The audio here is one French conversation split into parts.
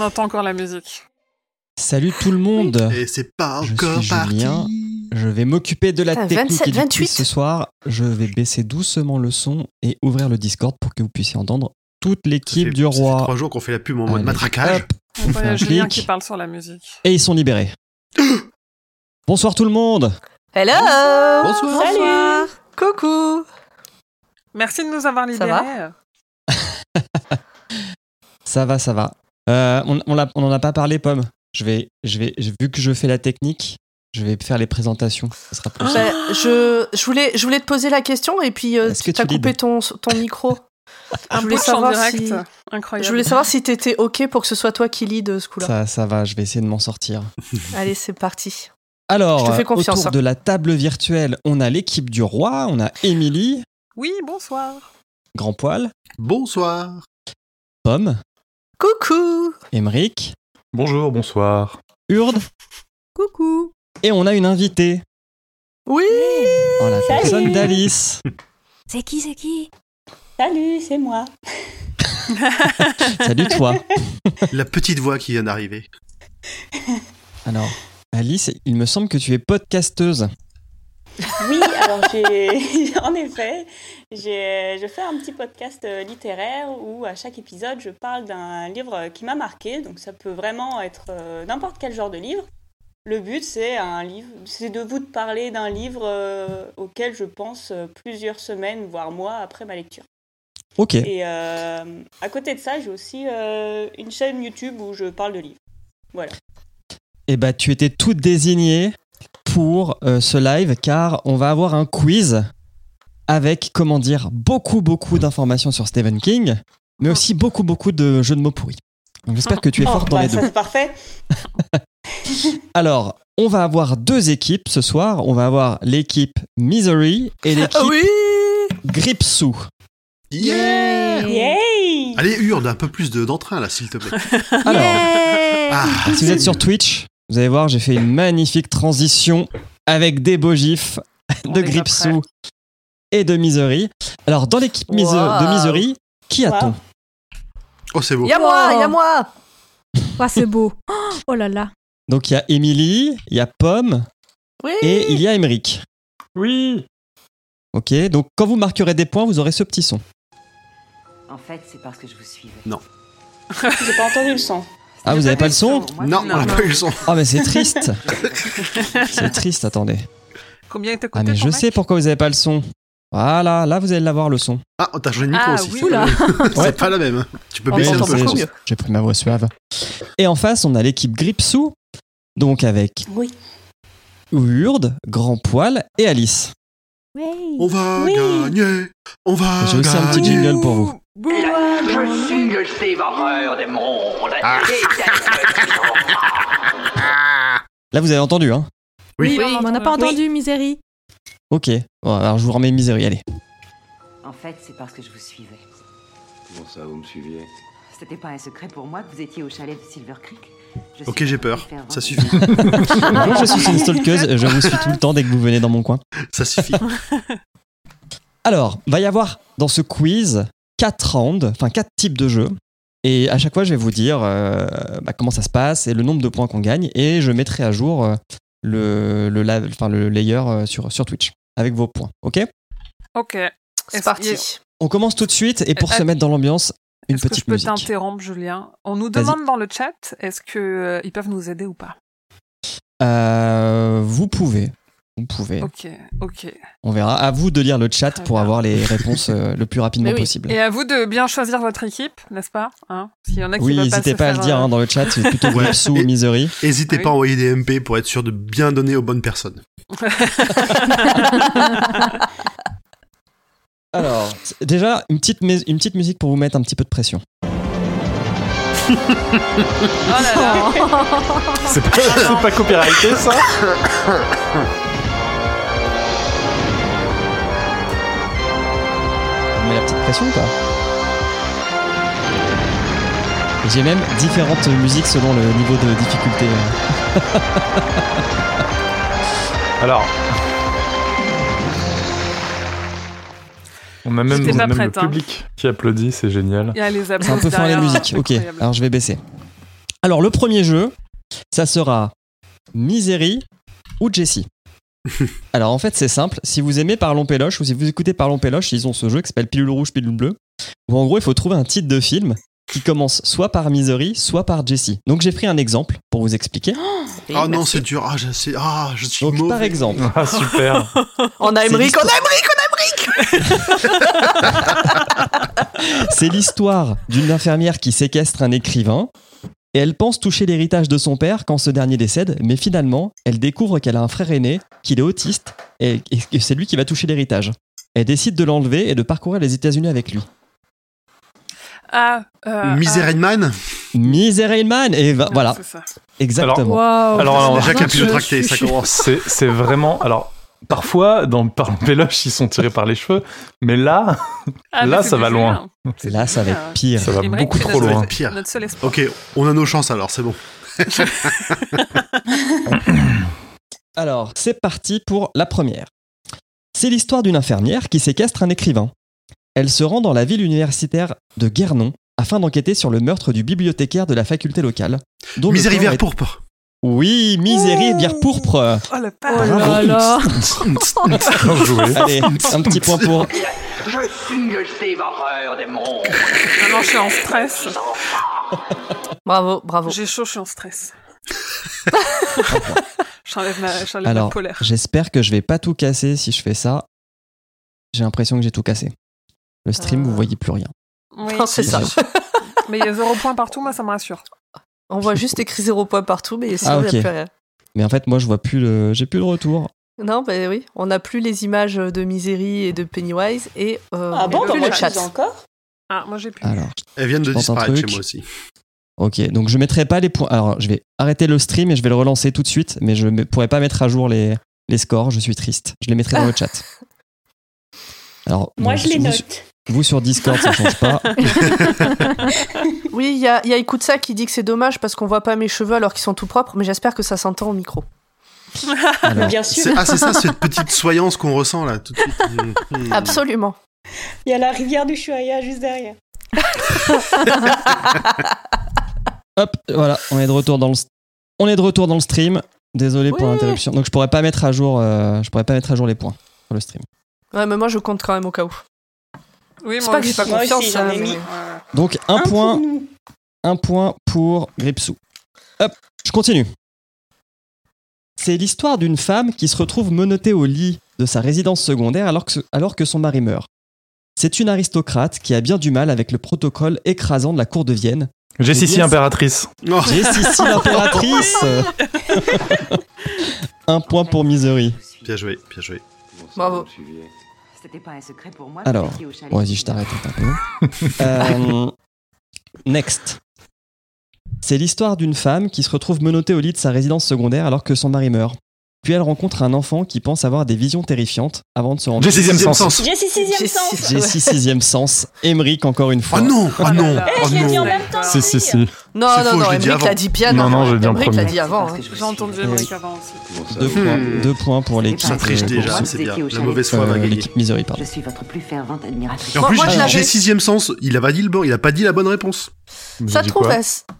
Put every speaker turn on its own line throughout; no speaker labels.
entend encore la musique.
Salut tout le monde.
Et c'est pas
Je
encore
suis
parti.
Julien. Je vais m'occuper de la
Ah,
T'as
technique
27,
et du quiz
28.
ce soir. Je vais baisser doucement le son et ouvrir le Discord pour que vous puissiez entendre toute
Ça fait-
l'équipe du
ça fait
roi.
trois jours qu'on fait la pub en mode
Allez,
matraquage.
hop,
On
on fait
voit
un
Julien
clic.
qui parle sur la musique.
et ils sont libérés. Bonsoir tout le monde.
Hello
Bonsoir.
Salut Coucou
Merci de nous avoir libérés.
Ça va, ça va. Euh, on on l'a- on n'en a pas parlé, Pomme. Je vais, je vais, je- vu que je fais la technique, je vais faire les présentations. Ce sera plus.
Bah,
Ah
je, je, voulais, je voulais te poser la question et puis euh,
Est-ce que
tu t'as
tu
coupé
leads
ton, ton micro.
Un
Je voulais
push en
savoir
direct.
si-
Incroyable.
Je voulais savoir si t'étais ok pour que ce soit toi qui lead euh, ce coup-là.
Ça, ça va. Je vais essayer de m'en sortir.
Allez, c'est parti.
Alors, euh,
Je te fais confiance,
autour
hein.
de la table virtuelle, on a l'équipe du roi, on a Émilie,
Oui, bonsoir.
Grand Poil,
Bonsoir.
Pomme,
Coucou
Emeric,
Bonjour, bonsoir.
Urde,
Coucou
et on a une invitée.
Oui
En Oh, la
Salut.
personne d'Alice.
C'est qui, c'est qui Salut, c'est moi.
Salut toi.
La petite voix qui vient d'arriver.
Alors, Alice, il me semble que tu es podcasteuse.
Oui, alors j'ai... en effet, j'ai... je fais un petit podcast euh, littéraire où à chaque épisode, je parle d'un livre qui m'a marqué. Donc ça peut vraiment être euh, n'importe quel genre de livre. Le but, c'est un livre, c'est de vous de parler d'un livre euh, auquel je pense euh, plusieurs semaines, voire mois après ma lecture.
Ok.
Et euh, à côté de ça, j'ai aussi euh, une chaîne YouTube où je parle de livres.
Eh bah, tu étais toute désignée pour euh, ce live car on va avoir un quiz avec, comment dire, beaucoup, beaucoup d'informations sur Stephen King, mais
Ah.
aussi beaucoup, beaucoup de jeux de mots pourris. Donc, J'espère que tu es
Oh,
forte dans
bah,
les deux.
ça, c'est parfait.
Alors, on va avoir deux équipes ce soir. On va avoir l'équipe Misery
Ah
et l'équipe
Oui
Gripsou.
Yeah
Yay
Allez, Urde, un peu plus de- d'entrain là, s'il te plaît.
Alors,
Ah,
si vous êtes sur Twitch, vous allez voir, j'ai fait une magnifique transition avec des beaux gifs
On
de
est pas prêts.
Gripsou et de Misery. Alors, dans l'équipe Mise-
Wow.
de Misery, qui
Wow.
a-t-on
oh, c'est beau.
Y'a moi
Wow.
Y'a moi
Ouah, c'est beau. Oh, oh là là.
Donc, il y a Émilie, il y a Pomme
Oui
et il y a Emeric.
Oui.
Ok, donc quand vous marquerez des points, vous aurez ce petit son.
En fait, c'est parce que je vous suivais.
J'ai pas entendu le son.
Ah, vous avez pas le son
Moi,
Non, on
je-
n'a pas eu le son.
Oh, mais c'est triste C'est triste, attendez.
Combien il t'a
Ah,
coûté
mais je
ton
sais pourquoi vous avez pas le son. Voilà, là, vous allez l'avoir le son.
Ah, on t'a changé de micro
Ah,
aussi.
oui.
c'est
Oula.
pas- C'est
Ouais.
pas la même. Tu peux
On
baisser un
l'entend
peu, je
beaucoup
pense.
mieux.
J'ai pris ma voix suave. Et en face, on a l'équipe Gripsou, donc avec
Oui.
Urde, Grand Poil et Alice.
Oui.
On va
Oui.
gagner. On va
J'ai aussi un petit
gagner.
jingle pour vous.
Je suis le dévoreur des mondes.
Là, vous avez entendu, hein
Oui.
mais on n'a pas
Oui.
entendu, misérie.
Ok. Bon, alors, je vous remets Misery, allez.
En fait, c'est parce que je vous suivais.
Comment ça, vous me suiviez
C'était pas un secret pour moi que vous étiez au chalet de Silver Creek. Je
Ok,
suis
j'ai
partie
peur.
faire vingt-
Ça suffit.
Bonjour, je suis une stalkeuse, et je vous suis tout le temps dès que vous venez dans mon coin.
Ça suffit.
Alors, va y avoir dans ce quiz 4 rounds, enfin 4 types de jeux. Et à chaque fois, je vais vous dire euh, bah, comment ça se passe et le nombre de points qu'on gagne. Et je mettrai à jour euh, le, le, la- enfin, le layer euh, sur, sur Twitch avec vos points. Ok
Ok.
C'est
Est-ce-
parti.
On commence tout de suite et pour
Euh,
se mettre dans l'ambiance, une
Est-ce que je
petite
peux
musique.
t'interrompre, Julien On nous
Vas-y.
demande dans le chat est-ce que euh, ils peuvent nous aider ou pas
Euh, vous pouvez. Vous pouvez.
Ok, ok.
On verra. À vous de lire le chat
Très
pour
bien.
avoir les réponses euh, le plus rapidement
Mais oui.
possible.
Et euh, à vous de bien choisir votre équipe, n'est-ce pas hein S'il y en a qui
oui,
veulent
n'hésitez
se
pas à le
faire,
dire
euh, Oh
hein, dans le chat, c'est plutôt
Ouais.
Gripsou
Et-
ou Misery.
N'hésitez
Oui.
pas à envoyer des MP pour être sûr de bien donner aux bonnes personnes.
Oh
Alors, déjà, une petite, mu- une petite musique pour vous mettre un petit peu de pression.
Oh là là.
C'est pas, c'est pas copyrighté, ça
On met la petite pression ou pas Et J'ai même différentes musiques selon le niveau de difficulté.
Alors. On a même,
J'étais
on a
pas
même
prête,
le
hein.
public qui applaudit, c'est génial.
Il y a les
C'est un
applaudissements
peu fort la
derrière, hein.
musique. Ok,
incroyable.
alors je vais baisser. Alors, le premier jeu, ça sera Misery ou Jessie. Alors, en fait, c'est simple. Si vous aimez Parlons Péloche ou si vous écoutez Parlons Péloche, ils ont ce jeu qui s'appelle Pilule Rouge, Pilule Bleue. Où en gros, il faut trouver un titre de film qui commence soit par Misery, soit par Jessie. Donc, j'ai pris un exemple pour vous expliquer.
Oh
Ah non, c'est dur. Ah, je, c'est- ah, je suis
Donc,
mauvais.
par exemple,
Ah, super.
En
C'est
Aymeric, en
l'histoire-
Aymeric,
C'est l'histoire d'une infirmière qui séquestre un écrivain et elle pense toucher l'héritage de son père quand ce dernier décède, mais finalement, elle découvre qu'elle a un frère aîné, qu'il est autiste et, et que c'est lui qui va toucher l'héritage. Elle décide de l'enlever et de parcourir les États-Unis avec lui.
Ah, euh,
Misery Man
Misery Man Et va-
ah,
voilà,
c'est ça.
exactement.
Waouh.
Alors, alors,
Déjà qu'un
je-
pilote tracté, ça commence.
C'est c'est vraiment. Alors, parfois, dans Parlons Péloche, ils sont tirés par les cheveux, mais là,
Ah,
Là,
mais c'est
ça va
plus
loin.
violent.
Là, ça va
Ah.
être pire.
ça va
Aymeric,
beaucoup
c'est
trop
notre-
loin.
C'est pire.
Notre seul espoir.
Ok, on a nos chances alors, c'est bon.
Alors, c'est parti pour la première. C'est l'histoire d'une infirmière qui séquestre un écrivain. Elle se rend dans la ville universitaire de Guernon afin d'enquêter sur le meurtre du bibliothécaire de la faculté locale. dont le
Misery
corps
Vert
est-
Pourpre.
Oui, Misery et bière pourpre.
Oh le
Oh
pauvre.
là là.
Bien joué.
Allez, un petit point pour.
Je suis le dévoreur des mondes.
Non, non, je suis en stress.
Bravo, bravo.
J'ai chaud, je suis en stress. J'enlève ma, j'enlève ma
Alors,
polaire.
j'espère que je vais pas tout casser si je fais ça. J'ai l'impression que j'ai tout cassé. Le stream,
Euh.
vous voyez plus rien.
Oui,
Non, Ah, c'est ça.
mais il y a zéro point partout, moi ça me rassure.
On voit juste écrit zéro point partout, mais
Ah,
sinon, il
ok.
n'y a plus rien.
Mais en fait, moi, je vois plus le. J'ai plus le retour.
Non, bah oui, on n'a plus les images de Misery et de Pennywise et euh,
Ah
on
bon,
n'a
bah
plus
moi
le
je
chat.
suis encore.
Ah, moi j'ai pu.
Alors.
Elles viennent de
Je tente un
disparaître chez
truc.
moi aussi.
Ok, donc je mettrai pas les points. Alors, je vais arrêter le stream et je vais le relancer tout de suite, mais je ne pourrai pas mettre à jour les, les scores. Je suis triste. Je les mettrai dans le chat. Alors,
Moi
bon,
je les
vous-
note.
Vous sur Discord, ça change pas.
Oui, il y a, il y a Ikutsa qui dit que c'est dommage parce qu'on voit pas mes cheveux alors qu'ils sont tout propres, mais j'espère que ça s'entend au micro.
Mais
Alors,
bien
C'est-
sûr,
Ah, c'est ça, cette petite soyance qu'on ressent là tout de suite. Hmm.
Absolument.
il y a la rivière du Shuaya juste derrière.
hop, voilà, on est de retour dans le, st- on est de retour dans le stream. Désolé pour
Ouais.
l'interruption. Donc, je pourrais pas mettre à jour, euh, je pourrais pas mettre à jour les points sur le stream.
Ouais, mais moi je compte quand même au cas où.
Oui,
C'est
moi
pas que j'ai
aussi.
pas
Moi aussi,
confiance.
j'en ai
hein,
mis.
mais-
Donc, un,
Un
point,
pour nous.
un point pour Gripsou. Hop, je continue. C'est l'histoire d'une femme qui se retrouve menottée au lit de sa résidence secondaire alors que, alors que son mari meurt. C'est une aristocrate qui a bien du mal avec le protocole écrasant de la cour de Vienne.
J'ai Sissi
Yes.
impératrice.
Oh,
J'ai Sissi l'impératrice Un point pour Misery.
bien joué, bien joué.
Bravo.
C'était pas un secret pour moi.
Alors,
vous étiez au chalet
Bon,
de
vas-y, je t'arrête un peu. Euh, next. C'est l'histoire d'une femme qui se retrouve menottée au lit de sa résidence secondaire alors que son mari meurt. Puis elle rencontre un enfant qui pense avoir des visions terrifiantes avant de se rendre
J'ai sixième
Sixième
sens.
sens.
J'ai six sixième
J'ai
sens.
six-
J'ai six sixième sens. Emric, encore une
Oh
fois.
non, oh non,
là là.
oh
Eh, je l'ai dit en
non.
même temps.
Si, si, si.
C'est
Non, non,
faux,
non,
je l'ai dit
Emmerich
avant.
l'a dit bien.
Non, non, je l'ai dit en
Emmerich l'a
premier.
dit avant.
Parce
hein.
que je vous
J'ai
suis-
entendu
Eh
Oui.
Aymeric avant aussi.
Deux, points,
Hmm.
deux points pour les.
Ça
Ça triche
Euh,
déjà,
vous
c'est
étiez
bien.
au
La
chalet.
mauvaise foi va
Euh,
gagner.
L'équipe Misery, pardon.
Je suis votre plus fervente admiratrice.
Et en
Moi-
plus,
moi,
j'ai
je
dit,
l'avais.
j'ai sixième sens. Il avait dit le bon, il a pas dit la bonne réponse.
J'ai
Ça
dit
trouve,
quoi
hein.
elle-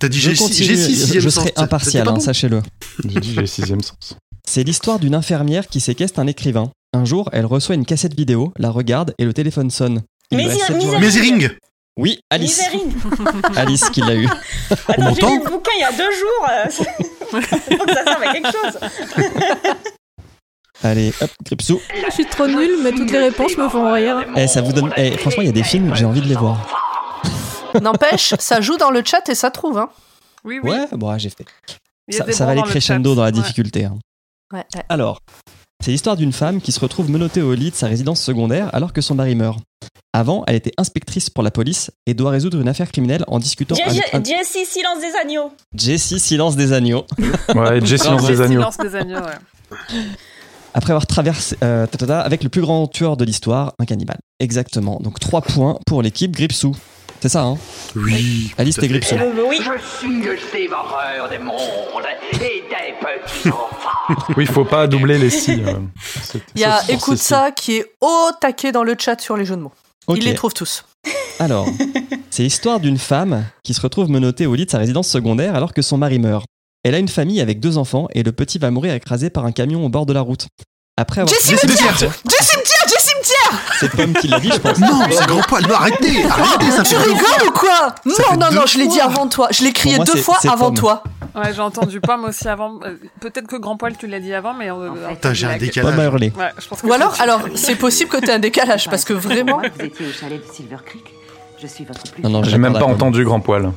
T'as dit
Je
j'ai six-
continue,
j'ai six
je
sixième sens.
serai
t'as- t'as dit
impartial,
pas
hein,
bon.
sachez-le.
J'ai dit j'ai sixième sens.
C'est l'histoire d'une infirmière qui séquestre un écrivain. Un jour, elle reçoit une cassette vidéo, la regarde et le téléphone sonne. Il
Mais
lui
si-
reste sept jours à-
mais-
Mesering
Oui, Alice.
Misery.
Alice qui l'a eu.
Attends, j'ai
m'entend
lu le bouquin il y a deux jours. euh, c'est- Faut que ça serve à quelque chose.
Allez, hop, Gripsou.
Je suis trop nulle, mais toutes les réponses me font rire.
Eh, ça vous donne. Eh, franchement, il y a des films, j'ai envie de les voir.
N'empêche, ça joue dans le chat et ça trouve. Hein.
Oui, oui.
Ouais, bon, ah, j'ai fait.
il y a
Ça,
des
ça va
bons
aller
le
crescendo
chat.
dans la
Ouais.
difficulté. hein.
Ouais, ouais.
Alors, c'est l'histoire d'une femme qui se retrouve menottée au lit de sa résidence secondaire alors que son mari meurt. Avant, elle était inspectrice pour la police et doit résoudre une affaire criminelle en discutant
J'ai-
avec un...
j'ai- Jessie, silence des agneaux.
Jessie Silence des Agneaux.
Ouais, j'ai silence
Silence
des agneaux.
Silence des agneaux, ouais.
Après avoir traversé euh, tatata, avec le plus grand tueur de l'histoire, un cannibale. Exactement. Donc 3 points pour l'équipe Gripsou. C'est ça, hein
Oui.
Alice
tout à
et
fait.
Gripsou.
Euh, oui.
Je suis le dévoreur des mondes et des petits enfants.
Oui, faut pas doubler les euh, si.
Il y a Écoute ça qui est au taquet dans le chat sur les jeux de mots.
Ok.
Il les trouve tous.
Alors, c'est l'histoire d'une femme qui se retrouve menottée au lit de sa résidence secondaire alors que son mari meurt. Elle a une famille avec deux enfants et le petit va mourir écrasé par un camion au bord de la route. Après avoir
Jessie
Jessie
Lemire
Lemire,
Du cimetière, du cimetière
c'est Pomme qui l'a dit, je pense.
Non, c'est grand poil. Non, arrêtez, arrêtez, ça
Tu
fait
rigoles ou quoi
fait
Non, non,
deux
non, je l'ai dit
fois.
avant toi. Je l'ai crié
moi,
deux
c'est-
fois
c'est
avant
pomme.
toi.
Ouais, j'ai entendu Pomme aussi avant. Euh, Peut-être que Grand Poil, tu l'as dit avant, mais. euh,
En fait,
euh,
Putain, j'ai un
ouais,
Pomme a
décalage.
hurlé.
Ouais, je pense que
Ou
c'est-
alors, alors, c'est possible que t'aies un décalage parce que vraiment.
Pour moi, vous étiez au chalet de Silver Creek. Je suis votre plus.
Non, non,
J'ai
j'accorde
même
à
pas
Pomme.
entendu Grand Poil.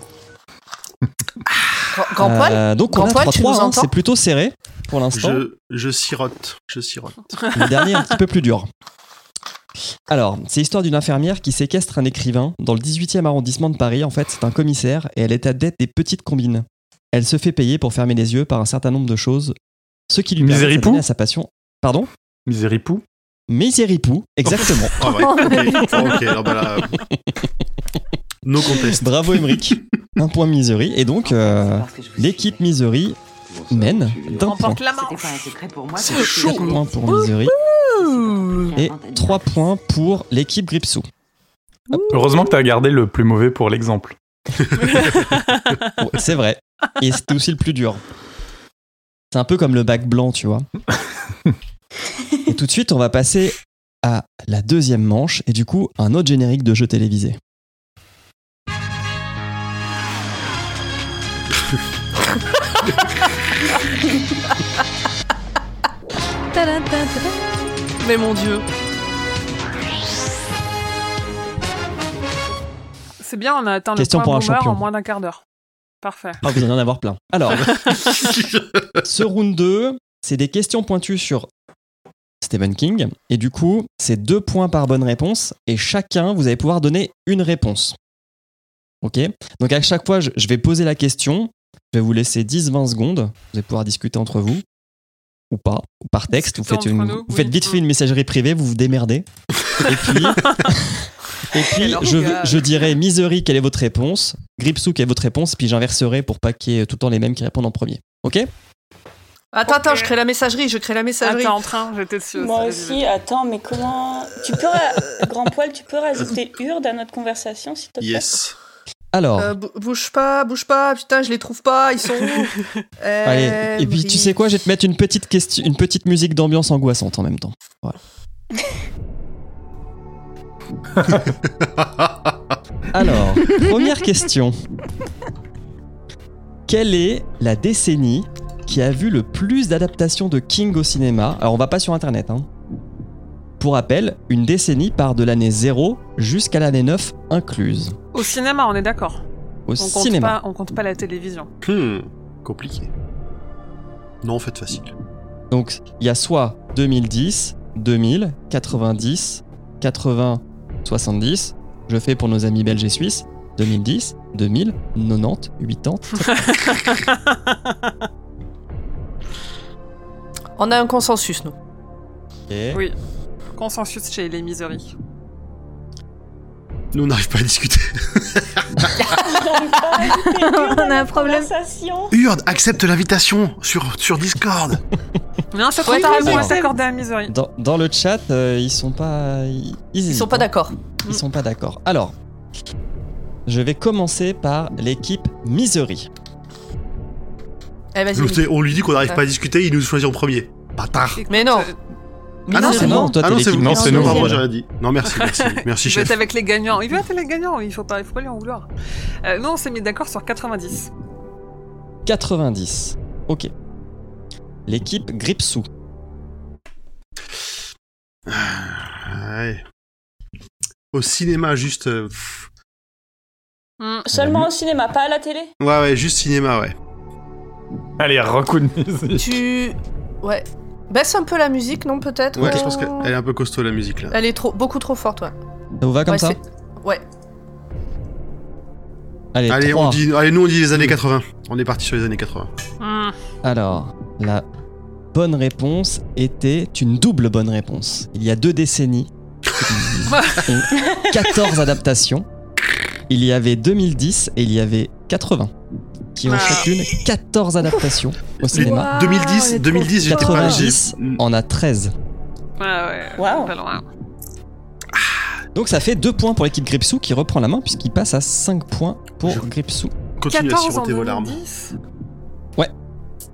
Grand- Grand poil
Euh, donc on
Grand
a
poil, tu
3-3,
nous
hein,
entends
c'est plutôt serré pour l'instant.
Je, je sirote, je sirote.
Le dernier un petit peu plus dur. Alors, c'est l'histoire d'une infirmière qui séquestre un écrivain dans le 18e arrondissement de Paris. En fait, c'est un commissaire et elle est adepte des petites combines. Elle se fait payer pour fermer les yeux par un certain nombre de choses, ce qui lui permet de
Miséripou
donner à sa passion. Pardon
Miséripou.
Miséripou, exactement.
Ah ouais, ok, ok, alors bah là... No contest.
Bravo Emric, un point Misery. Et donc, euh, l'équipe Misery mène d'un point.
Remporte la
C'était
manche.
pas un secret pour moi.
C'est
que
chaud.
j'étais
Quatre
la
points pour Misery et 3 points pour l'équipe Gripsou.
Heureusement que t'as gardé le plus mauvais pour l'exemple.
Ouais, c'est vrai. Et c'était aussi le plus dur. C'est un peu comme le bac blanc, tu vois. Et tout de suite, on va passer à la deuxième manche et du coup, un autre générique de jeu télévisé.
Tadam, tadam, tadam.
Mais mon dieu.
C'est bien, on a atteint
Question
le
pour
point
un
boomer
champion.
en moins d'un quart d'heure. Parfait.
Ah, vous allez en avoir plein. Alors, ce round 2, c'est des questions pointues sur Stephen King. Et du coup, c'est deux points par bonne réponse. Et chacun, vous allez pouvoir donner une réponse. Ok Donc à chaque fois, je je vais poser la question. Je vais vous laisser 10-20 secondes. Vous allez pouvoir discuter entre vous. Ou pas. Ou par texte. Vous
Discutons
faites, une,
entre nous,
vous
oui.
faites vite fait une messagerie privée. Vous vous démerdez. Et puis... Et puis,
Alors
je,
que-
je dirai Misery, quelle est votre réponse Gripsou, quelle est votre réponse Puis j'inverserai pour pas qu'il y ait tout le temps les mêmes qui répondent en premier. Ok
Attends, attends,
Ok.
je crée la messagerie, je crée la messagerie.
Attends, en train, j'étais dessus.
Moi
ça,
aussi, attends, mais comment. Tu peux. ra- Grand poil, tu peux rajouter Urde à notre conversation, s'il te plaît
Yes.
Alors,
Euh, bou- bouge pas, bouge pas, putain, je les trouve pas, ils sont où
Euh,
Euh,
allez. Et puis, tu sais quoi Je vais te mettre une petite, question, une petite musique d'ambiance angoissante en même temps. Voilà. Alors, première question. Quelle est la décennie qui a vu le plus d'adaptations de King au cinéma Alors, on va pas sur Internet. Hein. Pour rappel, une décennie part de l'année 0 jusqu'à l'année 9 incluse.
Au cinéma, on est d'accord.
Au
On compte
cinéma.
pas, on compte pas la télévision.
Hmm, compliqué. Non, en fait, facile.
Donc, il y a soit 2010, 2000, 90, 80, 70. Je fais pour nos amis belges et suisses. 2010, 2000, 90, 80.
On a un consensus, nous.
Ok.
Oui. Consensus chez les miseries.
Nous, on n'arrive pas à discuter.
Grand poil, t'es Urde
On
à
a un
notre
problème.
Conversation.
Hurd, accepte l'invitation sur, sur Discord.
Non, c'est trop
Oui,
tard,
oui,
on
oui.
va s'accorder à miserie.
Dans, dans le chat, euh, ils sont pas. Ils,
Ils
hésitent,
sont pas
hein.
d'accord.
Ils sont pas d'accord. Alors, je vais commencer par l'équipe Misery.
Eh, vas-y.
Nous, t'es- on lui dit qu'on n'arrive
Ouais.
pas à discuter, il nous choisit en premier. Bâtard.
Mais non.
Ah non,
Misery.
c'est moi.
toi,
Ah
t'es
non, c'est
l'équipe
vous.
Non, c'est nous.
Pardon, j'ai rien dit. Non, merci, merci, merci,
Il veut être
chef.
avec les gagnants. Il veut être avec les gagnants. Il faut pas, il faut pas lui en vouloir. Euh, nous, on s'est mis d'accord sur 90.
90. Ok. L'équipe Gripsou.
Ah, Ouais. Au cinéma, juste. euh, pff.
Hmm.
Seulement au cinéma, pas à la télé
Ouais, ouais, juste cinéma, ouais.
Allez, recoup de musique.
Tu. Ouais. Baisse un peu la musique, non, peut-être
Ouais,
euh,
je pense qu'elle est un peu costaud, la musique, là.
Elle est trop, beaucoup trop forte, ouais.
Ça vous va comme
Ouais,
ça
c'est- Ouais.
Allez,
Allez,
trois.
on dit, allez, nous, on dit les années 80. On est parti sur les années 80.
Hmm.
Alors, la bonne réponse était une double bonne réponse. Il y a deux décennies, il y a 14 adaptations. Il y avait 2010 et il y avait 80, qui ont
Ah.
chacune 14 adaptations au cinéma.
Waouh, on est
2010,
trop
2010, j'étais
fort.
pas. j'ai-
90 en a 13.
Ah Ouais, ouais.
Waouh.
Pas loin.
Donc ça fait 2 points pour l'équipe Gripsou qui reprend la main puisqu'il passe à 5 points pour
Je-
Gripsou.
Continue à
14 en
siroter vos larmes.
2010
Ouais. Euh,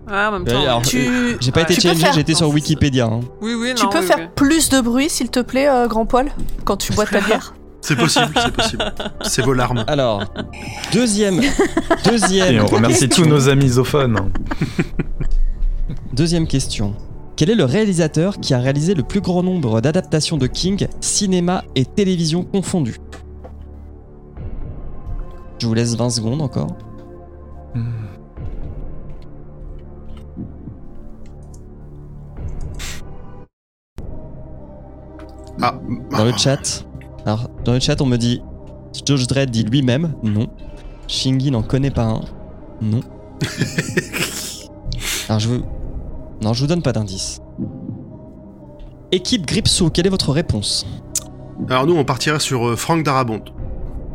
Ouais, Ah, en même temps.
alors,
ouais.
Tu,
J'ai pas
Ouais.
été
Tu peux
challengé,
faire-
j'étais sur
non, c'est-
Wikipédia. hein.
Oui, oui, non.
tu peux
oui,
faire
oui.
plus de bruit, s'il te plaît, euh, grand Paul, quand tu bois ta bière
C'est possible, c'est possible. C'est vos larmes.
Alors, deuxième, deuxième,
Et on remercie tous nos amis isophones.
deuxième question. Quel est le réalisateur qui a réalisé le plus grand nombre d'adaptations de King, cinéma et télévision confondues Je vous laisse 20 secondes encore. Hmm.
Ah,
Dans le chat. Alors, dans le chat, on me dit George Dredd dit lui-même non. Shingi n'en connaît pas un. Non. Alors, je vous. Non, je vous donne pas d'indice. Équipe Gripsou, quelle est votre réponse
Alors nous, on partira sur euh, Franck Darabont.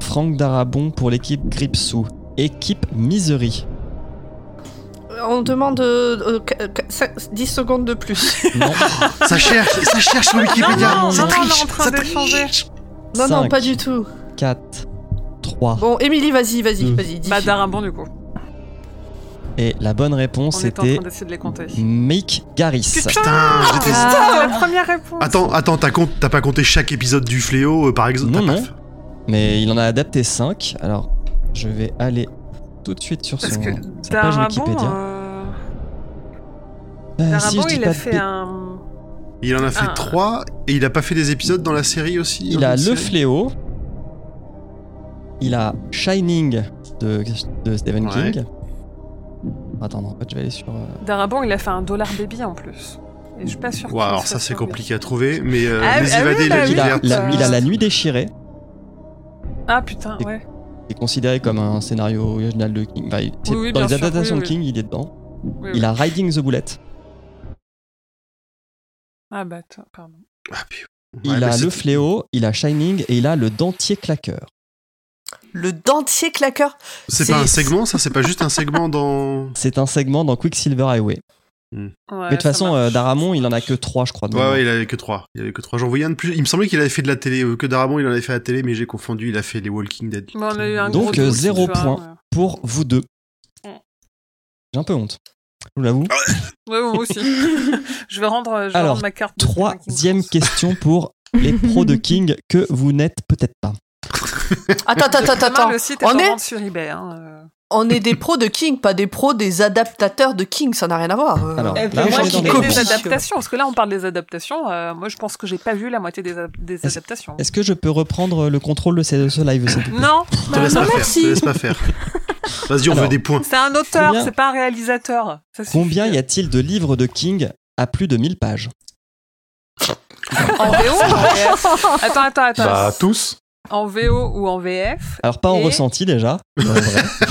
Franck Darabon pour l'équipe Gripsou. Équipe Misery.
On demande euh, euh, qu- qu- cinq- 10 secondes de plus.
Non.
Ça cherche, ça cherche sur
Non,
Wikipédia.
non,
ça
non, non, on
triche,
est en train
ça
d'échanger.
triche.
Non, non, pas du tout.
4, 3.
Bon, Émilie, vas-y, vas-y,
Mm.
vas-y. dis.
Bah, Darabon, du coup.
Et la bonne réponse
On était en
c'était
train d'essayer de les compter.
Mick Garris.
Putain, j'étais...
Ah, la première réponse.
Attends, attends, t'as, compte- t'as pas compté chaque épisode du fléau euh, par exemple
Non,
t'as pas
non.
fait-
Mais il en a adapté 5. Alors, je vais aller tout de suite sur
Parce
son,
que
sa page
Darabon.
Wikipédia.
euh,
Euh, si
Darabon,
je dis
il
pas
a
de
fait
bêt-
un.
Il en a fait
Ah.
trois et il a pas fait des épisodes dans la série aussi.
Il
dans
a
une série
Le Fléau. Il a Shining de, de Stephen
Ouais.
King. Attends, non, en fait, je vais aller sur. euh,
Darabon, il a fait un dollar baby en plus. Et je suis pas sûre.
Ouais,
qu'il
alors ça
soit
c'est
sur-
compliqué à trouver, mais euh,
Ah,
Les
ah oui,
Évadés,
bah
la
oui,
il, a,
Gilberte,
oui.
la- il a La Nuit déchirée,
Ah putain, ouais.
qui est considéré comme un scénario original de King. Enfin, il- c'est-
Oui, oui,
dans
bien
les
sûr,
adaptations
oui,
de
oui.
King, il est dedans.
Oui,
Il
oui.
a Riding the Bullet.
Ah bah, attends, pardon.
Ah, puis-
Il
Ouais, mais
a
c'est-
Le Fléau, il a Shining et il a Le Dentier Claqueur.
Le dentier claqueur.
C'est
c'est-
pas un segment, ça C'est pas juste un segment dans. Hmm.
C'est un segment dans Quicksilver Highway.
Ouais,
Mais de toute
ça
façon,
marche.
euh, Daramon, il en a que 3, je crois. de
Ouais,
mémoire.
ouais, il avait que trois. Il avait que trois. J'en voyais un de plus. Il me semblait qu'il avait fait de la télé. euh, Que Darabon, il en avait fait à la télé, mais j'ai confondu. Il a fait les Walking Dead.
Bon, on a eu un
Donc,
gros
euh,
doute,
zéro
tu vois,
point. Pour vous deux.
Ouais.
J'ai un peu honte. Je vous l'avoue.
Ah
Ouais, Ouais, moi aussi. je vais rendre, je vais
Alors,
rendre ma carte. de
Troisième
Stephen King.
question pour les pros de King que vous n'êtes peut-être pas.
Attends, attends, attends,
Demain,
attends.
le site est
On
en
est-
vente sur eBay. Hein.
On est des pros de King, pas des pros des adaptateurs de King, ça n'a rien à voir. Euh,
Alors,
Eh,
là,
moi,
on est
qui
dans les
Et
connais
réponses.
des
Copie.
adaptations, parce que là on parle des adaptations. euh, moi je pense que j'ai pas vu la moitié des, a- des
Est-ce-
adaptations.
Est-ce que je peux reprendre le contrôle de ce, de ce live s'il te plaît
Non,
Te laisse
non,
pas faire.
merci.
Te laisse pas faire. Vas-y, on
Alors.
veut des points.
c'est un auteur,
Combien-
c'est pas un réalisateur. Ça suffit.
Combien y a-t-il de livres de King à plus de 1000 pages
En VO ou en
Bah,
VF Attends, attends, attends.
Bah, tous.
En VO ou en VF
Alors, pas en
Et-
ressenti déjà. mais en vrai.
Bah,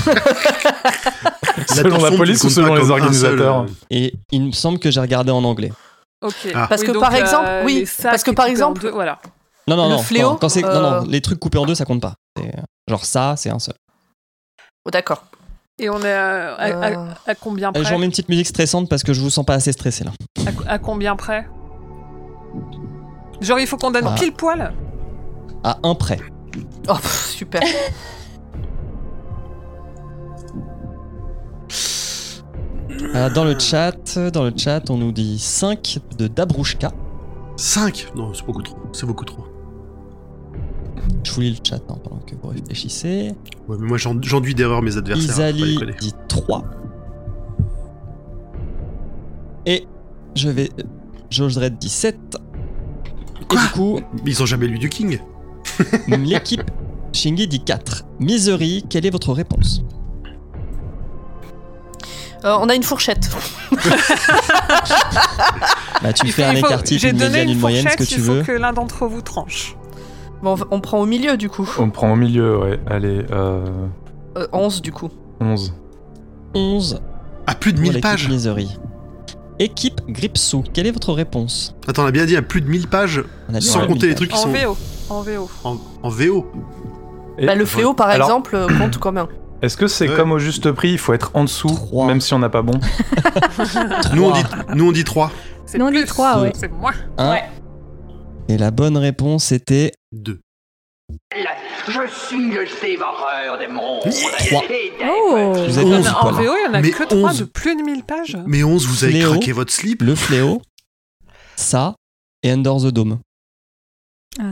Selon la
L'attention,
police
tu
ou
comptes pas
selon les
comme un seul,
organisateurs
euh,
Et il me semble que j'ai regardé en anglais.
Ok.
Ah.
Parce
Oui,
que
donc,
par
euh,
exemple, oui,
les sacs
parce que
et
par
coupés en
exemple-
deux, voilà.
Non, non,
Le
non.
fléau,
non, quand c'est- non, non,
euh,
les trucs coupés en deux, ça compte pas. C'est- euh, Genre ça, c'est un seul.
oh, D'accord.
Et on est à, à- à-
Euh,
à combien
Euh,
près
Je vous mets une petite musique stressante parce que je vous sens pas assez stressé là.
à, à combien près Genre il faut qu'on donne
Ah.
pile poil
À un près.
Bah. Oh, pff, super.
Euh, dans le chat, dans le chat, on nous dit 5 de Dabrouchka.
Cinq. Non, c'est beaucoup trop. C'est beaucoup trop.
Je vous lis le chat hein, pendant que vous réfléchissez.
Ouais, mais moi, j'en- j'enduis d'erreur mes adversaires. hein, faut pas
Isali
déconner.
dit 3. Et je vais. euh, George Dredd dit 7. Et
Quoi
du coup,
Ils ont jamais lu du King.
l'équipe Shingi dit 4. Misery, quelle est votre réponse
Euh, on a une fourchette.
Bah, tu
Il
fais
faut-
un
il faut-
écart-type,
J'ai
une
donné
médiane,
une
une moyenne, ce
fourchette,
que tu
il faut
veux.
que l'un d'entre vous tranche.
Bon, on- on prend au milieu du coup.
On prend au milieu, ouais. Allez, euh,
Euh, 11 du coup.
11.
11
À plus de
pour
1000
l'équipe
pages.
Misery. Équipe Gripsou, quelle est votre réponse
Attends, on a bien dit à plus de 1000 pages
On a dit
sans
ouais,
compter
mille
les trucs qui
En
sont
VO. En VO.
en, en VO.
Et
Bah, le fléau, par
Alors-
exemple, euh, compte comme un.
Est-ce que c'est
Ouais.
comme au juste prix, il faut être en dessous,
Trois.
même si on n'a pas bon
pages.
Nous on,
Trois.
dit, nous, on dit 3.
C'est
Nous, on dit
plus.
trois,
ouais.
C'est moins.
Un.
Ouais.
Et la bonne réponse était
2.
Je suis le dévoreur des mondes
Trois.
et des
Eh
Oh.
petits
Vous
Il y en
êtes
Onze,
a- en
voilà.
VO, il y en a
Mais
que trois
onze.
de plus de 1000 pages.
Mais 11, vous avez
Léo.
craqué votre slip.
Le Fléau, ça et Under the Dome.
Ah.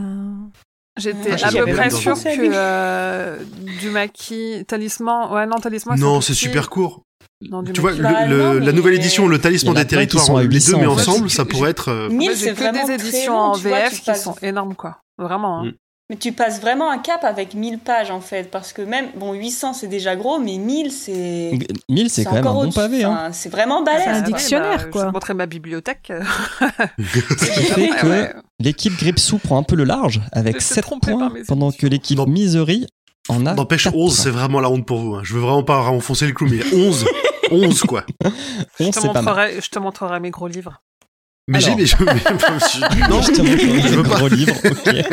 J'étais
Ah,
à
j'y
peu
avais
près
même pas
sûre
pensé.
que euh, du maquis, talisman. Ouais, non, talisman.
Non,
plus
c'est
petit.
super court.
Non, du
Tu vois,
Maquis.
le-
Bah,
le-
non, mais- euh,
la nouvelle édition, le
Il y en
talisman des
a plein qui
territoires,
sont à
les deux
800,
met
en fait.
ensemble, ça
Je-
pourrait être. euh,
Moi,
1000,
j'ai
c'est
que
vraiment
des
très
éditions
long,
en
tu vois,
VF
tu
qui
passes-
sont énormes, quoi. Vraiment.
Mmh.
hein.
Mm.
Mais tu passes vraiment un cap avec 1000 pages en fait, parce que même, bon, 800 c'est déjà gros, mais 1000 c'est.
1000, c'est quand même un
encore
bon
au-
pavé. Hein.
enfin, C'est vraiment
Ça,
balèze.
Ah,
Euh,
ouais,
un dictionnaire,
bah, Je
quoi.
vais te montrer ma bibliothèque.
Ce qui fait
Ouais,
que
ouais.
l'équipe Gripsou prend un peu le large
Je
avec
suis
7
trompé
points,
par mes
pendant que l'équipe
Non.
Misery en a.
N'empêche,
4.
11, c'est vraiment la honte pour vous. hein. Je veux vraiment pas enfoncer le clou, mais 11, 11 quoi.
Je
11,
te,
c'est pas mal.
montrerai, je te montrerai mes gros livres.
Mais j'ai.
Alors.
mais je- mais- Non,
Je te montre
je veux
les
pas.
gros livres, ok. Allez,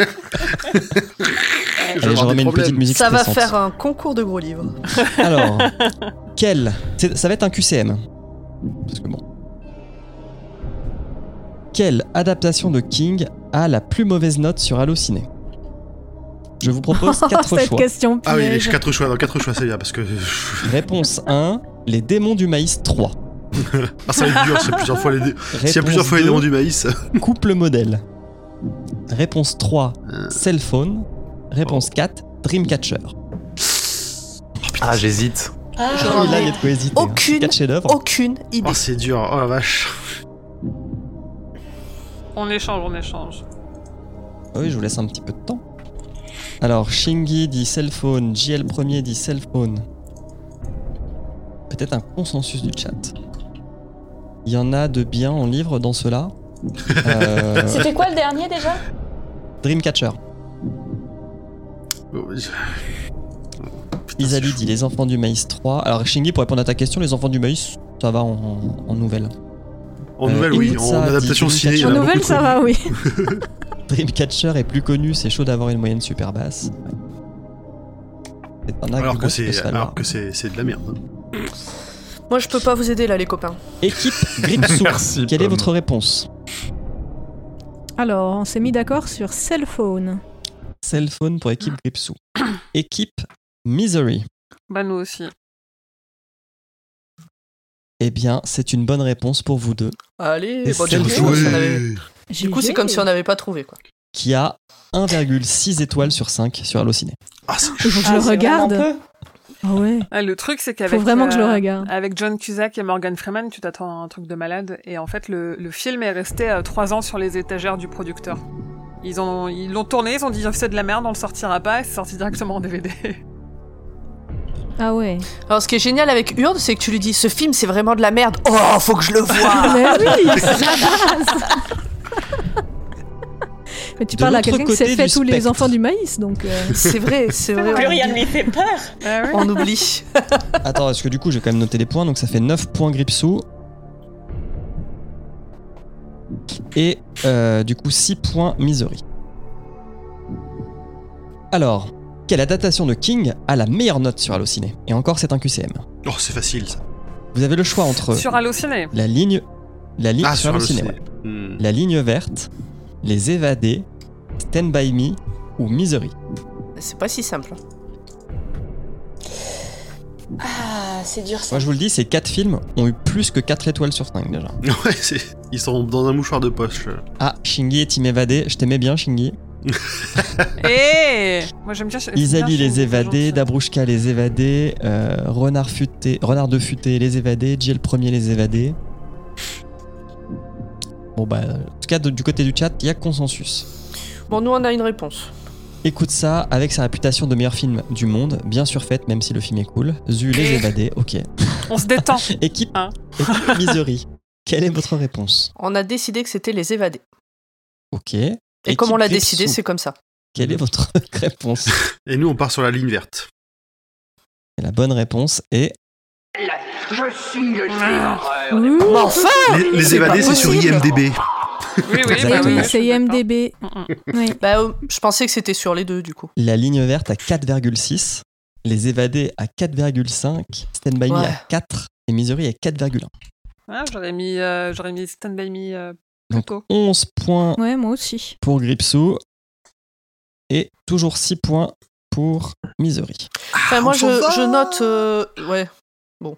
Je vais
je
avoir des
remets une petite
problèmes.
musique
Ça va
stressante.
faire un concours de gros livres.
Alors, quel c'est- Ça va être un QCM. Parce que bon. Quelle adaptation de King a la plus mauvaise note sur Allociné Je vous propose quatre
Oh, Cette
choix.
question
Ah oui,
piège.
4 choix, non, 4 choix, c'est bien parce que.
Réponse 1, Les démons du maïs 3.
Ah, ça va être dur, c'est plusieurs fois les. dé- S'il y a
Réponse
plusieurs fois les
deux,
démons du maïs.
Couple modèle. Réponse 3,
Euh. Oh.
Cell phone. Réponse 4, Dreamcatcher.
Ah, j'hésite.
Ah,
Ah oui, là, il y a de quoi hésiter. hein.
Aucune-
C'est quatre chefs-d'œuvre.
Aucune idée.
Oh, c'est dur, oh la vache.
On échange, on échange.
Ah Oui, je vous laisse un petit peu de temps. Alors, Shingi dit cell phone, JL premier dit cell phone. Peut-être un consensus du chat. Il y en a de bien en livre dans cela. Euh,
C'était quoi le dernier déjà
Dreamcatcher. Isali dit les enfants du maïs 3. Alors, Shingi, pour répondre à ta question, les enfants du maïs, ça va en, en- en nouvelle.
En
Euh,
nouvelle, oui,
écoute
en
ça,
adaptation
dis-
ciné. il y
En
en a
nouvelle,
beaucoup.
ça va, oui.
Dreamcatcher est plus connu, c'est chaud d'avoir une moyenne super basse. Ouais. C'est un argument
Alors que
qui peut se
c'est
valoir.
alors que c'est c'est de la merde. hein.
Moi, je peux pas vous aider là, les copains.
Équipe Gripsou.
Merci.
Quelle est
Pomme.
votre réponse
Alors, on s'est mis d'accord sur cell phone.
Cell phone pour équipe Gripsou. équipe Misery.
Bah, nous aussi.
Eh bien, c'est une bonne réponse pour vous deux,
Allez,
Et
bon,
c'est
du coup,
le
c'est comme si on
jeu.
avait-
J'ai
du coup, c'est comme si on n'avait pas trouvé quoi.
qui a 1,6 étoiles sur 5 sur Allociné.
Ah, c'est
Il faut que je le regarde. Ah ouais.
Ah, le truc, c'est
Faut
qu'avec.
vraiment que je le
euh,
regarde.
Avec John Cusack et Morgan Freeman, tu t'attends à un truc de malade. Et en fait, le, le film est resté euh, trois ans sur les étagères du producteur. Ils ont, ils l'ont tourné, ils ont dit c'est de la merde, on le sortira pas. et C'est sorti directement en DVD.
Ah ouais.
Alors, ce qui est génial avec Hurde, c'est que tu lui dis ce film, c'est vraiment de la merde. Oh, faut que je le
Ah,
voie.
mais oui, c'est la base. Mais tu
De
parles à
l'autre
quelqu'un qui
côté
s'est fait
du
tous les
spectre.
enfants du maïs, donc. euh,
c'est vrai, c'est vrai. Ah
Plus rien ne lui fait peur.
On oublie.
Attends, parce que du coup, j'ai quand même noté des points, donc ça fait 9 points Gripsou. Et euh, du coup, 6 points Misery. Alors, quelle adaptation de King a la meilleure note sur Allociné Et encore, c'est un QCM.
oh, c'est facile. ça.
Vous avez le choix entre
Sur Allociné.
la ligne, la ligne
Ah,
sur
sur le
Allociné.
ciné.
ouais.
Hmm.
La ligne verte, les évadés, Stand By Me ou Misery.
C'est pas si simple.
Ah, c'est dur ça.
Moi je vous le dis, ces 4 films ont eu plus que 4 étoiles sur 5 déjà.
Ouais, c'est- ils sont dans un mouchoir de poche. euh.
Ah, Shingi et Team Évadé, je t'aimais bien Shingi.
Eh Moi j'aime bien. j'aime
Isali
bien
les
Shinji,
évadés,
gentil.
Dabrouchka les évadés, euh, Renard futé, Renard de futé les évadés, Jill premier les évadés. Bon bah, en tout cas de- du côté du chat, il y a consensus.
Bon, nous, on a une réponse.
Écoute ça, avec sa réputation de meilleur film du monde, bien sûr faite même si le film est cool. Zu les
Et-
évadés, ok.
On se détend.
Équipe,
Eh. Hein
équipe Misery. Quelle est votre réponse
On a décidé que c'était les évadés.
Ok.
Et comme on l'a décidé,
Gripsou,
c'est comme ça.
Quelle est votre réponse
Et nous, on part sur la ligne verte.
Et La bonne réponse est
Je suis le dévoreur des
ouh,
mondes.
enfin
Les, les
C'est
évadés,
pas
c'est sur
possible.
IMDB.
Oui, oui,
oui,
bah
Exactement.
oui, je
oui,
suis
c'est
d'accord.
IMDB.
Mm-mm.
Oui.
Bah, euh, je pensais que c'était sur les deux, du coup.
la ligne verte à 4,6, les évadés à 4,5, Stand By Me
Ouais.
à 4 et Misery à 4,1.
Ah, j'aurais mis, euh, j'aurais mis Stand By Me euh, plus
Donc
tôt.
11 points
Ouais, moi aussi.
pour Gripsou. et toujours 6 points pour Misery.
Ah,
Enfin, moi, je, je note. euh, ouais. Bon.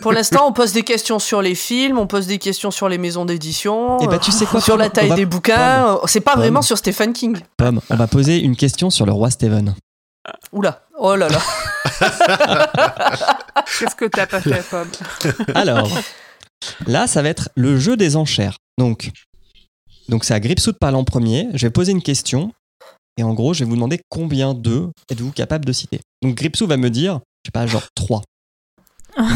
Pour l'instant, on pose des questions sur les films, on pose des questions sur les maisons d'édition,
et bah tu sais quoi
euh, sur la
Pomme
taille
On va-
des bouquins. euh, C'est pas
Pomme.
vraiment sur Stephen King.
Pomme, on va poser une question sur le roi Steven.
Oula. Oh là là.
Qu'est-ce que t'as pas fait, Pomme
Alors, là, ça va être le jeu des enchères. Donc, donc c'est à Gripsou de parler en premier. Je vais poser une question. Et en gros, je vais vous demander combien d'eux êtes-vous capable de citer. Donc, Gripsou va me dire, je sais pas, genre 3.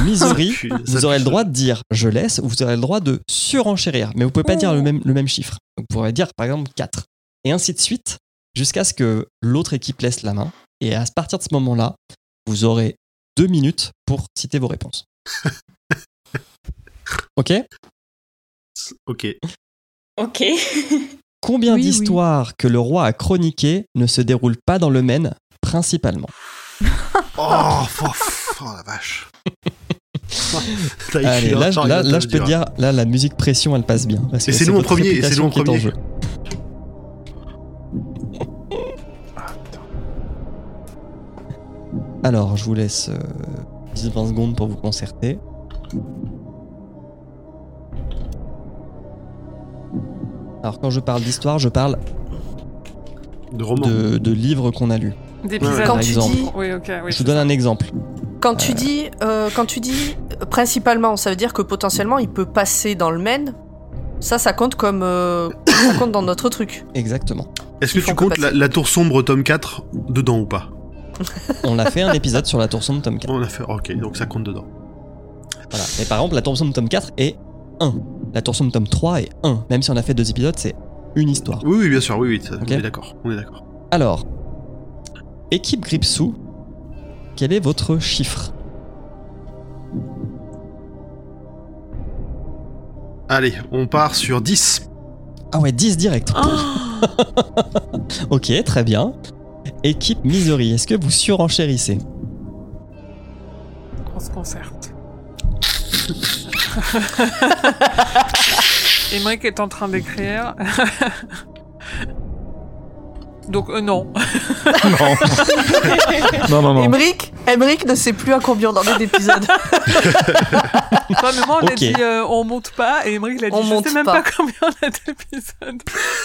Misery,
Puis, ça
vous aurez le
pue.
droit de dire je laisse ou vous aurez le droit de surenchérir. Mais vous pouvez pas dire le même, le même chiffre. Vous pourrez dire, par exemple, 4. Et ainsi de suite, jusqu'à ce que l'autre équipe laisse la main. Et à partir de ce moment-là, vous aurez deux minutes pour citer vos réponses. ok
Ok.
Ok.
Combien
Oui, oui.
d'histoires que le roi a chroniquées ne se déroulent pas dans le Maine, principalement
Oh, oh, pff, oh, la vache. T'as écrit
Allez,
un
là, je-
char,
là-
il va
là,
te
je
le
peux te dire, là, la musique pression, elle passe bien. parce
Et
que
c'est nous en
votre
premier, et c'est
réputation
nous en
qui est
premier.
jeu. Alors, je vous laisse 10-20 secondes pour vous concerter. Alors, quand je parle d'histoire, je parle
De roman.
de, de livres qu'on a lus.
D'épisodes.
Ouais.
Quand
Par
tu
exemple.
dis,
Oui, ok, oui.
je vous donne un exemple.
quand tu dis, euh, quand tu dis euh, principalement, ça veut dire que potentiellement il peut passer dans le Maine. Ça, ça compte comme euh, ça compte dans notre truc.
Exactement.
Est-ce que
Ils font
tu
que
comptes la,
passer.
la tour sombre tome 4 dedans ou pas
On a fait un épisode sur la tour sombre tome 4.
On a fait. Ok, donc ça compte dedans.
Voilà. Mais par exemple, la tour sombre tome 4 est 1. La tour sombre tome 3 est 1. Même si on a fait deux épisodes, c'est une histoire.
Oui, oui, bien sûr, oui, oui, ça-
Ok.
on est d'accord. On est d'accord.
Alors, équipe Gripsou, quel est votre chiffre
Allez, on part sur 10.
Ah ouais, 10 direct. ok, très bien. Équipe Misery, est-ce que vous surenchérissez
On se concerte. Emmerich est en train d'écrire. Donc, euh, non.
Non. non, non, non.
Emric, Emric ne sait plus à combien on en est d'épisodes.
Toi, mais moi, on
Ok.
a dit euh, on monte pas, et Emmerich l'a dit
On
je
monte
sais même
pas.
pas, combien on a d'épisodes.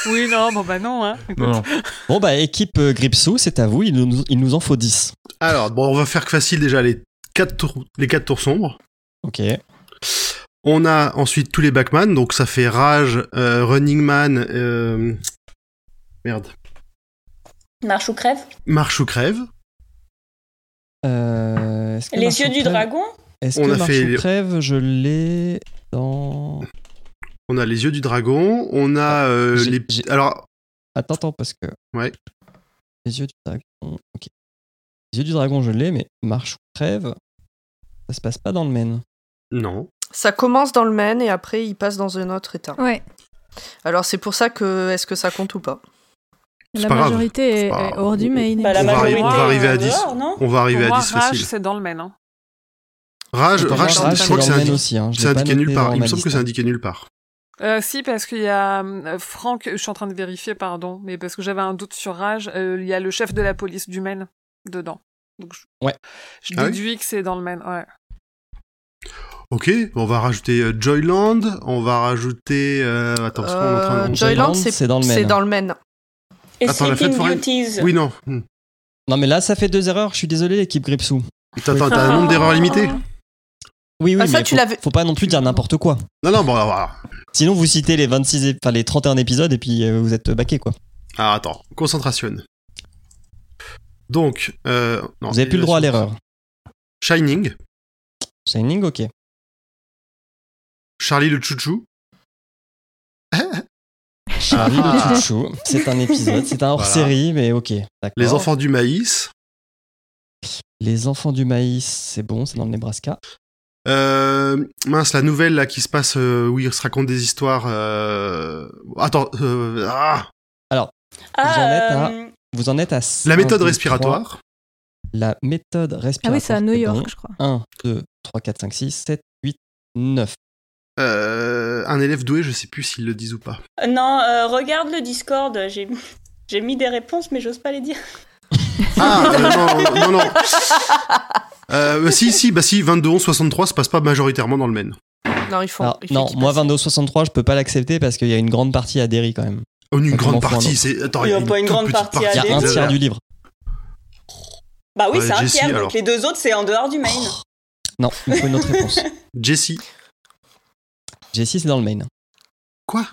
Oui, non, bon bah non, hein.
Non, non.
Bon bah, équipe euh, Gripsou, c'est à vous, il nous, il nous en faut 10.
Alors, bon, on va faire facile déjà les 4 tours, les quatre tours sombres.
Ok.
On a ensuite tous les Backman, donc ça fait Rage, euh, Running Man, euh, merde,
Marche ou crève
Marche ou Crève.
Euh, est-ce que
Les
Marche
yeux
ou
du
Crève-
dragon
Est-ce
On
que
a
Marche
fait
ou
les-
Crève, je l'ai dans... Ah,
On a les yeux du dragon. On a euh,
j'ai-
les.
j'ai-
Alors,
Attends, attends, parce que...
Ouais.
Les yeux du dragon, ok. Les yeux du dragon, je l'ai, mais Marche ou Crève, ça se passe pas dans le Maine.
non.
Ça commence dans le Maine et après il passe dans un autre état.
Ouais.
Alors c'est pour ça que est-ce que ça compte ou pas
La
pas grave.
majorité est,
C'est pas-
est hors du Maine.
Bah, la
on, va
majorité,
arriver, on va
euh,
arriver à
en
10.
dehors, non
On va
Pour
arriver à
moi,
10
Rage,
facile.
c'est dans le Maine. Hein.
Rage,
Attends,
Rage,
Rage,
je crois
dans
que c'est
le Maine
indiqué-
aussi, hein, je
c'est
l'ai pas
indiqué
noté
nulle part.
dans
Il me
ma
semble que
liste,
c'est
hein.
indiqué nulle part.
Euh, si, parce qu'il y a euh, Franck, je suis en train de vérifier, pardon, mais parce que j'avais un doute sur Rage, euh, il y a le chef de la police du Maine dedans. Donc je,
Ouais.
je
Ah oui
déduis que c'est dans le Maine,
Ah
ouais.
Ok, on va rajouter euh, Joyland, on va rajouter... euh, attends, parce qu'on est en train de-
Joyland,
Euh, Joyland c'est
c'est dans le Maine.
c'est dans le Maine.
Et
Attends, la fête
Sleeping
foraine.
Beauties.
Oui, non. Hmm.
Non mais là ça fait deux erreurs, je suis désolé l'équipe Gripsou.
Attends, attends, t'as un nombre d'erreurs limité
Oui oui,
Ah, ça,
mais
tu
faut,
l'avais-
faut pas non plus dire n'importe quoi.
Non, non, bon, alors, alors,
Sinon vous citez les 26 ép- enfin les 31 épisodes et puis euh, vous êtes baqués quoi.
alors, Ah, attends, concentration. Donc... Euh, non,
vous avez plus le droit à l'erreur.
Shining,
Shining OK.
Charlie le chouchou.
Charlie
Ah.
le chouchou, c'est un épisode, c'est un hors-série mais OK. d'accord.
Les enfants du maïs,
Les enfants du maïs, c'est bon, c'est dans le Nebraska.
Euh, mince, la nouvelle là qui se passe euh, où ils se racontent des histoires. euh, Attends, euh, ah,
Vous en êtes
Ah,
à-
euh,
Vous en êtes à cinq,
la méthode
deux,
respiratoire.
trois. La méthode
Ah
respiratoire.
oui, c'est à New
bon.
York, je crois.
1 2 3 4 5 6 7 8 9.
Euh, un élève doué, je sais plus s'ils le disent ou pas.
non, euh, regarde le Discord, j'ai J'ai mis des réponses, mais j'ose pas les dire.
Ah, euh, non, non, non. Euh, si, si, bah si, 22, 11, 63, ça passe pas majoritairement dans le Maine.
Non, il faut.
Alors,
il faut
non,
qu'il
moi
passe.
22-63, je peux pas l'accepter parce qu'il y a une grande partie à Derry quand même.
Oh, Une
Pas
grande
comment faire,
partie,
non.
c'est. Attends,
Il y a pas une
toute
grande
petite Euh,
partie à
Il y a un
Derry.
tiers du livre.
Bah oui,
Ouais,
c'est un
Jessie,
tiers, donc
alors.
les deux autres, c'est en dehors du Maine.
Non, il faut une autre réponse.
Jessie.
Jessie, c'est dans le Maine.
Quoi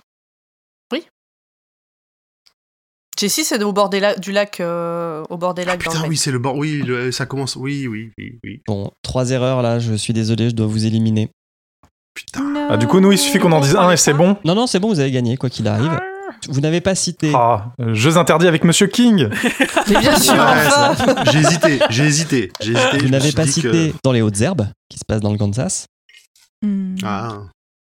Jessie, c'est au bord des la- du lac, euh, au bord des lacs dans le
Ah, Putain,
Maine.
oui, c'est le bord. Oui, le- ça commence. Oui, oui, oui, oui.
Bon, trois erreurs là, je suis désolé, je dois vous éliminer.
Putain.
Ah, du coup, nous, il suffit qu'on en dise un et c'est bon.
Non, non, c'est bon, vous avez gagné, quoi qu'il arrive. Vous n'avez pas cité.
Ah, euh, jeux interdits avec Monsieur King.
Mais bien sûr,
Ouais,
enfin.
ça- J'ai hésité, j'ai hésité, j'ai hésité. je
Vous
me
n'avez
suis
pas
dit que-
cité dans les hautes herbes qui se passe dans le Kansas.
Hmm.
Ah.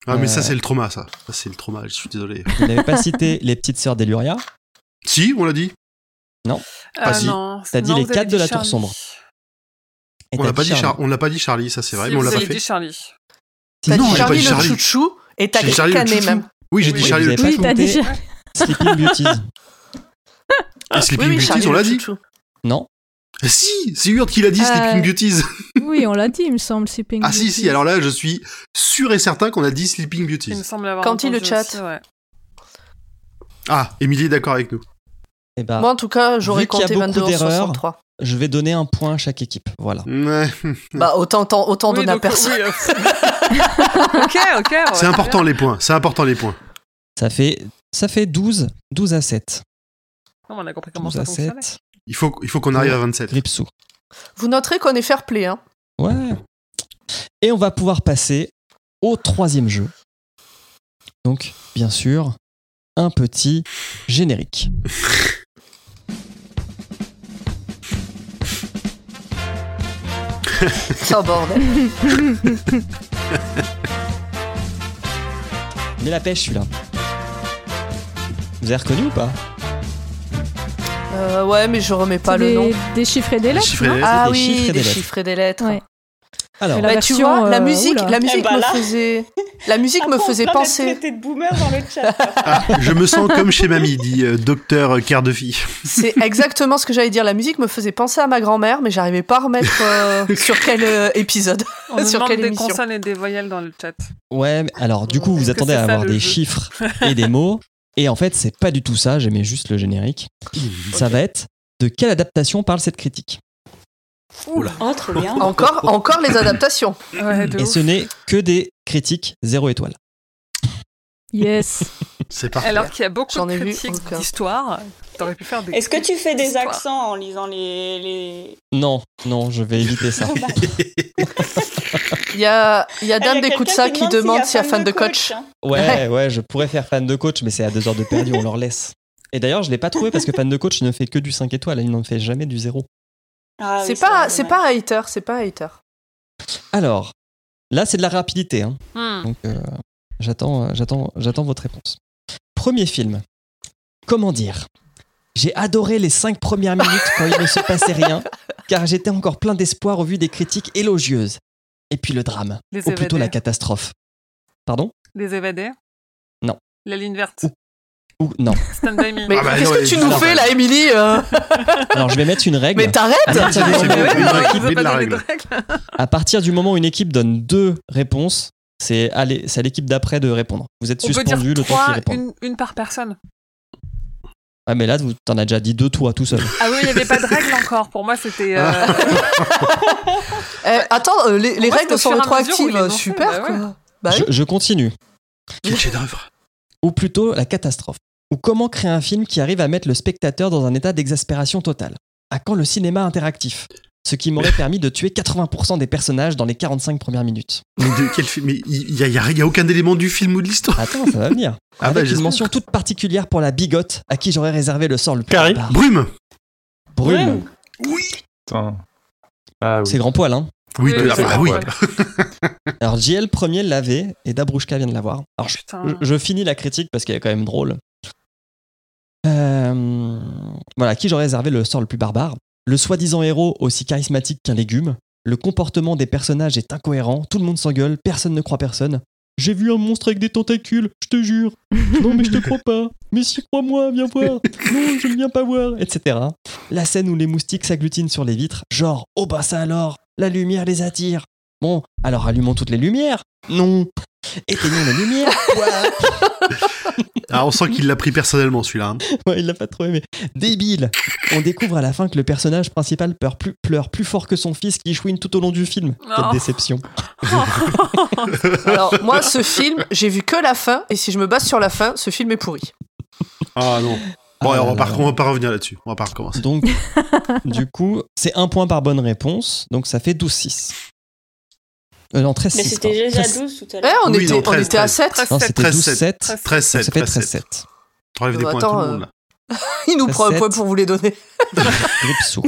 Ah, mais ça,
Euh.
c'est le trauma, ça. Ça, c'est le trauma, je suis désolé.
Vous n'avez pas cité les petites sœurs d'Eluria.
Si, on l'a dit.
Euh,
Ah
si.
non,
T'as dit
non,
les
vous avez
quatre de
dit
la tour
Charlie.
sombre. Et
On
t'as
l'a pas dit,
Charlie.
Char- on l'a pas dit Charlie, ça c'est vrai,
Si,
mais on l'a
vous
pas
avez dit
fait.
Charlie.
T'as
Non,
dit
j'ai pas
Charlie
dit
le
Charlie.
chouchou et t'as
J'ai dit Charlie le
cané
chouchou.
même.
Oui, j'ai
Oui,
dit
vous
Charlie
avez
le
pas
Oui,
compté.
t'as déjà.
Sleeping Beauties.
Et
Oui,
Sleeping
oui,
Beauties,
Charlie
on
le
l'a dit.
chouchou.
Non.
Eh, Si, c'est Hurt qui l'a dit,
Euh,
Sleeping Beauties.
Oui, on l'a dit, il me semble, Sleeping
Ah si, si,
Beauty.
alors là, je suis sûr et certain qu'on a dit Sleeping
Il me
Beauties.
semble l'avoir
Quand il
entendu
le chat.
aussi, ouais.
Ah, Émilie est d'accord avec nous.
Eh ben,
Moi, en tout cas, j'aurais
Vu qu'il y a
compté
beaucoup
22 en
d'erreurs.
63.
je vais donner un point à chaque équipe. Voilà.
Ouais.
Bah, autant, autant, autant
Oui,
donner à
donc,
personne.
oui, euh, ok, ok. ouais,
Ah,
C'est
bah.
important les points, c'est important les points.
Ça fait, ça fait 12, 12 à 7.
bien. Non, mais on a compris comment
12
ça
à
fonctionnait.
7.
Il faut, il faut qu'on arrive à 27.
Gripsou.
Vous noterez qu'on est fair play, hein.
Ouais. Et on va pouvoir passer au troisième jeu. Donc, bien sûr, un petit générique.
Oh bordel.
Mais la pêche, celui-là. Vous avez reconnu ou pas
Euh, ouais, mais je remets pas
C'est
le
des-
nom.
Déchiffrer des
Les
lettres.
chiffres et
non
les lettres.
Ah
des chiffres
oui,
et
des
des
chiffres et des lettres.
Ouais.
Alors,
Et la
Bah, tu
version,
vois, la
euh,
musique,
oula.
la musique
bah
me
là.
faisait, la musique
Après,
me
on se
faisait
plaint d'être
penser.
traité de boomer dans le chat.
Ah, je me sens comme chez mamie, dit euh, docteur Cœur de Fille.
C'est exactement ce que j'allais dire. La musique me faisait penser à ma grand-mère, mais j'arrivais pas à remettre euh, sur quel euh, épisode.
On nous
Sur
demande
quelle
des
émission
consonnes et des voyelles dans le chat.
ouais, mais- alors du coup,
Est-ce
vous
que
attendez
c'est
à
ça,
avoir
le
des
jeu
chiffres et des mots. Et en fait, c'est pas du tout ça. J'aimais juste le générique. Ça va être de quelle adaptation parle cette critique
Oh, trop bien.
Encore, encore les adaptations.
Ouais, de
Et
ouf.
ce n'est que des critiques zéro étoile.
Yes.
C'est parfait.
Alors qu'il y a beaucoup
J'en
de
ai vu
critiques
aucun.
d'histoire, t'aurais pu faire des.
Est-ce que tu fais des
Histoire.
accents en lisant les. les...
Non, non, je vais éviter ça.
Oh, bah.
Il y a, il y a
Ah,
Dame
il y a
des coups
quelqu'un
de sac qui demande s'il y a fan de coach.
hein.
Ouais, ouais, je pourrais faire fan de coach, mais c'est à deux heures de perdu, on leur laisse. Et d'ailleurs, je l'ai pas trouvé parce que fan de coach ne fait que du 5 étoiles, il n'en fait jamais du 0.
Ah oui,
C'est pas,
vrai,
c'est
dommage.
pas un hater, c'est pas un hater.
Alors, là, c'est de la rapidité, hein.
Hmm.
donc euh, j'attends, euh, j'attends, j'attends votre réponse. Premier film. Comment dire J'ai adoré les 5 premières minutes quand il ne se passait rien, car j'étais encore plein d'espoir au vu des critiques élogieuses. Et puis le drame,
Les
ou plutôt
évadés.
la catastrophe. Pardon
Les évadés
Non.
La ligne verte.
Ou non.
Stand by me.
Mais
Ah bah
qu'est-ce
non,
que tu
et-
nous
alors,
fais là, Émilie euh
Alors, je vais mettre une règle.
Mais t'arrêtes
Ah
À partir du
C'est
moment
bon,
où-
on va
non,
équiper
je veux
de
pas
la
donner
règle.
de règles.
À partir du moment où une équipe donne deux réponses, c'est à l'é- c'est à l'équipe d'après de répondre. Vous êtes
On peut dire
suspendu le temps qu'ils
trois,
répondent.
une, une par personne.
Ah, mais là, vous- t'en as déjà dit deux, toi, tout seul.
Ah oui, il n'y avait pas de règles encore. Pour moi, c'était. euh,
Eh, Attends, euh, les, les
Moi, c'est au
règles sont
fur et à mesure où
rétroactives,
ils les ont fait,
super
bah ouais.
quoi. Bah
Je,
oui.
je continue.
Quel chef-d'œuvre.
Ou plutôt la catastrophe. Ou comment créer un film qui arrive à mettre le spectateur dans un état d'exaspération totale. À quand le cinéma interactif Ce qui m'aurait permis de tuer 80% des personnages dans les 45 premières minutes.
Mais de quel film Mais il n'y a, il y a- il y a aucun élément du film ou de l'histoire.
Attends, ça va venir.
Ah bah,
Avec une
j'espère.
mention toute particulière pour la bigote, à qui j'aurais réservé le sort le plus
Carrie.
barbare.
Brume
Brume.
Brume.
Putain. Ah
C'est
oui.
grand poil, hein.
Oui,
Oui,
ah
c'est
bah
bon,
oui.
ouais.
Alors JL premier l'avait et Dabrushka vient de l'avoir. Alors je,
Putain.
je- je finis la critique parce qu'elle est quand même drôle. Euh, voilà, qui j'aurais réservé le sort le plus barbare Le soi-disant héros aussi charismatique qu'un légume. Le comportement des personnages est incohérent, tout le monde s'engueule, personne ne croit personne. J'ai vu un monstre avec des tentacules, je te jure. Non mais je te crois pas. Mais si, crois-moi, viens voir. Non, je ne viens pas voir, etc. La scène où les moustiques s'agglutinent sur les vitres, genre, oh bah ça alors, la lumière les attire. Bon, alors allumons toutes les lumières. Non. Éteignons les lumières. Quoi
Ah, on sent qu'il l'a pris personnellement celui-là. hein.
Ouais, il l'a pas trop aimé. Débile On découvre à la fin que le personnage principal pleure plus, pleure plus fort que son fils qui chouine tout au long du film. Quelle
Oh.
déception.
Alors, moi, ce film, j'ai vu que la fin, et si je me base sur la fin, ce film est pourri.
Ah non. Bon,
Ah
alors, on,
là
va
là.
pas, on va pas revenir là-dessus. On va pas recommencer.
Donc, du coup, c'est un point par bonne réponse, donc ça fait 12-6. Euh, non, 13-6.
Mais c'était
pardon.
déjà
13,
12 tout à
Eh,
l'heure.
on
Oui,
était,
non,
on
13,
était à 7.
13,
Non,
7.
Ah, c'était
13-7.
12-7.
13-7.
Ça fait
13-7.
13-7.
T'enlèves des points
Attends,
à tout le
euh,
monde là.
Il nous
à
prend un
sept.
point pour vous les donner.
Gripsou.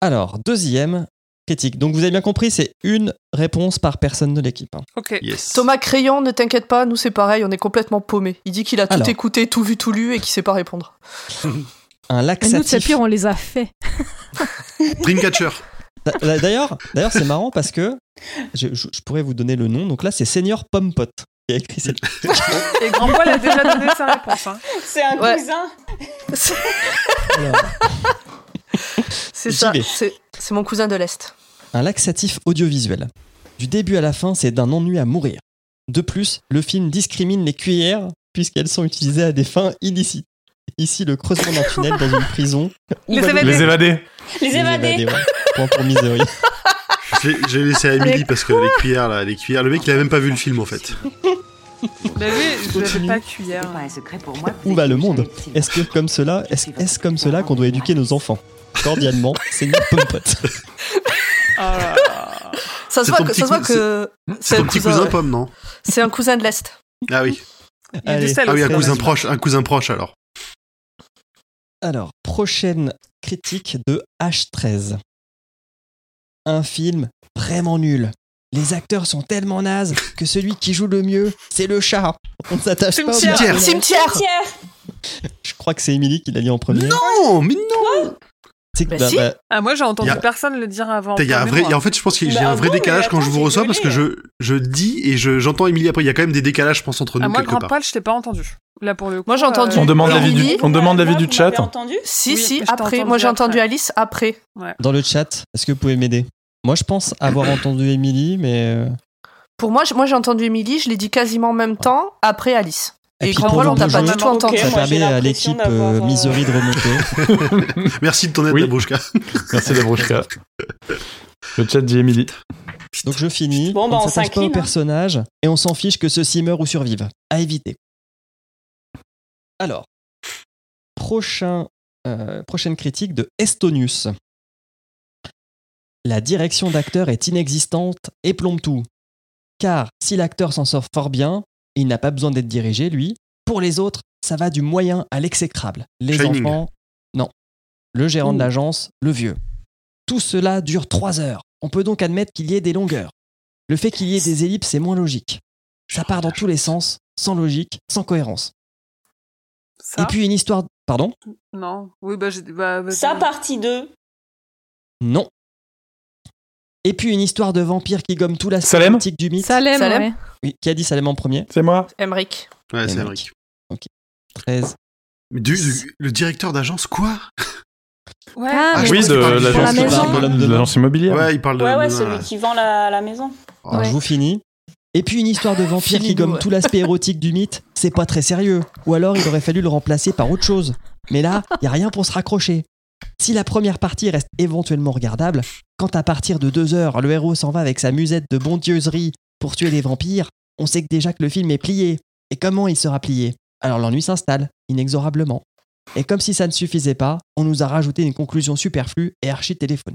Alors, deuxième critique. Donc, vous avez bien compris, c'est une réponse par personne de l'équipe. hein.
Ok.
Yes.
Thomas Crayon, ne t'inquiète pas, nous c'est pareil, on est complètement paumé. Il dit qu'il a tout
Alors.
écouté, tout vu, tout lu et qu'il sait pas répondre.
hein. Un
Et nous, c'est
laxatif.
pire, on les a fait.
Dreamcatcher.
D'a- D'ailleurs, d'ailleurs, c'est marrant parce que je, je- je pourrais vous donner le nom. Donc là, c'est Seigneur Pompot qui a écrit cette.
Et Grandbois l'a déjà donné sa réponse. Hein.
C'est un
Ouais.
cousin.
Alors,
C'est
J'y
ça,
vais.
c'est c'est mon cousin de l'Est.
un laxatif audiovisuel. Du début à la fin, c'est d'un ennui à mourir. De plus, le film discrimine les cuillères puisqu'elles sont utilisées à des fins illicites. Ici, le creusement d'un tunnel dans une prison.
Les
Ou-
évadés.
Les évadés.
Les évadés.
ouais. Point pour Misery.
J'ai j'ai laissé à Emily parce que les cuillères là, les cuillères. Le mec il a même pas vu le film en fait.
Mais lui, je l'avais
Continue.
pas
C'est
cuillère.
pas un secret pour moi.
Où va le monde Est-ce que comme cela, est-ce est-ce comme cela qu'on doit éduquer nos enfants Cordialement, Seigneur Pompot.
Ah là là.
Ça se
C'est
voit
ton
que,
petit
ça se voit
cou-
que
C'est
un
ton petit cousin
ouais.
pomme non
C'est un cousin de l'Est.
Ah oui.
Il y a
Allez.
du sel.
Ah oui, un
aussi.
cousin proche, un cousin proche alors.
Alors, prochaine critique de H13. Un film vraiment nul. Les acteurs sont tellement nazes que celui qui joue le mieux, c'est le chat. On ne s'attache pas au
Cimetière.
personnage.
Cimetière
Tiens,
Je crois que c'est Émilie qui l'a dit en premier.
Non, mais non.
C'est que-
Bah si.
Ah, moi, j'ai entendu
Y a-
personne le dire avant.
Il y a un
comme
vrai,
moi.
en fait, je pense qu'il y a
Bah,
un vrai
bon, mais
décalage quand
attends,
je vous
j'ai
reçois parce que
gueulé.
je je dis et je j'entends Émilie après. Il y a quand même des décalages, je pense, entre
Ah,
nous
moi,
quelque
Grand
part.
Poil, je t'ai pas entendu. Là, pour le coup.
Moi, j'ai entendu.
On demande l'avis
Émilie,
du, on demande l'avis
Là,
du
vous
chat.
m'avez entendu
Si,
Oui,
si,
je t'ai
après.
entendu
Moi j'ai entendu
après.
Alice après.
Dans le chat, est-ce que vous pouvez m'aider Moi, je pense avoir entendu Émilie, mais... euh,
Pour moi, j'ai- moi j'ai entendu Émilie, je l'ai dit quasiment en même temps après Alice. Et,
puis,
Grand
pour
Paul, on
l'ordre
t'a
de
pas
jeu,
du tout
Ok,
entendu.
Ça
moi, j'ai
permet à
l'impression
l'équipe
d'avoir,
euh,
euh,
Misery de remonter.
Merci de ton aide,
Oui.
la Bouchka.
Merci Dabrouchka. Le chat dit Émilie.
Donc je finis.
Bon, bah,
on
on
ne s'attache pas
s'incline,
au
hein.
personnage et on s'en fiche que ceux-ci meurent ou survivent. À éviter. Alors, prochain, euh, prochaine critique de Estonius. La direction d'acteur est inexistante et plombe tout. Car si l'acteur s'en sort fort bien, il n'a pas besoin d'être dirigé, lui. Pour les autres, ça va du moyen à l'exécrable. Les
Shining.
enfants, non. Le gérant de l'agence, le vieux. Tout cela dure trois heures. On peut donc admettre qu'il y ait des longueurs. Le fait qu'il y ait des ellipses est moins logique. Ça part dans tous les sens, sans logique, sans cohérence.
Ça
Et puis une histoire. Pardon
Non. Oui, bah, j'ai. Bah, bah,
Ça,
bah,
partie 2.
Non. Et puis une histoire de vampire qui gomme tout l'aspect
Salem
politique du mythe.
Salem,
Salem.
ouais.
Oui, qui a dit Salem en premier
C'est moi.
Emmerich.
Ouais, c'est
mec.
Eric.
13.
Mais du- du- le directeur d'agence quoi
Ouais.
Ah,
Ah,
mais
je
Oui,
pense
de
qu'il parle-
l'agence
Pour la maison.
de l'agence immobilière.
Ouais, il parle de.
Ouais, ouais,
de-
celui qui vend la, la maison.
Alors, Ah, Je vous finis. Et puis une histoire de vampire qui
Finis-nous,
gomme
ouais.
tout l'aspect érotique du mythe, c'est pas très sérieux. Ou alors il aurait fallu le remplacer par autre chose. Mais là, y a rien pour se raccrocher. Si la première partie reste éventuellement regardable, quand à partir de deux heures, le héros s'en va avec sa musette de bondieuserie pour tuer les vampires, on sait que déjà que le film est plié. Et comment il sera plié Alors l'ennui s'installe, inexorablement. Et comme si ça ne suffisait pas, on nous a rajouté une conclusion superflue et archi-téléphone.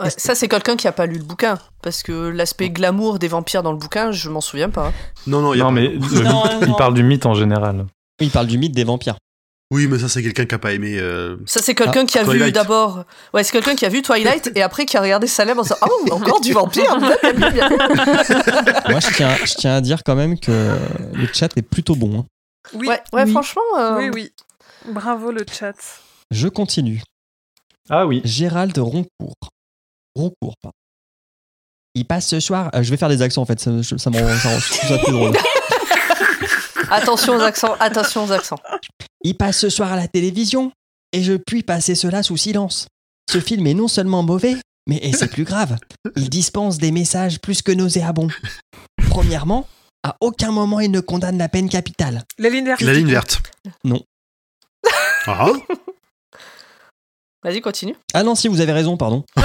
Ouais, ça, c'est quelqu'un qui a pas lu le bouquin. Parce que l'aspect glamour des vampires dans le bouquin, je m'en souviens pas.
Non, non, il y a
Non
pas-
mais le
Non,
mythe,
non.
il parle du mythe en général.
Il parle du mythe des vampires.
Oui, mais ça c'est quelqu'un qui a pas aimé. euh,
Ça, c'est quelqu'un qui a vu
Twilight.
d'abord. Ouais, c'est quelqu'un qui a vu Twilight et après qui a regardé Salem en disant Ah, bon, encore du vampire
Moi, je tiens, je tiens à dire quand même que le chat est plutôt bon. hein.
Oui.
Ouais, ouais
Oui.
franchement. euh,
Oui, oui. Bravo le chat.
Je continue.
Ah oui.
Gérald Roncourt. Roncourt, pardon. Il passe ce soir. Euh, je vais faire des accents en fait, ça, je- ça me rend- ça rend- je trouve ça plus drôle.
Attention aux accents, attention aux accents.
Il passe ce soir à la télévision et je puis passer cela sous silence. Ce film est non seulement mauvais, mais et c'est plus grave. Il dispense des messages plus que nauséabonds. Premièrement, à aucun moment il ne condamne la peine capitale.
La ligne verte.
La ligne verte.
Non.
Ah,
Vas-y, continue.
Ah non, si vous avez raison, pardon.
Ah,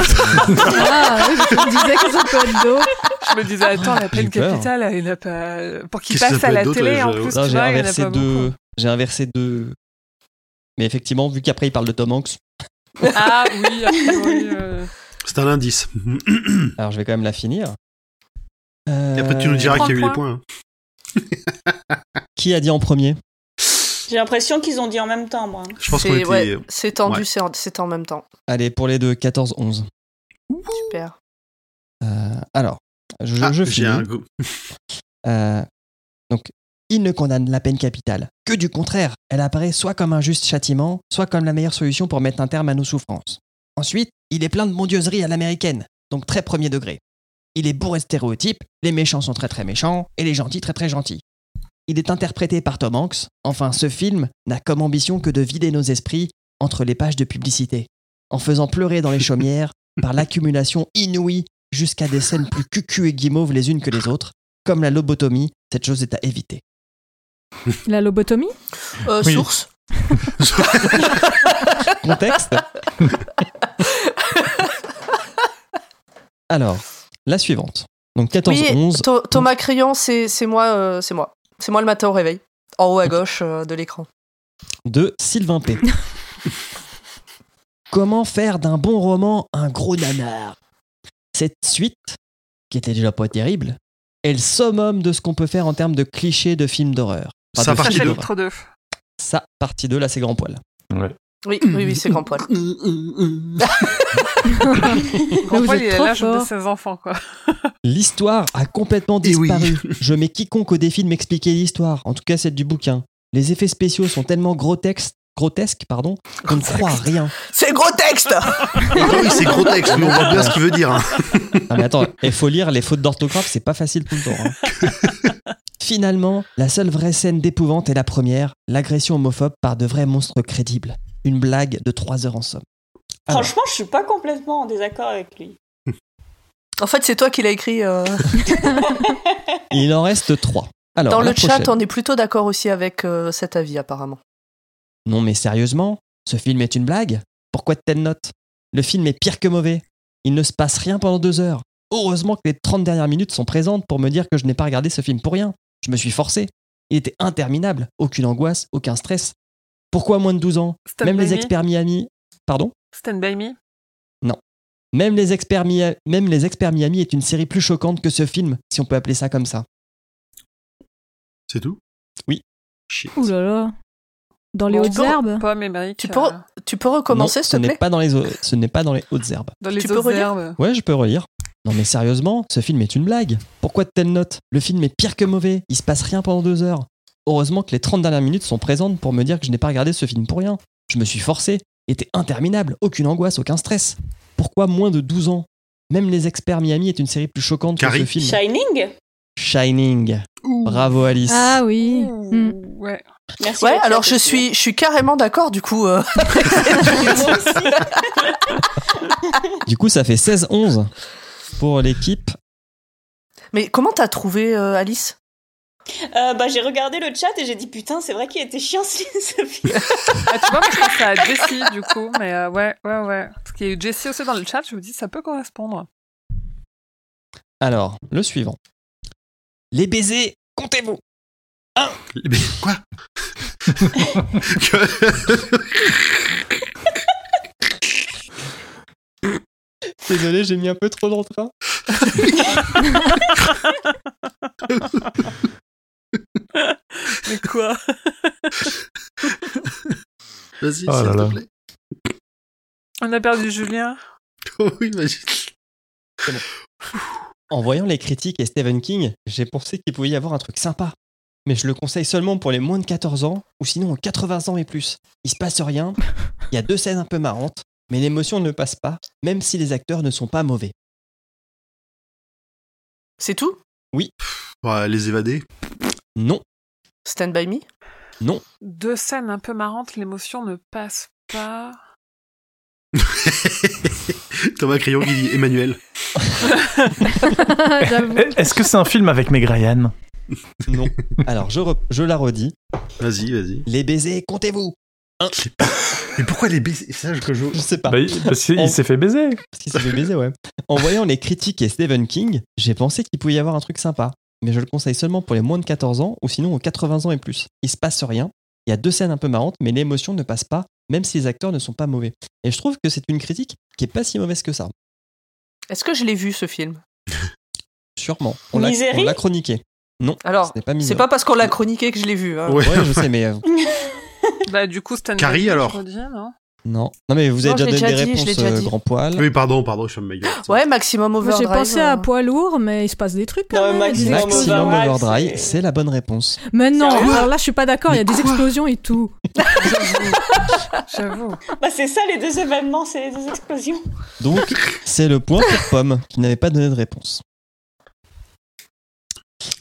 oui, je me disais que ça peut être d'eau.
Je me disais, attends, la
J'ai
peine
peur.
capitale, il n'a pas. Pour qu'il
Qu'est-ce que
passe
ça
à
peut
la
être d'autre, euh,
télé,
je-
en plus,
Non,
tu
euh, j'ai
vois, il n'y en a
inversé
pas
deux.
beaucoup.
J'ai inversé deux. Mais effectivement, vu qu'après il parle de Tom Hanks,
Ah oui, a priori, euh,
c'est un indice.
alors je vais quand même la finir. Euh,
Et après, tu nous diras
Prends
qu'il y a
le
eu les points.
point.
hein.
Qui a dit en premier
J'ai l'impression qu'ils ont dit en même temps, moi.
Je pense
C'est-
qu'on était.
ouais, c'est tendu,
ouais.
c'est en, c'est en même temps.
Allez, pour les deux, 14-11.
Super.
Euh, alors, je,
Ah,
je
j'ai
finis.
un go-
Euh, donc, il ne condamne la peine capitale. Que du contraire, elle apparaît soit comme un juste châtiment, soit comme la meilleure solution pour mettre un terme à nos souffrances. Ensuite, il est plein de bondieuseries à l'américaine, donc très premier degré. Il est bourré de stéréotypes, les méchants sont très très méchants, et les gentils très très gentils. Il est interprété par Tom Hanks, enfin ce film n'a comme ambition que de vider nos esprits entre les pages de publicité, en faisant pleurer dans les chaumières par l'accumulation inouïe jusqu'à des scènes plus cucu et guimauves les unes que les autres, comme la lobotomie, cette chose est à éviter.
La lobotomie
Euh,
Oui.
Source
Contexte Alors, la suivante. Donc 14-11.
Oui, Tho-
Mmh.
Thomas Crayon, c'est c'est moi, euh, c'est moi. C'est moi le matin au réveil. En haut à gauche euh, de l'écran.
de Sylvain P. Comment faire d'un bon roman un gros nanar Cette suite, qui était déjà pas terrible, est le summum de ce qu'on peut faire en termes de clichés de films d'horreur.
Ça,
de
partie
films
deux.
d'horreur.
chapitre 2.
Ça, partie 2, là c'est grand poil.
Ouais.
Oui, oui, oui, c'est grand poil.
Grand
vous
Paul, il
êtes
est
trop
l'âge de
fort.
ses enfants, quoi.
L'histoire a complètement
Eh oui.
disparu. Je mets quiconque au défi de m'expliquer l'histoire, en tout cas celle du bouquin. Les effets spéciaux sont tellement grotesques, grotesques pardon, qu'on ne croit à rien.
C'est le gros texte
Ah oui, c'est gros texte, mais on voit bien ce qu'il veut dire. hein.
Non mais attends, il faut lire les fautes d'orthographe, c'est pas facile tout le temps. hein. Finalement, la seule vraie scène d'épouvante est la première, l'agression homophobe par de vrais monstres crédibles. Une blague de 3 heures en somme.
Ah.
Alors.
Franchement, je suis pas complètement en désaccord avec lui.
En fait, c'est toi qui l'as écrit. euh,
Il en reste 3. Alors,
Dans
la
le chat,
prochaine.
on est plutôt d'accord aussi avec euh, cet avis, apparemment.
Non mais sérieusement, ce film est une blague Pourquoi de telles notes Le film est pire que mauvais. Il ne se passe rien pendant deux heures. Heureusement que les 30 dernières minutes sont présentes pour me dire que je n'ai pas regardé ce film pour rien. Je me suis forcé. Il était interminable. Aucune angoisse, aucun stress. Pourquoi moins de 12 ans
Stand
Même
by
les
me.
experts Miami... Pardon
Stand by me.
même les, experts Mia- même les experts Miami est une série plus choquante que ce film, si on peut appeler ça comme ça.
C'est tout
Oui.
Shit.
Ouh là là. Dans les
Bon,
hautes
bon.
herbes
Pomme et Mary.
Tu peux,
euh.
tu peux recommencer,
Non,
s'il te
ce n'est
plaît
pas dans les o- Ce n'est pas dans les hautes herbes.
Dans les
tu peux
autres
relire
herbes.
Ouais, je peux relire. Non mais sérieusement, ce film est une blague. Pourquoi de telles notes Le film est pire que mauvais, il se passe rien pendant deux heures. Heureusement que les 30 dernières minutes sont présentes pour me dire que je n'ai pas regardé ce film pour rien. Je me suis forcé, il était interminable, aucune angoisse, aucun stress. Pourquoi moins de 12 ans Même Les Experts Miami est une série plus choquante
Carrie.
que ce film.
Shining
Shining. Bravo Alice.
Ah oui. Hmm.
Ouais.
Merci.
Ouais,
Mathieu,
alors je
t'es sûr.
suis, je suis carrément d'accord, du coup. euh,
Moi aussi.
Du coup, ça fait 16-11 pour l'équipe.
Mais comment t'as trouvé, euh, Alice
Euh, bah, j'ai regardé le chat et j'ai dit putain, c'est vrai qu'il était chiant ce ce film.
Ah, tu vois, moi, je pense à Jessie, du coup. Mais euh, ouais, ouais, ouais. Parce qu'il y a eu Jessie aussi dans le chat, je vous dis, ça peut correspondre.
Alors, le suivant. Les baisers, comptez-vous.
Mais quoi Que-
Désolé, j'ai mis un peu trop dans le train.
Mais quoi
Vas-y,
Oh
s'il
là là.
te plaît.
On a perdu Julien.
Oh oui, vas-y.
En voyant les critiques et Stephen King, j'ai pensé qu'il pouvait y avoir un truc sympa. Mais je le conseille seulement pour les moins de 14 ans, ou sinon aux 80 ans et plus. Il se passe rien, il y a deux scènes un peu marrantes, mais l'émotion ne passe pas, même si les acteurs ne sont pas mauvais.
C'est tout
Ouais, les évader.
Non,
Stand by me
Deux scènes un peu marrantes, l'émotion ne passe pas.
Thomas Crayon qui dit Emmanuel.
Ah,
J'avoue.
Eh, Est-ce que c'est un film avec Meg Ryan
non. Alors, je, re- je la redis.
Vas-y, vas-y.
Les baisers, comptez-vous
Mais pourquoi les baisers C'est ça que je.
Je sais pas.
Hein Bah, il- Parce qu'il
On-
s'est fait baiser.
Parce qu'il s'est fait baiser, ouais. En voyant les critiques et Stephen King, j'ai pensé qu'il pouvait y avoir un truc sympa. Mais je le conseille seulement pour les moins de 14 ans ou sinon aux 80 ans et plus. Il se passe rien. Il y a deux scènes un peu marrantes, mais l'émotion ne passe pas, même si les acteurs ne sont pas mauvais. Et je trouve que c'est une critique qui est pas si mauvaise que ça.
Est-ce que je l'ai vu ce film
Sûrement. On l'a
Misery
on l'a chroniqué. Non,
Alors,
ce n'est pas
C'est
misère.
pas parce qu'on l'a chroniqué que je l'ai vu. hein.
Ouais.
Ouais, je sais, mais euh,
Bah, du coup, Stanley.
Carrie, alors
non
non. Non, mais vous avez
Non, je
déjà
l'ai
donné des
déjà dit, je l'ai
réponses,
déjà
euh,
dit.
grand poil.
Oui, pardon, pardon, je suis un méga.
Ouais, Maximum
Moi, j'ai
Overdrive.
pensé
euh,
à poids lourd, mais il se passe des trucs quand
Non, mais
même. il y a des
Maximum
explosions.
Maximum
Overdrive,
Overdrive,
c'est-
c'est la bonne réponse.
Mais non,
Sérieux
alors là, je suis pas d'accord, il y a
Mais
des
quoi
explosions et tout.
J'avoue.
Bah, c'est ça les deux événements, c'est les deux explosions.
Donc, c'est le point pour Pomme, qui n'avait pas donné de réponse.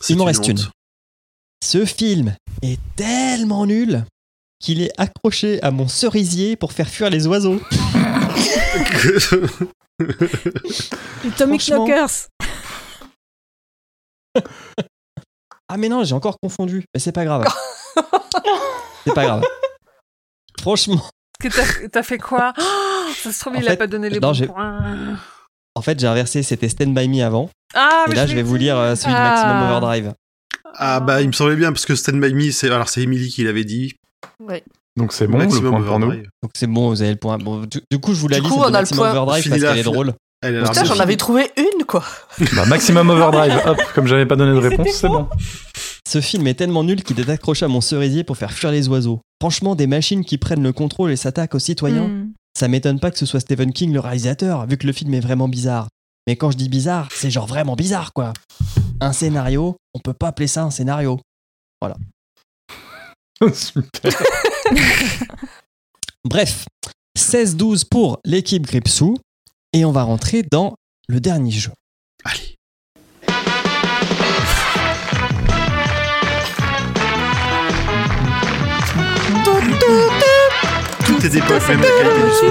C'est
Il m'en reste
honte.
une. Ce film est tellement nul qu'il est accroché à mon cerisier pour faire fuir les oiseaux.
Atomic
Franchement.
Knockers.
Ah mais non, j'ai encore confondu. Mais c'est pas grave. c'est pas grave. Franchement,
Que t'as- T'as fait quoi Oh, Ça se trouve,
En
il a
fait,
pas donné les
non,
bons
j'ai-
points.
en fait, j'ai inversé, c'était Stand By Me avant.
Ah,
et
mais
là, je vais
l'ai
vous
dit.
lire euh, celui de
Ah.
Maximum Overdrive.
Ah bah, il me semblait bien, parce que Stand By Me, c'est. Alors, c'est Emily qui l'avait dit.
ouais.
Donc c'est bon
Maximum
le point pour nous.
Overdrive.
Donc c'est bon, vous avez le point. Bon, du, du coup, je vous la
Du
lis,
coup,
celle de
on a le
Maximum
point.
Overdrive,
Fini
parce
la-
qu'elle est drôle.
Elle a l'air
Putain,
bien.
j'en avais trouvé une, quoi.
Bah, maximum Overdrive. Hop, comme j'avais pas donné de
C'était
réponse, c'est
faux.
bon.
Ce film est tellement nul qu'il est accroché à mon cerisier pour faire fuir les oiseaux. Franchement, des machines qui prennent le contrôle et s'attaquent aux citoyens,
Hmm.
Ça m'étonne pas que ce soit Stephen King le réalisateur, vu que le film est vraiment bizarre. Mais quand je dis bizarre, c'est genre vraiment bizarre, quoi. Un scénario, on peut pas appeler ça un scénario.
Super.
Bref, 16-12 pour l'équipe Gripsou, et on va rentrer dans le dernier jeu.
Allez. Tout est d'époque, même la qualité du son.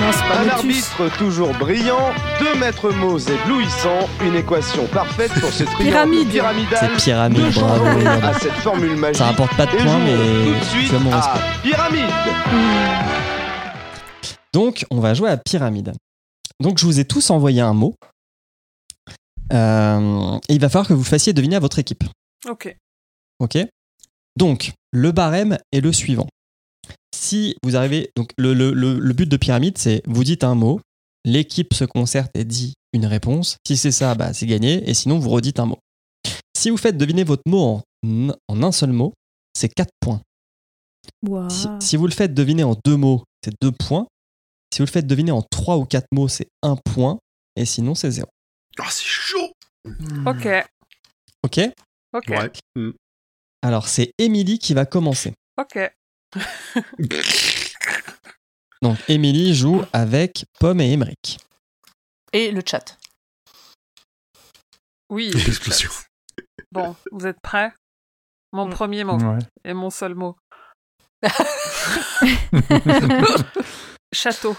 Non, c'est pas
Un
Lotus.
arbitre toujours brillant, deux maîtres mots éblouissants, une équation parfaite pour ce triangle
Pyramide.
pyramidal.
C'est pyramide, Ah,
Nous
bravo.
jouons
merde.
à Ah, cette formule magique.
Ça rapporte pas de
Et
points,
jouons
mais
tout de
tu
suite Ah.
as mon respect.
à pyramide.
Donc, on va jouer à pyramide. Donc, je vous ai tous envoyé un mot. Euh, et il va falloir que vous le fassiez deviner à votre équipe.
Ok.
Ok Donc, le barème est le suivant. Si vous arrivez. Donc, le, le- le- le but de pyramide, c'est vous dites un mot, l'équipe se concerte et dit une réponse. Si c'est ça, bah, c'est gagné. Et sinon, vous redites un mot. Si vous faites deviner votre mot en, en un seul mot, c'est 4 points.
Ouah.
Si,
Ah.
si vous le faites deviner en deux mots, c'est 2 points. Si vous le faites deviner en 3 ou 4 mots, c'est 1 point. Et sinon, c'est 0.
Ah, c'est chaud
Ok.
Ok
Ok.
Ouais. Mm.
Alors, c'est Émilie qui va commencer.
Ok.
Donc, Émilie joue avec Pomme et Émeric.
Et le chat.
Oui.
L'explosion.
Bon, vous êtes prêts Mon
Mm.
premier mot
Ouais.
et mon seul mot. Château.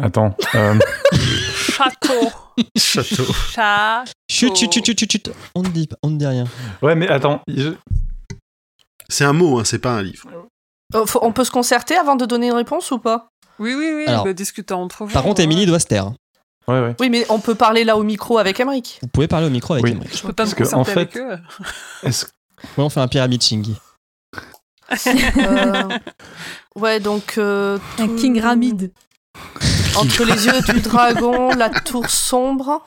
Attends. euh,
Château.
Château.
Chat.
Chut,
Oh.
chut, chut, chut, chut, chut. On ne dit, on ne dit rien.
Ouais, mais attends. je-
C'est un mot, hein, c'est pas un livre.
Euh, faut- on peut se concerter avant de donner une réponse ou pas
Oui, oui, oui.
Alors,
bah, discutons entre vous.
Par contre,
hein.
Émilie doit se taire.
Ouais, ouais.
Oui, mais on peut parler là au micro avec Emmerich.
Vous pouvez parler au micro avec
Oui.
Émeric.
Je peux pas me
Parce que,
concerter
en fait-
avec eux.
Est-ce-
Ouais, on fait un pyramide Shingi.
Euh, ouais, donc euh,
Un
tout-
King Ramid.
Entre les yeux du dragon, la tour sombre.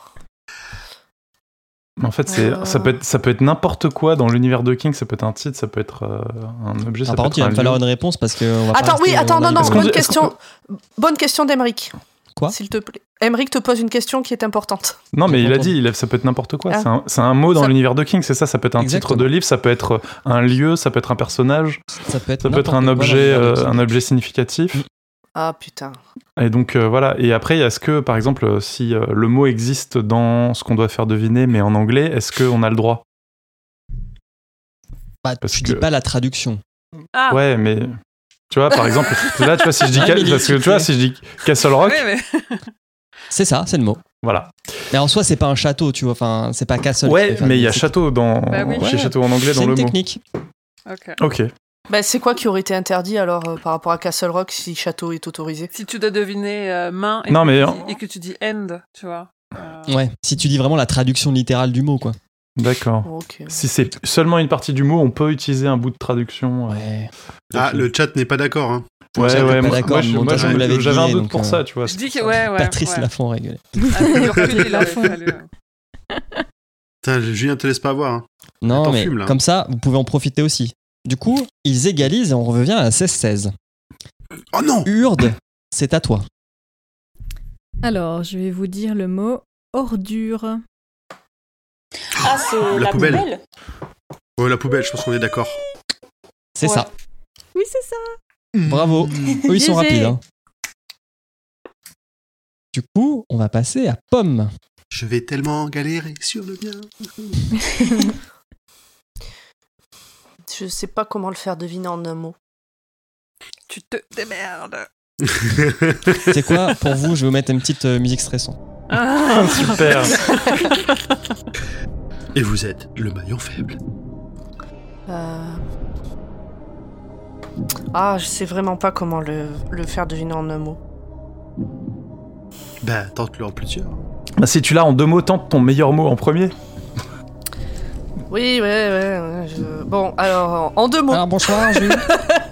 En fait, c'est
Euh.
ça peut être ça peut être n'importe quoi dans l'univers de King. Ça peut être un titre, ça peut être euh, un objet.
Ah,
ça
par
peut
contre, il va
être
me
un
falloir
lieu.
une réponse parce que. on va pas
Attends,
rester
oui, attends,
dans
non,
la
non,
Est-ce
discussion.
qu'on
bonne
dit- est-ce
question. Bonne question d'Emeric.
Quoi
S'il te plaît. Emeric te pose une question qui est importante.
Non, mais
J'ai
il
pas
a
entendu.
dit, il a- ça peut être n'importe quoi.
Ah.
C'est un, c'est un mot dans
Ça-
l'univers de King, c'est ça. Ça peut être un
Exactement.
titre de livre, ça peut être un lieu, ça peut être un personnage,
Ça peut être,
ça peut être un
n'importe quoi dans
objet,
l'univers de
euh,
King. Mm.
un objet significatif.
Ah putain.
Et donc euh, voilà. Et après, est-ce que, par exemple, si euh, le mot existe dans ce qu'on doit faire deviner, mais en anglais, est-ce qu'on a le droit
Bah,
Parce
tu
que-
dis pas la traduction.
Ah,
Ouais, mais tu vois, par exemple, là, tu vois, si je dis,
Ah,
ca-
mais
parce que, tu vois, si je dis Castle Rock,
ouais, mais...
C'est ça, c'est le mot.
voilà.
Mais en soi, c'est pas un château, tu vois. Enfin, c'est pas castle.
Ouais,
Enfin,
mais il y a
c'est-
château dans
Bah oui.
chez
Ouais.
château en anglais
C'est
dans
une
le mot.
technique.
Ok.
Ok.
Bah, c'est quoi qui aurait été interdit alors euh, par rapport à Castle Rock si château est autorisé
Si tu dois deviner euh, main et,
Non,
que
mais-
tu dis- et que tu dis eh, end, tu vois. euh,
Ouais. Si tu dis vraiment la traduction littérale du mot, quoi.
D'accord.
Oh,
Ok.
Si c'est seulement une partie du mot, on peut utiliser un bout de traduction. euh,
Ouais.
Ah,
là-dessus.
le chat n'est pas d'accord. Hein.
Ouais,
chat
ouais,
est pas
moi-
d'accord,
moi, je-
mais bon, de
moi,
toute façon,
je-
vous l'avez
j'avais un
deviné,
doute
donc,
pour
euh,
ça, tu vois.
Je dis que ouais, ouais.
Patrice
ouais.
Laffont rigolait.
Avec du recul, il aurait fallu, euh,
Putain, Julien te laisse pas avoir. Hein.
Non,
T'en
mais
fumes, là.
comme ça, vous pouvez en profiter aussi. Du coup, ils égalisent et on revient à 16-16.
Oh non
Urde, c'est à toi.
Alors, je vais vous dire le mot ordure.
Ah, c'est
La
la,
poubelle.
poubelle.
Oh, la poubelle, je pense qu'on est d'accord.
C'est
Ouais.
ça.
Oui, c'est ça.
Mmh.
Bravo. Eux, ils sont rapides.
GG.
hein. Du coup, on va passer à Pomme.
Je vais tellement galérer sur le bien.
Je sais pas comment le faire deviner en un mot.
Tu te démerdes.
C'est quoi pour vous Je vais vous mettre une petite euh, musique stressante.
Ah,
Super.
Et vous êtes le maillon faible.
Euh, Ah, je sais vraiment pas comment le, le faire deviner en un mot.
Bah, tente-le en plusieurs.
Bah, si tu l'as en deux mots, tente ton meilleur mot en premier.
Oui, ouais, ouais. ouais, je- Bon, alors, en deux mots.
Alors, bonsoir, Jules.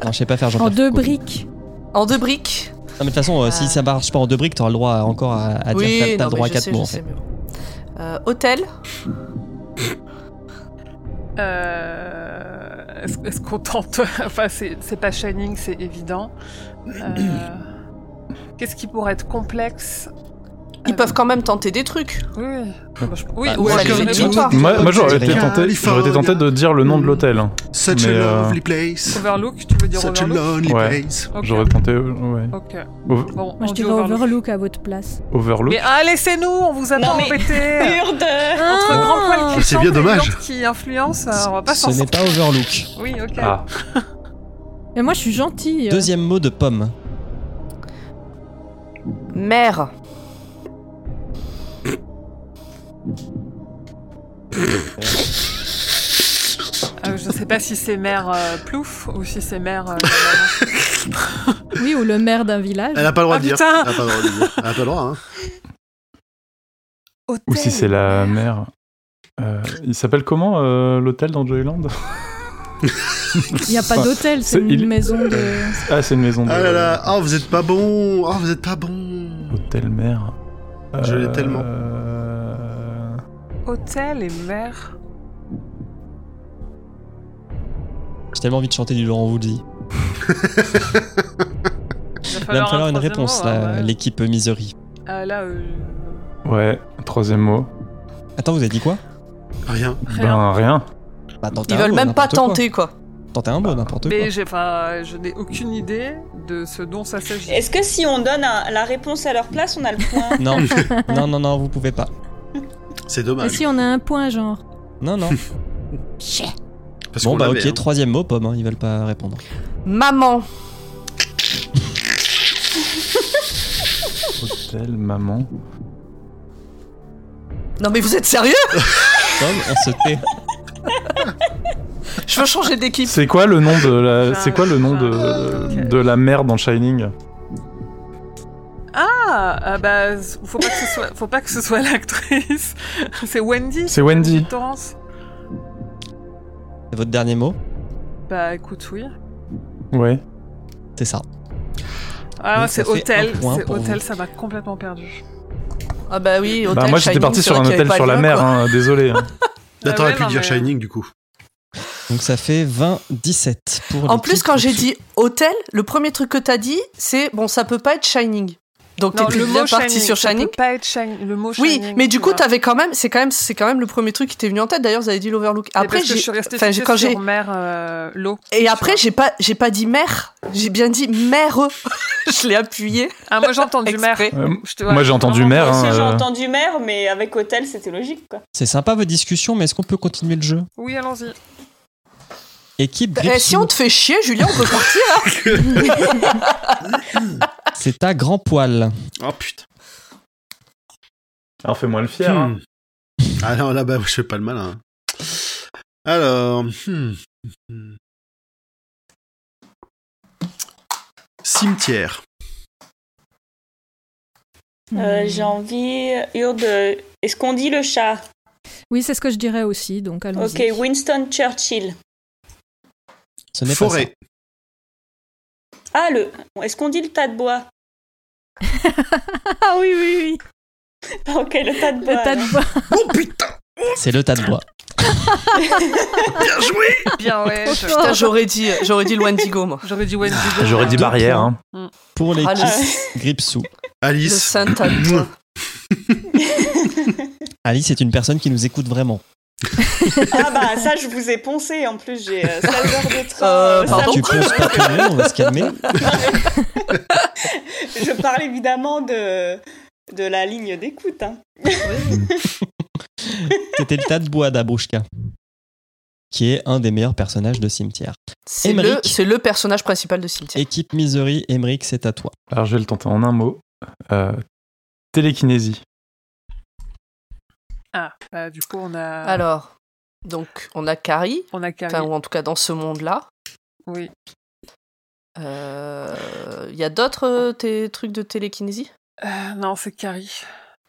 Non, je sais pas faire jean
En deux briques.
En deux briques.
Non, mais de toute façon, euh, si ça marche pas en deux briques, t'auras le droit à- encore à, à dire
oui,
Ah, t'as- t'as le
non, mais
droit à
je
quatre
sais,
mots.
je
en
sais,
fait.
mais bon. Euh, hôtel.
Euh, Est-ce est-ce qu'on tente Enfin, c'est c'est pas Shining, c'est évident. Euh, Qu'est-ce qui pourrait être complexe Euh,
Ils peuvent quand même tenter des trucs.
Oui, Bah, je- oui,
Bah,
Ah,
ou
moi,
alors
je
je
l'ai
me
dit.
trompe pas.
Moi, moi, j'aurais été
Rien.
tenté, j'aurais été tenté de dire le nom de
Hmm.
l'hôtel. hein.
Such
Mais,
a
euh,
lovely place.
Overlook, tu veux dire
Such a
Overlook
lonely
Ouais.
place.
Ok.
J'aurais tenté, euh, ouais.
Ok.
Ov-
Bon, on
Moi, je
dit
dirais Overlook à votre place.
Overlook.
Mais ah, laissez-nous, on vous a
Non,
pas
mais-
embêtés.
Urde
Entre
Ah.
grand poil qui
C'est
chante
bien
et
dommage.
Urde qui influence, euh, on va pas
Ce
s'en
n'est
sortir.
pas Overlook.
Oui, ok.
Ah,
Mais moi, je suis gentille. euh,
Deuxième mot de Pomme.
Mère.
Euh, je sais pas si c'est mère euh, plouf ou si c'est mère. euh,
Oui, ou le maire d'un village.
Elle a pas le droit
Ah,
de dire.
putain.
Elle a pas le droit de dire. Elle a pas le droit, hein.
Euh, Ah,
Ah
euh,
Oh,
euh,
hein, Ah, euh,
Bah, bah, hein, Bah, hein.
Ah, Ah, bah Ah euh, Donc t'es plus
Ah, euh, bah, Bah, Ah, Bah, Non, le
bien
mot
parti
shining,
sur
ça peut
Shining.
pas être shining, le mot
Oui,
shining,
mais du
tu
coup,
vois.
t'avais quand même, c'est quand même, c'est quand même le premier truc qui t'est venu en tête. D'ailleurs, vous avez dit l'Overlook.
Mais
Après,
parce
j'ai,
que je suis restée
enfin, j'ai-
fixée
quand j'ai,
sur mer, euh, l'eau.
et après, j'ai pas, j'ai pas dit mère, j'ai bien dit mère. je l'ai appuyé.
Ah, moi j'ai entendu mer.
exprès.
Euh,
Je te vois.
Moi, j'ai entendu mère.
Moi aussi,
hein,
j'ai
euh,
entendu mère, mais avec hôtel, c'était logique, quoi.
C'est sympa votre discussion, mais est-ce qu'on peut continuer le jeu
Oui, allons-y.
Équipe
Eh, si
Gripsou,
on te fait chier, Julien, on peut partir. hein.
c'est à grand poil.
Oh putain.
Alors, fais-moi le fier. hein.
Hmm. Ah non, là, bah, je fais pas le malin. Alors. hmm. Cimetière.
Euh, j'ai envie, Hurde, est-ce qu'on dit le chat
Oui, c'est ce que je dirais aussi, donc allons-y.
Ok, Winston Churchill.
Ce n'est pas ça.
Forêt.
Ah, le. Est-ce qu'on dit le tas de bois
Ah oui, oui, oui.
Ah, Ok, le tas de bois.
Le tas de
alors.
bois.
Oh putain
C'est le tas de bois.
Bien joué
Bien, Ah ouais. je-
Putain, j'aurais dit, j'aurais dit le Wendigo, moi.
J'aurais dit Wendy.
J'aurais dit
Deux
barrière.
points. Mm. Oh
hein.
Pour
Ah,
l'équipe
le,
Gripsou.
le
Alice.
Saint Antoine.
Alice est une personne qui nous écoute vraiment.
Ah, bah, ça, je vous ai poncé. En plus, j'ai euh, 16 heures de train.
Euh,
ça
pardon
Tu
me-
penses pas tout le monde, on va se calmer.
Je parle évidemment de, de la ligne d'écoute. hein.
C'était le tas de bois d'Abrouchka, qui est un des meilleurs personnages de Cimetière.
C'est le,
Émeric.
c'est le personnage principal de Cimetière.
Équipe Misery, Emmerich, c'est à toi.
Alors, je vais le tenter en un mot. Euh, télékinésie.
Ah, bah, du coup, on a.
Alors, donc, on a Carrie,
On a Carrie.
enfin, ou en tout cas dans ce monde-là.
Oui.
Euh, Il y a d'autres euh, té- trucs de télékinésie
Euh, non, c'est Carrie.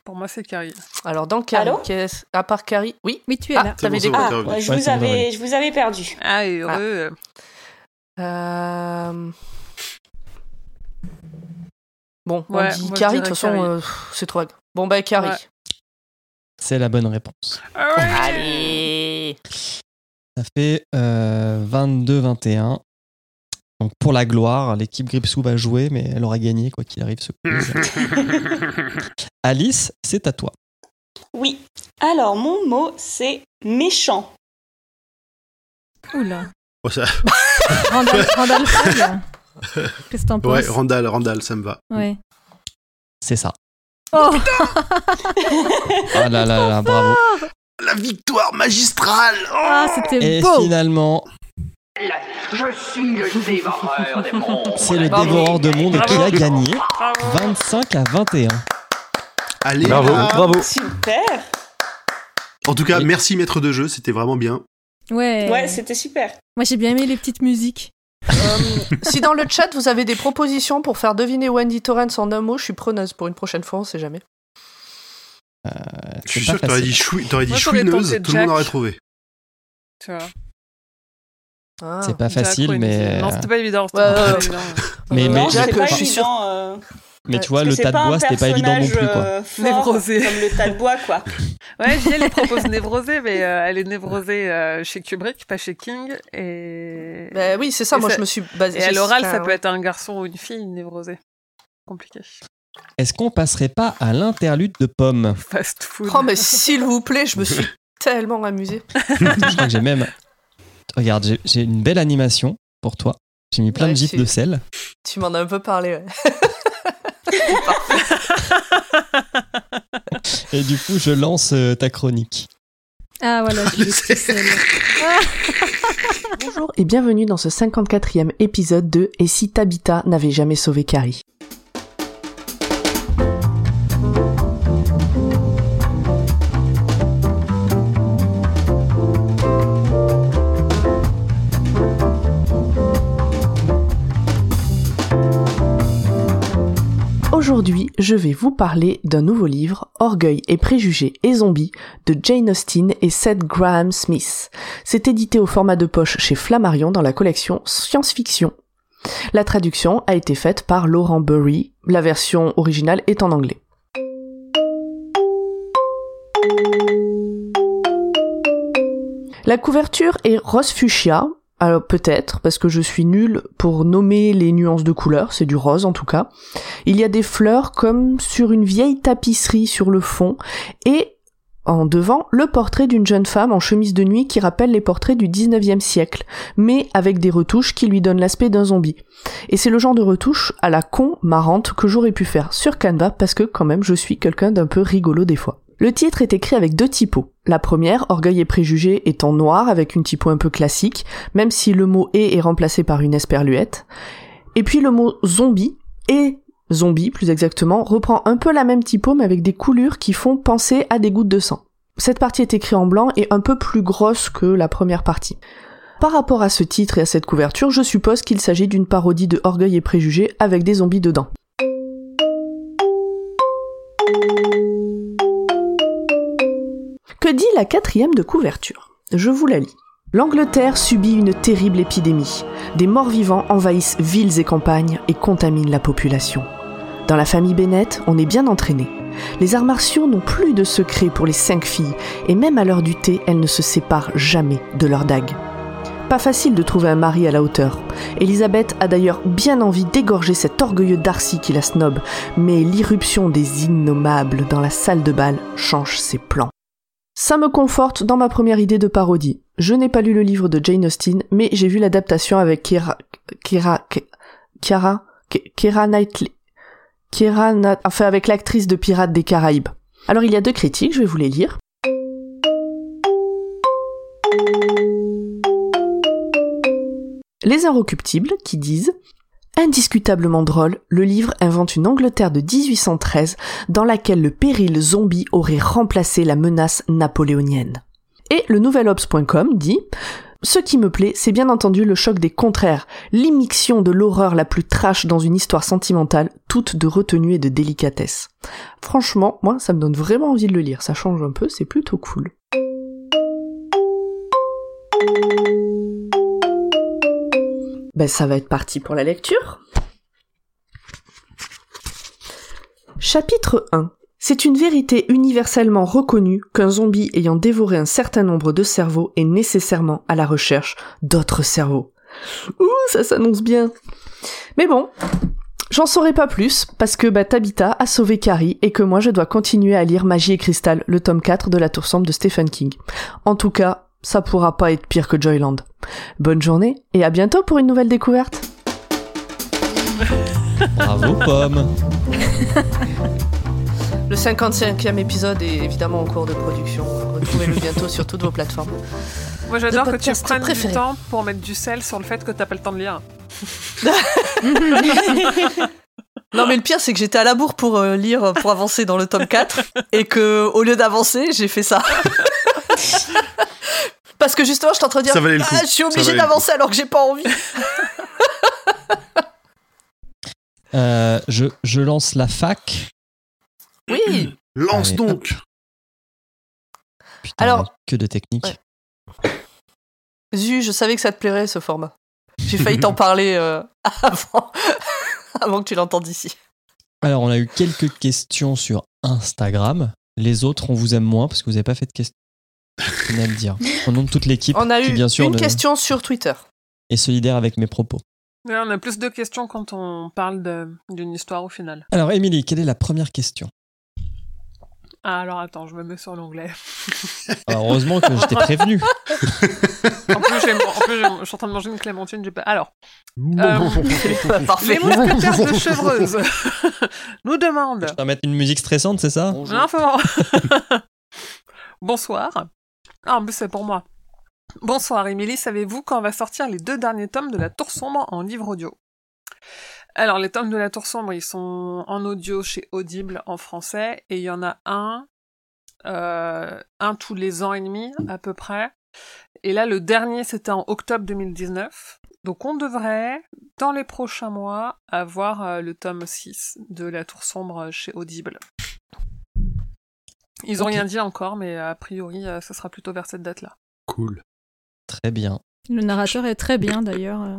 Pour moi, c'est Carrie.
Alors, dans Carrie,
Allô
qu'est-ce- à part Carrie, oui.
Oui, tu es
Ah.
là.
C'est bon,
T'avais
c'est
des-
bon,
Ah,
t'es revenu.
ouais, je,
Ouais,
vous
c'est vrai.
avais, je vous avais perdu.
Ah, et heureux.
Euh, Bon,
Ouais,
on dit
moi, je
Carrie, de toute
dirais
façon,
Carrie.
euh, pff, c'est trop vague. Bon, bah, Carrie.
Ouais. Ah
C'est la bonne réponse.
Alright.
Allez
Ça fait euh, 22-21. Donc pour la gloire, l'équipe Gripsou va jouer, mais elle aura gagné quoi qu'il arrive ce quiz. Alice, c'est à toi.
Oui. Alors, mon mot, c'est méchant.
Oula.
Oh, ça-
Randall, Randall Flagg. Qu'est-ce que t'en
Ouais,
penses
Randall, Randall, ça me va.
Ouais.
C'est ça.
Oh,
Ah là là là, bravo.
La victoire magistrale
ah,
oh
c'était
Et
beau.
finalement,
Je suis le dévoreur des mondes.
c'est le
Bravo.
dévoreur de monde qui a gagné
Bravo.
25 à 21.
Allez,
Bravo,
là.
bravo.
Super.
En tout cas,
Oui.
merci maître de jeu, c'était vraiment bien.
Ouais.
Ouais, c'était super.
Moi, j'ai bien aimé les petites musiques.
Euh, si dans le chat vous avez des propositions pour faire deviner Wendy Torrance en un mot, je suis preneuse pour une prochaine fois, on sait jamais.
Je suis
Euh, C'est
sûr
pas
que t'aurais
facile.
dit, choui- t'aurais dit
Moi, j'aurais
chouineuse,
tenté
tout le monde
Jack.
aurait trouvé.
Tu vois.
Ah.
C'est pas
Jack
facile,
Wendy.
mais,
Non, c'était pas évident. c'était
Ouais,
pas
ouais.
évident.
mais, mais,
Euh,
non,
Jack,
c'était pas
je suis sûre.
évident. euh,
mais tu vois,
parce
le
que
tas de
un
bois, c'était pas évident non plus.
personnage,
Quoi.
euh, fort
Névrosé.
Comme le tas de bois, quoi.
Ouais, Gilles, elle propose névrosée, mais euh, elle est névrosée euh, chez Kubrick, pas chez King. Et,
Bah oui, c'est ça,
Et
moi
ça-
je me suis
et
basée.
à l'oral, ça
Enfin,
peut être un garçon ou une fille névrosée. Compliqué.
Est-ce qu'on passerait pas à l'interlude de Pomme
Fast food.
Oh, mais s'il vous plaît, je me suis tellement amusée.
Je crois que j'ai même. Regarde, j'ai- j'ai une belle animation pour toi. J'ai mis plein
Ouais,
de gifs
c'est-
de sel.
Tu m'en as un peu parlé. ouais.
Et du coup, je lance euh, ta chronique.
Ah, voilà, j'ai les petites selles.
Bonjour et bienvenue dans ce 54e épisode de Et si Tabitha n'avait jamais sauvé Carrie Aujourd'hui, je vais vous parler d'un nouveau livre, Orgueil et préjugés et zombies, de Jane Austen et Seth Graham Smith. C'est édité au format de poche chez Flammarion dans la collection Science-Fiction. La traduction a été faite par Laurent Burry, la version originale est en anglais. La couverture est rose fuchsia,
Alors peut-être, parce que je suis nulle pour nommer les nuances de couleurs, c'est du rose en tout cas. Il y a des fleurs comme sur une vieille tapisserie sur le fond, et en devant, le portrait d'une jeune femme en chemise de nuit qui rappelle les portraits du 19e siècle, mais avec des retouches qui lui donnent l'aspect d'un zombie. Et c'est le genre de retouche à la con marrante que j'aurais pu faire sur Canva parce que quand même je suis quelqu'un d'un peu rigolo des fois. Le titre est écrit avec deux typos. La première, Orgueil et préjugés, est en noir avec une typo un peu classique, même si le mot et est remplacé par une esperluette. Et puis le mot zombie et zombie plus exactement, reprend un peu la même typo mais avec des coulures qui font penser à des gouttes de sang. Cette partie est écrite en blanc et un peu plus grosse que la première partie. Par rapport à ce titre et à cette couverture, je suppose qu'il s'agit d'une parodie de Orgueil et Préjugés avec des zombies dedans. Que dit la quatrième de couverture Je vous la lis. L'Angleterre subit une terrible épidémie. Des morts vivants envahissent villes et campagnes et contaminent la population. Dans la famille Bennett, on est bien entraîné. Les arts martiaux n'ont plus de secret pour les cinq filles, et même à l'heure du thé, elles ne se séparent jamais de leur dague. Pas facile de trouver un mari à la hauteur. Elisabeth a d'ailleurs bien envie d'égorger cet orgueilleux Darcy qui la snob, mais l'irruption des innommables dans la salle de bal change ses plans. Ça me conforte dans ma première idée de parodie. Je n'ai pas lu le livre de Jane Austen, mais j'ai vu l'adaptation avec Kira, Kira, Kira, Kira Knightley, Kira, enfin avec l'actrice de Pirates des Caraïbes. Alors il y a deux critiques, je vais vous les lire. Les Inrecuptibles, qui disent Indiscutablement drôle, le livre invente une Angleterre de 1813 dans laquelle le péril zombie aurait remplacé la menace napoléonienne. Et le nouvelobs.com dit Ce qui me plaît, c'est bien entendu le choc des contraires, l'immixion de l'horreur la plus trash dans une histoire sentimentale, toute de retenue et de délicatesse. Franchement, moi, ça me donne vraiment envie de le lire, ça change un peu, c'est plutôt cool. Ben, ça va être parti pour la lecture. Chapitre 1. C'est une vérité universellement reconnue qu'un zombie ayant dévoré un certain nombre de cerveaux est nécessairement à la recherche d'autres cerveaux. Ouh, ça s'annonce bien. Mais bon, j'en saurai pas plus parce que bah, Tabitha a sauvé Carrie et que moi je dois continuer à lire Magie et Cristal, le tome 4 de la tour sombre de Stephen King. En tout cas, ça pourra pas être pire que Joyland. Bonne journée et à bientôt pour une nouvelle découverte.
Bravo, Pomme.
Le 55e épisode est évidemment en cours de production. Retrouvez-le bientôt sur toutes vos plateformes.
Moi, j'adore
De
que tu
podcast
prennes
préféré.
du temps pour mettre du sel sur le fait que t'as pas le temps de lire.
Non mais le pire c'est que j'étais à la bourre pour euh, lire pour avancer dans le tome 4 et que au lieu d'avancer, j'ai fait ça. Parce que justement, je suis en train de dire
Ça valait le coup.
Ah, je suis
Ça
obligée
valait le
d'avancer alors que j'ai pas envie.
Euh, je, je lance la fac.
Oui.
Lance
Allez,
donc
Putain,
Alors-
Que de technique.
Zu, je savais que ça te plairait ce format. J'ai failli t'en parler euh, avant avant que tu l'entendes ici.
Alors, on a eu quelques questions sur Instagram. Les autres, on vous aime moins parce que vous n'avez pas fait de questions. On aime dire. Au nom de toute l'équipe,
On a
qui
eu
bien sûr
une
ne-
question sur Twitter.
est solidaire avec mes propos.
Ouais, on a plus de questions quand on parle de- d'une histoire au final.
Alors, Émilie, quelle est la première question
Ah, alors attends, je me mets sur l'onglet.
Alors, Ah, heureusement que je t'ai prévenu.
En plus, j'ai- en plus, j'ai- je suis en train de manger une clémentine. j'ai pas- Alors, euh,
Parfait.
les mousquetaires de chevreuse nous demandent.
Je dois mettre une musique stressante, c'est ça
Non, faut voir. Bonsoir. Ah, en plus, c'est pour moi. Bonsoir, Émilie. Savez-vous quand va sortir les deux derniers tomes de La Tour Sombre en livre audio Alors, les tomes de La Tour Sombre, ils sont en audio chez Audible en français, et il y en a un, euh, un tous les ans et demi, à peu près. Et là, le dernier, c'était en octobre 2019. Donc, on devrait, dans les prochains mois, avoir euh, le tome 6 de La Tour Sombre chez Audible. Ils ont
Ok.
rien dit encore, mais a priori, euh, ce sera plutôt vers cette date-là.
Cool.
Très bien.
Le narrateur est très bien d'ailleurs. euh.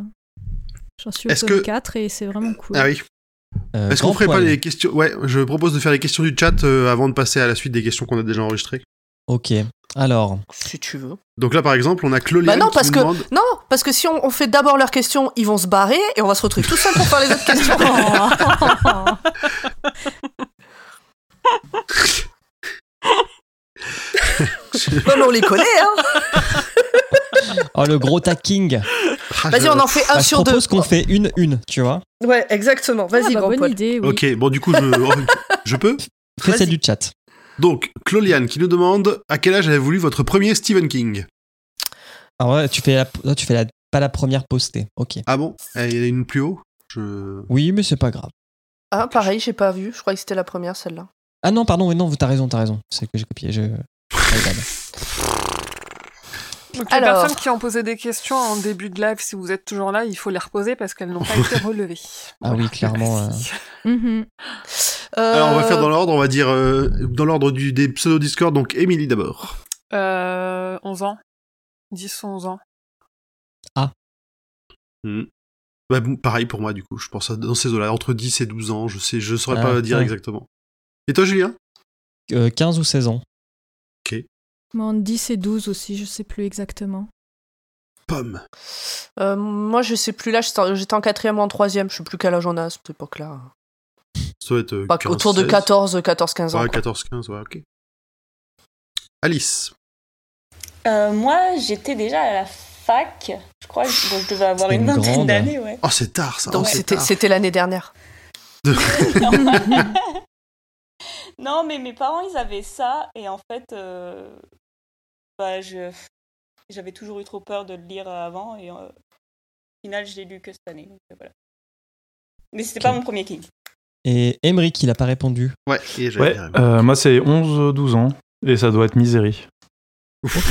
J'en suis au
Est-ce
tome
que-
4 et c'est vraiment cool.
Ah oui.
Euh,
Est-ce qu'on
grand
ferait pas
poil.
les questions Ouais, je propose de faire les questions du chat euh, avant de passer à la suite des questions qu'on a déjà enregistrées.
Ok. Alors.
Si tu veux.
Donc là, par exemple, on a Cloliane
Bah non,
qui
parce
nous
que,
demande...
non, parce que si on, on fait d'abord leurs questions, ils vont se barrer et on va se retrouver tout seul pour faire les autres questions. Non, mais on les connaît, hein.
Oh, le gros tacking.
Ah,
Vas-y, on en fait un
Bah,
sur
Je propose
deux.
qu'on fait une, une, tu vois.
Ouais, exactement. Vas-y,
bah,
grand
bonne
poil.
idée, oui.
Ok, bon, du coup, je, oh, je peux
Fais celle du chat.
Donc, Cloliane qui nous demande à quel âge avez-vous lu votre premier Stephen King
Alors, ouais, tu fais, la- non, tu fais la- pas la première postée. Ok.
Ah bon Eh, Il y en a une plus haut Je-
Oui, mais c'est pas grave.
Ah, pareil, j'ai pas vu. Je crois que c'était la première, celle-là.
Ah non, pardon, oui, non, t'as raison, t'as raison. C'est que j'ai copié. Je... Ah, my bad.
bah,
Donc, les
Alors.
personnes qui ont posé des questions en début de live, si vous êtes toujours là, il faut les reposer parce qu'elles n'ont pas été relevées.
Ah oui, clairement. euh,
Mhm.
Alors, on va
Euh,
faire dans l'ordre, on va dire euh, dans l'ordre du- des pseudo-discord, donc Émilie d'abord.
Euh, 11 ans. 10, 11 ans.
Hmm. Bah, bon, pareil pour moi, du coup, je pense à dans ces eaux-là, entre 10 et 12 ans, je sais, je saurais
Ah,
pas dire
ouais.
exactement. Et toi, Julien
euh, 15 ou 16 ans.
Moi, entre 10 et 12 aussi, je sais plus exactement.
Pomme.
euh, moi, je sais plus là. J'étais en- j'étais en quatrième ou en troisième. Je suis plus qu'à la journée à cette époque-là.
Ça doit être euh,
Pas
15,
autour de
16.
14, 14, 15 ans.
Ouais,
quoi.
14, 15, ouais, ok. Alice.
Euh, moi, j'étais déjà à la fac. Je crois que je, bon, je devais avoir
C'était
une
une
vingtaine
grande. hein.
d'années, ouais.
Oh, c'est tard, ça.
Donc,
oh, c'est
c'était-
tard.
c'était l'année dernière.
Non, mais mes parents, ils avaient ça, et en fait, euh, bah, je, j'avais toujours eu trop peur de le lire avant, et euh, au final, je l'ai lu que cette année. donc, euh, voilà. Mais c'était pas
Ok.
mon premier King.
Et Emery, il a pas répondu.
Ouais, et j'avais
Ouais, euh, moi c'est 11-12 ans et ça doit être misérie.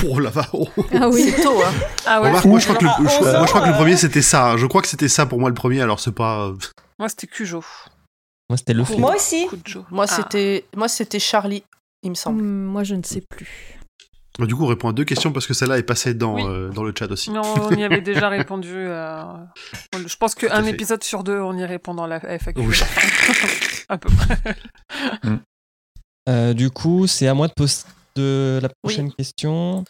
Oh la va. oh.
Ah oui.
C'est tôt, hein.
Ah ouais,
Remarque,
c'est-
moi, je crois que le,
Ah,
je-
on
moi, je crois que le
sort,
premier,
euh.
c'était ça. hein. Je crois que c'était ça pour moi, le premier, alors c'est pas... euh,
Moi, c'était Cujo.
Moi, c'était le film.
Moi aussi.
Cujo.
Moi,
Ah.
c'était, moi, c'était Charlie, il me semble.
Hum, Moi, je ne sais plus.
Bah, du coup, on répond à deux questions parce que celle-là est passée dans,
Oui.
euh, dans le chat aussi.
Non, on y avait déjà répondu. euh, Je pense
Tout à
qu'un
fait.
épisode sur deux, on y répond dans la FAQ.
Oui.
à peu près.
Euh, du coup, c'est à moi de poser de la prochaine question.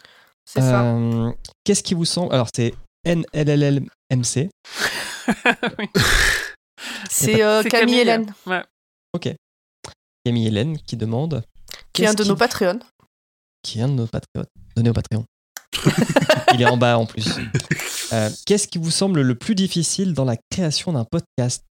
C'est ça.
Euh, Qu'est-ce qui vous semble Alors, c'est NLLMC.
Oui.
C'est euh,
C'est
Camille Hélène,
Ouais.
Camille Hélène qui demande
qui est un
qu'est-ce
de nos Patreons.
qui est un de nos patriotes. Donnez au Patreon. Il est en bas en plus. Euh, Qu'est-ce qui vous semble le plus difficile dans la création d'un podcast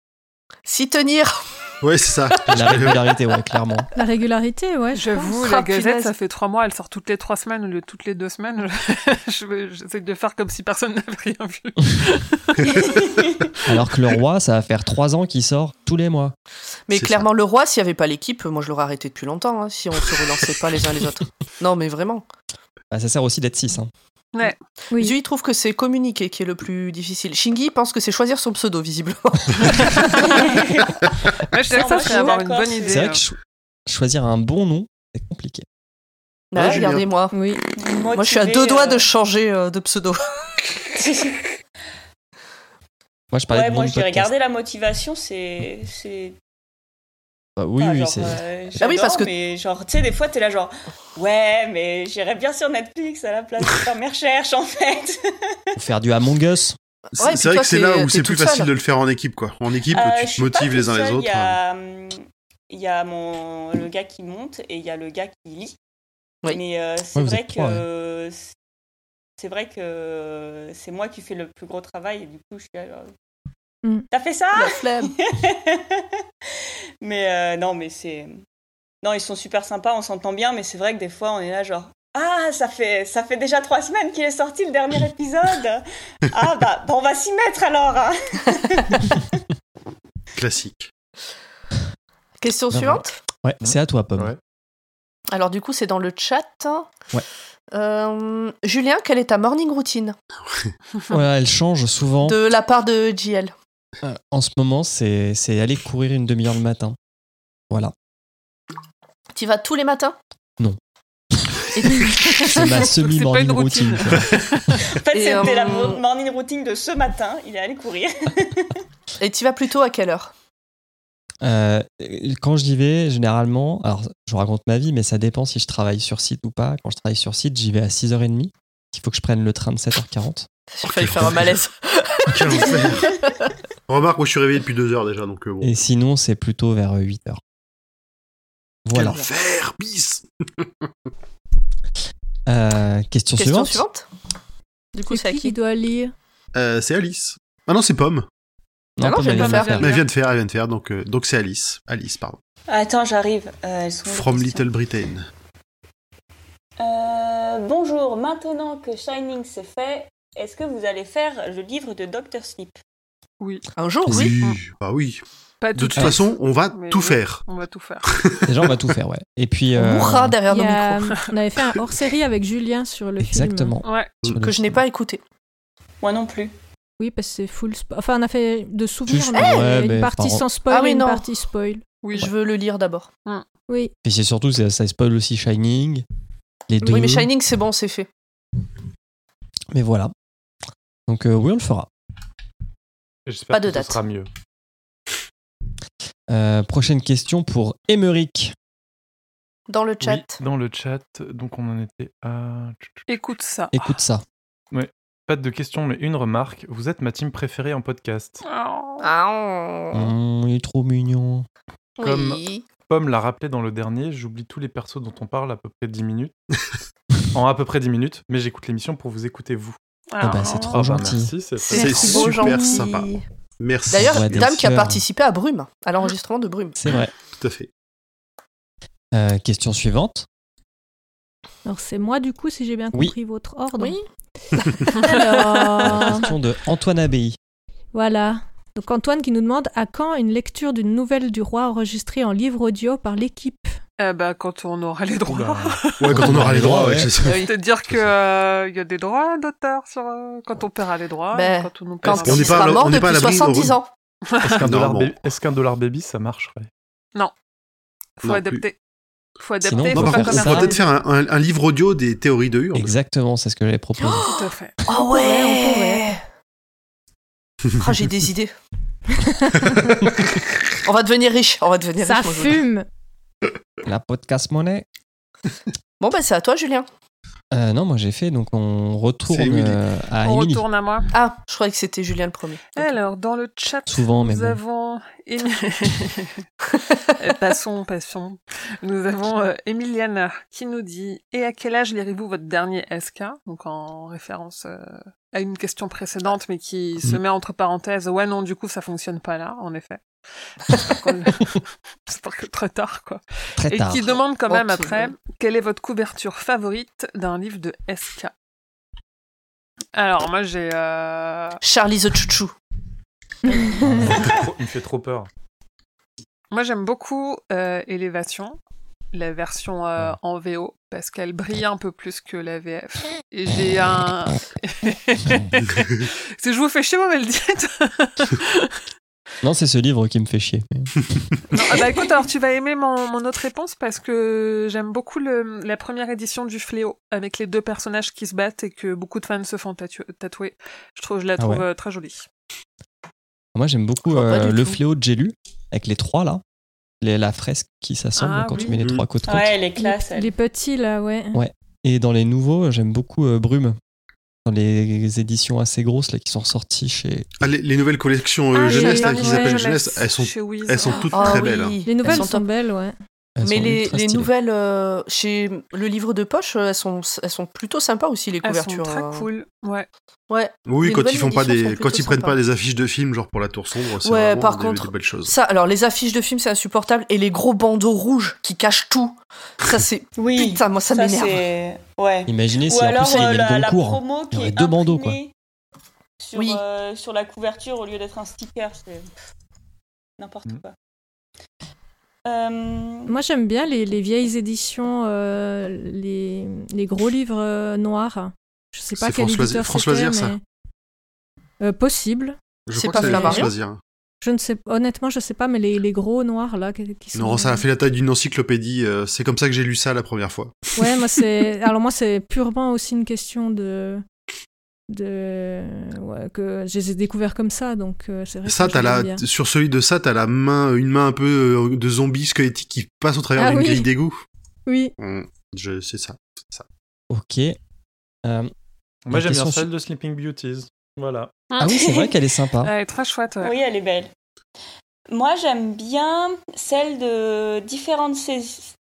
S'y tenir.
Ouais, c'est ça.
La régularité, ouais, clairement.
La régularité, ouais. je
J'avoue,
pense.
la
Ah,
gazette,
punaise.
ça fait trois mois, elle sort toutes les trois semaines au lieu de toutes les deux semaines. Je- J'essaie de faire comme si personne n'avait rien vu.
Alors que le roi, ça va faire trois ans qu'il sort tous les mois.
Mais
C'est
clairement, le roi, s'il n'y avait pas l'équipe, moi, je l'aurais arrêté depuis longtemps, hein, si on se relançait pas les uns les autres. Non, mais vraiment.
Bah, ça sert aussi d'être six. hein.
Oui.
Lui, il trouve que c'est communiquer qui est le plus difficile. Shingi pense que c'est choisir son pseudo, visiblement.
Ouais, je dirais que ça,
moi, je
c'est
suis
avoir une
d'accord,
bonne
c'est-
idée.
C'est vrai
euh.
que cho- choisir un bon nom, c'est compliqué.
Ouais,
Ah Ouais,
Julien.
Regardez-moi.
Oui.
Moi, je suis à deux doigts de changer euh, de pseudo.
Moi, je parlais
ouais,
de
moi,
nom
je
de
dirais
podcast.
garder la motivation, c'est. c'est...
Bah oui,
enfin,
oui,
genre,
c'est.
euh,
Ah oui,
j'adore,
parce que-
Mais genre, tu sais, des fois, t'es là, genre, ouais, mais j'irais bien sur Netflix à la place de faire mes recherches, en fait.
Faut faire du Among Us.
C'est
Ouais, et puis
c'est vrai
toi,
que c'est
t'es-
là où
t'es
c'est plus
toute
facile
seule.
de le faire en équipe, quoi. En équipe,
Euh, je
tu te
suis pas
motives les uns
toute
les
seule,
autres. euh,
Il y
hein
a, hum, il y a mon, le gars qui monte et il y a le gars qui lit.
Oui.
Mais euh, c'est
Ouais, vous
vrai
êtes trois,
que c'est vrai que c'est moi qui fais le plus gros travail et du coup je suis là. genre,
Mm.
T'as fait ça
La flemme.
Mais euh, non, mais c'est non, ils sont super sympas, on s'entend bien, mais c'est vrai que des fois on est là genre. Ah, ça fait, ça fait déjà trois semaines qu'il est sorti le dernier épisode. ah bah, bah, on va s'y mettre alors. hein.
Classique.
Question
Non,
suivante.
Ouais, c'est à toi, Pomme.
Ouais.
Alors, du coup, c'est dans le chat.
Ouais.
Euh, Julien, quelle est ta morning routine
Voilà, elle change souvent.
de la part de JL
Euh, En ce moment, c'est c'est aller courir une demi-heure le matin. Voilà.
Tu vas tous les matins
C'est ma
pas une
semi-morning
routine.
routine. quoi.
En fait,
Et,
c'était
euh,
la mo- morning routine de ce matin. Il est allé courir.
Et tu vas plutôt à quelle heure
Euh, quand j'y vais, généralement, alors je vous raconte ma vie, mais ça dépend si je travaille sur site ou pas. Quand je travaille sur site, j'y vais à 6h30. Il faut que je prenne le train de 7h40.
J'ai failli faire un malaise.
Quel enfer. Remarque, moi je suis réveillé depuis deux heures déjà, donc euh, bon.
Et sinon, c'est plutôt vers 8h. Voilà.
Quel enfer, bis
Euh, question,
Question
suivante.
suivante Du coup, c'est
C'est
à
qui qui
qui
doit lire
Euh, c'est Alice. Ah non, c'est Pomme.
Ah non,
Pomme,
je vais
elle
pas
vient de
faire.
Mais elle vient de faire, elle vient de faire, donc euh, donc c'est Alice. Alice, pardon.
Attends, j'arrive. Euh, elles sont où, les
From
questions
Little Britain.
Euh, bonjour, maintenant que Shining c'est fait, est-ce que vous allez faire le livre de Dr. Sleep
Oui,
Un jour, oui.
Oui,
Mm.
bah oui.
pas
De
tout de
toute
suite,
façon, on va
mais
tout
oui,
faire.
On va tout faire.
Déjà, on va tout faire, ouais. Et puis.
On
euh,
mourra derrière
Il y
nos
a- euh,
micros.
On avait fait un hors-série avec Julien sur le film.
Exactement.
Ouais,
Sur le
Que je n'ai
film.
pas écouté.
Moi non plus.
Oui, parce que c'est full spoil. Enfin, on a fait de souvenirs,
Juste-
on a
Ouais,
fait une
mais
partie
par-
sans spoil
Ah oui,
et une
non.
partie spoil. Mm.
oui,
Je veux le lire d'abord.
Oui.
Et c'est surtout, ça, ça spoil aussi Shining. Les deux.
Oui, mais Shining, c'est bon, c'est fait.
Mais voilà. Donc, euh, oui, on le fera.
J'espère
Pas de
que ce
date.
sera mieux.
Euh, prochaine question pour Émeric.
Dans le chat.
Oui, dans le chat, donc on en était à.
écoute ça.
Écoute ça.
Pas de questions, mais une remarque. Vous êtes ma team préférée en podcast.
Oh.
Ah, on-
Mmh, il est trop mignon.
Comme-
Oui.
Pomme l'a rappelé dans le dernier, j'oublie tous les persos dont on parle à peu près 10 minutes. en à peu près 10 minutes, mais j'écoute l'émission pour vous écouter, vous.
Ah bah, c'est
Alors,
trop
Ah bah,
gentil.
merci, c'est
C'est
Merci, beau
super
gentil.
sympa. Merci.
D'ailleurs,
Ouais, bien
dame qui a
sûr.
participé à Brume, à l'enregistrement de Brume.
C'est vrai.
tout à fait.
Euh, question suivante.
Alors, c'est moi, du coup, si j'ai bien
Oui.
compris votre ordre.
Oui. Ah.
Alors,
Question de Antoine Abbey.
voilà. Donc, Antoine qui nous demande à quand une lecture d'une nouvelle du roi enregistrée en livre audio par l'équipe
Eh ben, quand on aura les droits.
Oula.
Ouais, quand on aura les droits, ouais,
Ouais.
c'est ça.
C'est-à-dire que euh, il y a des droits d'auteur sur euh, quand on paiera les droits,
Ben,
quand on nous
Quand
paiera.
on
il
n'est pas
sera
à l-
mort
on n'est pas à
depuis
l'abri,
70 ans.
Est-ce qu'un
Non,
dollar,
bon.
ba- est-ce qu'un dollar baby, ça marcherait
Non, faut
Non plus.
adapter. Faut adapter.
Sinon, on
faut
Non,
peut
faire
par
faire
comme
contre, on
ça.
pourrait peut-être faire un, un- un livre audio des théories de Hurle.
Exactement, c'est ce que j'avais proposé.
Tout à fait.
Ah
Oh. ouais, on pourrait.
Oh,
Ah, j'ai des idées. on va devenir riche, on va devenir
Ça
riche. moi, je vous le dis.
fume
La podcast monnaie.
Bon, bah, c'est à toi, Julien.
Euh, non, moi j'ai fait, donc on retourne
Émilie.
euh, à
on
Émilie.
retourne à moi.
Ah, je croyais que c'était Julien le premier.
Alors, dans le chat,
Souvent, mais
nous
bon.
avons... Émi- Euh, passons, passons. Nous avons euh, Emiliana qui nous dit « Et à quel âge lirez-vous votre dernier SK ?» Donc en référence euh, à une question précédente, mais qui se
Mm.
met entre parenthèses « Ouais, non, du coup, ça fonctionne pas là, en effet. » J'espère qu'on- J'espère que très tard, quoi.
Très
Et
tard.
qui demande quand même
Ok.
après quelle est votre couverture favorite d'un livre de SK alors moi j'ai euh,
Charlie the Chouchou.
il, me fait trop, il me fait trop peur.
Moi, j'aime beaucoup euh, Élévation, la version euh, en VO, parce qu'elle brille un peu plus que la VF. Et j'ai un. si je vous fais chier, vous me le dites.
Non, c'est ce livre qui me fait chier.
Non, ah bah écoute, alors tu vas aimer mon, mon autre réponse parce que j'aime beaucoup le- la première édition du Fléau avec les deux personnages qui se battent et que beaucoup de fans se font tatu- tatouer. Je trouve, je la
Ah ouais.
trouve euh, très jolie.
Moi j'aime beaucoup
vois pas
euh,
du
Le
tout.
Fléau de Gélu, avec les trois là. Les- la fresque qui s'assemble
Ah
quand tu
oui.
mets les
Mhm.
trois côtes.
Ouais, elle est
les,
classe. elle.
les petits, là, ouais.
Et dans les nouveaux, j'aime beaucoup euh, Brume. Dans les éditions assez grosses là, qui sont sorties chez.
Ah, les, les nouvelles collections euh,
Ah,
jeunesse,
les
là, qu'ils
dernières
appellent
jeunesse
jeunesse, elles sont,
chez Wiz. Oh,
elles sont toutes
Ah
très
oui,
belles. hein.
Les nouvelles
Elles sont
sont,
top.
belles, ouais.
Elles
Mais
sont
les,
ultra
les
stylées.
nouvelles euh, chez le livre de poche, euh, elles sont, elles sont plutôt sympas aussi, les
Elles
couvertures.
sont très
euh.
cool. Ouais.
Ouais,
Oui,
Les
quand ils
nouvelles
font pas
éditions
des,
sont
quand ils
plutôt
prennent
sympas.
pas des affiches de films, genre pour la Tour sombre, c'est
Ouais,
vraiment
par
des,
contre,
des belles choses.
ça, alors les affiches de films, c'est insupportable. Et les gros bandeaux rouges qui cachent tout. Ça, c'est.
Oui,
Putain, moi, ça,
ça
m'énerve.
c'est. Ouais.
Imaginez
Ou
si en
alors
plus il y
euh,
avait
la,
le
la
Goncourt.
promo
hein. Il y
qui
aurait
est
deux bandeaux,
imprimée Sur,
Oui.
euh, sur la couverture au lieu d'être un sticker, c'est pff, n'importe
Mm.
quoi. Euh,
Moi, j'aime bien les, les vieilles éditions, euh, les, les gros livres euh, noirs. Je sais pas
C'est
quel
François-
éditeur
François
c'était,
Zir, ça
mais- Euh, possible.
Je
c'est
crois
pas
que c'est
Flammarion
François hein. Zir.
Je ne sais honnêtement, je sais pas, mais les, les gros noirs là qui qui sont.
Non, ça a fait la taille d'une encyclopédie. euh, c'est comme ça que j'ai lu ça la première fois.
Ouais, moi c'est. Alors moi c'est purement aussi une question de de ouais, que je les ai découverts comme ça donc euh, c'est vrai
Ça,
que
t'as
je l'aime
la,
bien.
sur celui de ça, t'as la main, une main un peu euh, de zombie squelettique qui passe au travers
Ah
d'une
oui.
grille d'égout.
oui
Mm, Je sais ça. c'est ça.
Ok. Euh,
Moi,
une
j'aime bien
question
celle
su-
de Sleeping Beauties. Voilà.
Ah oui, c'est vrai qu'elle est sympa.
Elle est très chouette. ouais.
Oui, elle est belle. Moi, j'aime bien celle de différentes, sais-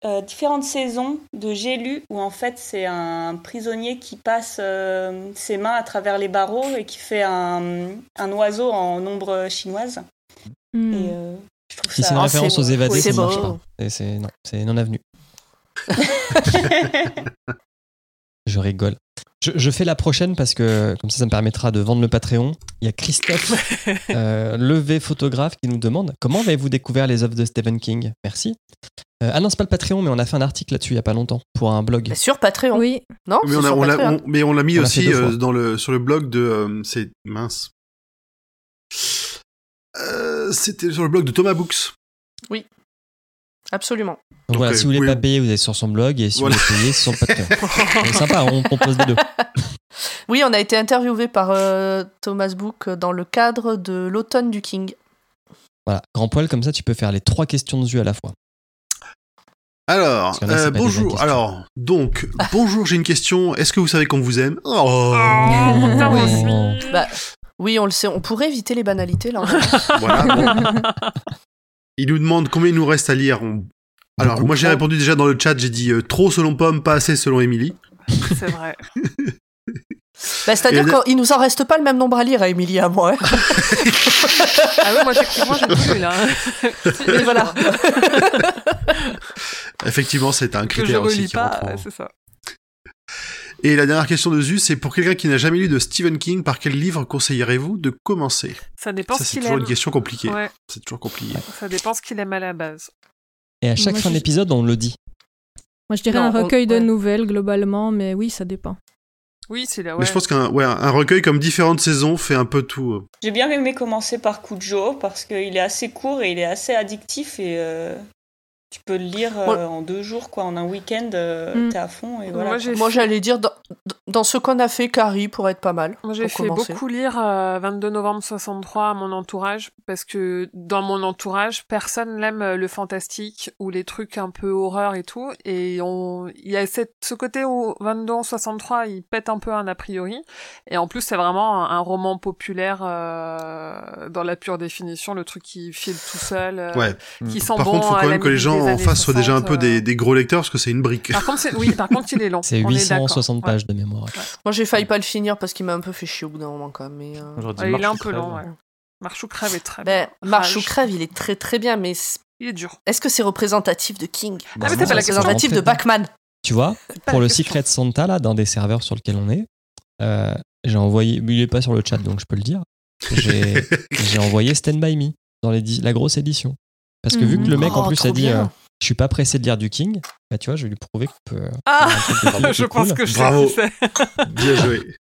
euh, différentes saisons de J'ai lu, où en fait, c'est un prisonnier qui passe euh, ses mains à travers les barreaux et qui fait un, un oiseau en ombre chinoise.
Hmm.
Et, euh, je trouve
Si
ça-
c'est une référence aux évadés,
c'est
ça ne marche
beau.
pas. Et C'est non, c'est non avenu. Je rigole. Je, je fais la prochaine parce que comme ça, ça me permettra de vendre le Patreon. Il y a Christophe, euh, levé photographe, qui nous demande comment avez-vous découvert les œuvres de Stephen King Merci. Euh, ah non, c'est pas le Patreon, mais on a fait un article là-dessus il y a pas longtemps pour un blog.
Mais Sur Patreon.
oui
Non
Mais
c'est
on, a-
sur
on l'a,
Patreon.
on- mais on l'a mis
On l'a fait
aussi
deux
euh,
fois.
dans le, sur le blog de. euh, c'est mince. Euh, c'était sur le blog de Thomas Books.
Absolument.
Donc,
Donc voilà,
euh,
si vous voulez
oui.
pas payer, vous allez sur son blog et si
Voilà.
vous voulez payer, c'est sur le Patreon. c'est sympa, on propose des deux.
Oui, on a été interviewé par euh, Thomas Book dans le cadre de l'automne du King.
Voilà, grand poil comme ça, tu peux faire les trois questions de yeux à la fois.
Alors,
Parce que là,
euh,
c'est pas des vraies
bonjour.
questions.
Alors, donc, bonjour, j'ai une question. Est-ce que vous savez qu'on vous aime Oh
putain,
Ouais.
Ah, aussi.
Bah, oui, on le sait. On pourrait éviter les banalités là. en fait.
Voilà, bon. Il nous demande combien il nous reste à lire. On- Alors, moi j'ai répondu déjà dans le chat, j'ai dit euh, trop selon Pomme, pas assez selon Émilie.
C'est vrai.
Bah, C'est-à-dire
Et-
qu'il nous en reste pas le même nombre à lire à Émilie et à moi. hein.
Ah ouais, moi, j'ai- moi, j'en peux plus, là.
Et voilà.
Effectivement, c'est un
Que je
critère aussi.
relis
qui
pas,
rentre en-
euh, c'est ça.
Et la dernière question de Zu, c'est pour quelqu'un qui n'a jamais lu de Stephen King, par quel livre conseillerez-vous de commencer
Ça dépend
Ça,
ce
c'est
qu'il
toujours
aime.
une question compliquée.
Ouais,
C'est toujours compliqué.
ça dépend ce qu'il aime à la base.
Et à chaque
Moi,
fin
je-
d'épisode, on le dit.
moi je dirais
Non,
un
on-
recueil de
ouais.
nouvelles globalement mais oui ça dépend
Oui, c'est là. Ouais.
Mais je pense qu'un ouais, un recueil comme différentes saisons fait un peu tout. euh.
J'ai bien aimé commencer par Kujo parce qu'il est assez court et il est assez addictif et euh, tu peux le lire euh,
Moi-
en deux jours, quoi, en un week-end, euh,
Mm.
t'es à fond et
Moi,
voilà.
j'ai-
Moi, j'allais dire dans, dans ce qu'on a fait, Carrie pourrait être pas mal.
Moi, j'ai
pour
fait
commencer.
beaucoup lire euh, 22 novembre 63 à mon entourage, parce que dans mon entourage, personne n'aime euh, le fantastique ou les trucs un peu horreur et tout. Et on... il y a cette... ce côté où 22 63, il pète un peu un a priori. Et en plus, c'est vraiment un, un roman populaire euh, dans la pure définition, le truc qui file tout seul, euh,
Ouais.
qui
Mm.
sent
Par
bon
contre, faut
à
quand
la
même que les
musique
gens
des
en
années
face soient déjà un peu
60,
des,
euh.
des gros lecteurs, parce que c'est une brique.
Par contre, c'est- oui, par contre, il est long.
C'est
On est d'accord.
860
Ouais.
pages de mémoire.
Moi, j'ai failli pas le finir parce qu'il m'a un peu fait chier au bout d'un moment, quand même. Mais, euh,
J'aurais dit
Ouais, Ah, il est
Marche
un
ou
peu
crève.
long, ouais. Marche ou crève est très
Ben,
bien.
Marche ou
Rage,
crève, il est très très bien, mais c-
Il est dur. Ah,
est-ce que c'est représentatif de King
mais
Bah,
c'est pas la
ça,
question.
Représentatif de
rentré dedans.
Bachman
Tu vois,
pas
pour
la
le
question.
Secret Santa, là, dans des serveurs sur lesquels on est, euh, j'ai envoyé. Il est pas sur le chat, donc je peux le dire. J'ai j'ai envoyé Stand By Me dans l'édi- la grosse édition. Parce que vu que le mec, en
Oh,
plus,
trop
a dit
bien.
euh, Je suis pas pressé de lire du King, bah tu vois, je vais lui prouver qu'il peut.
Ah
je pense que je sais
Bravo.
qui c'est.
Bien joué.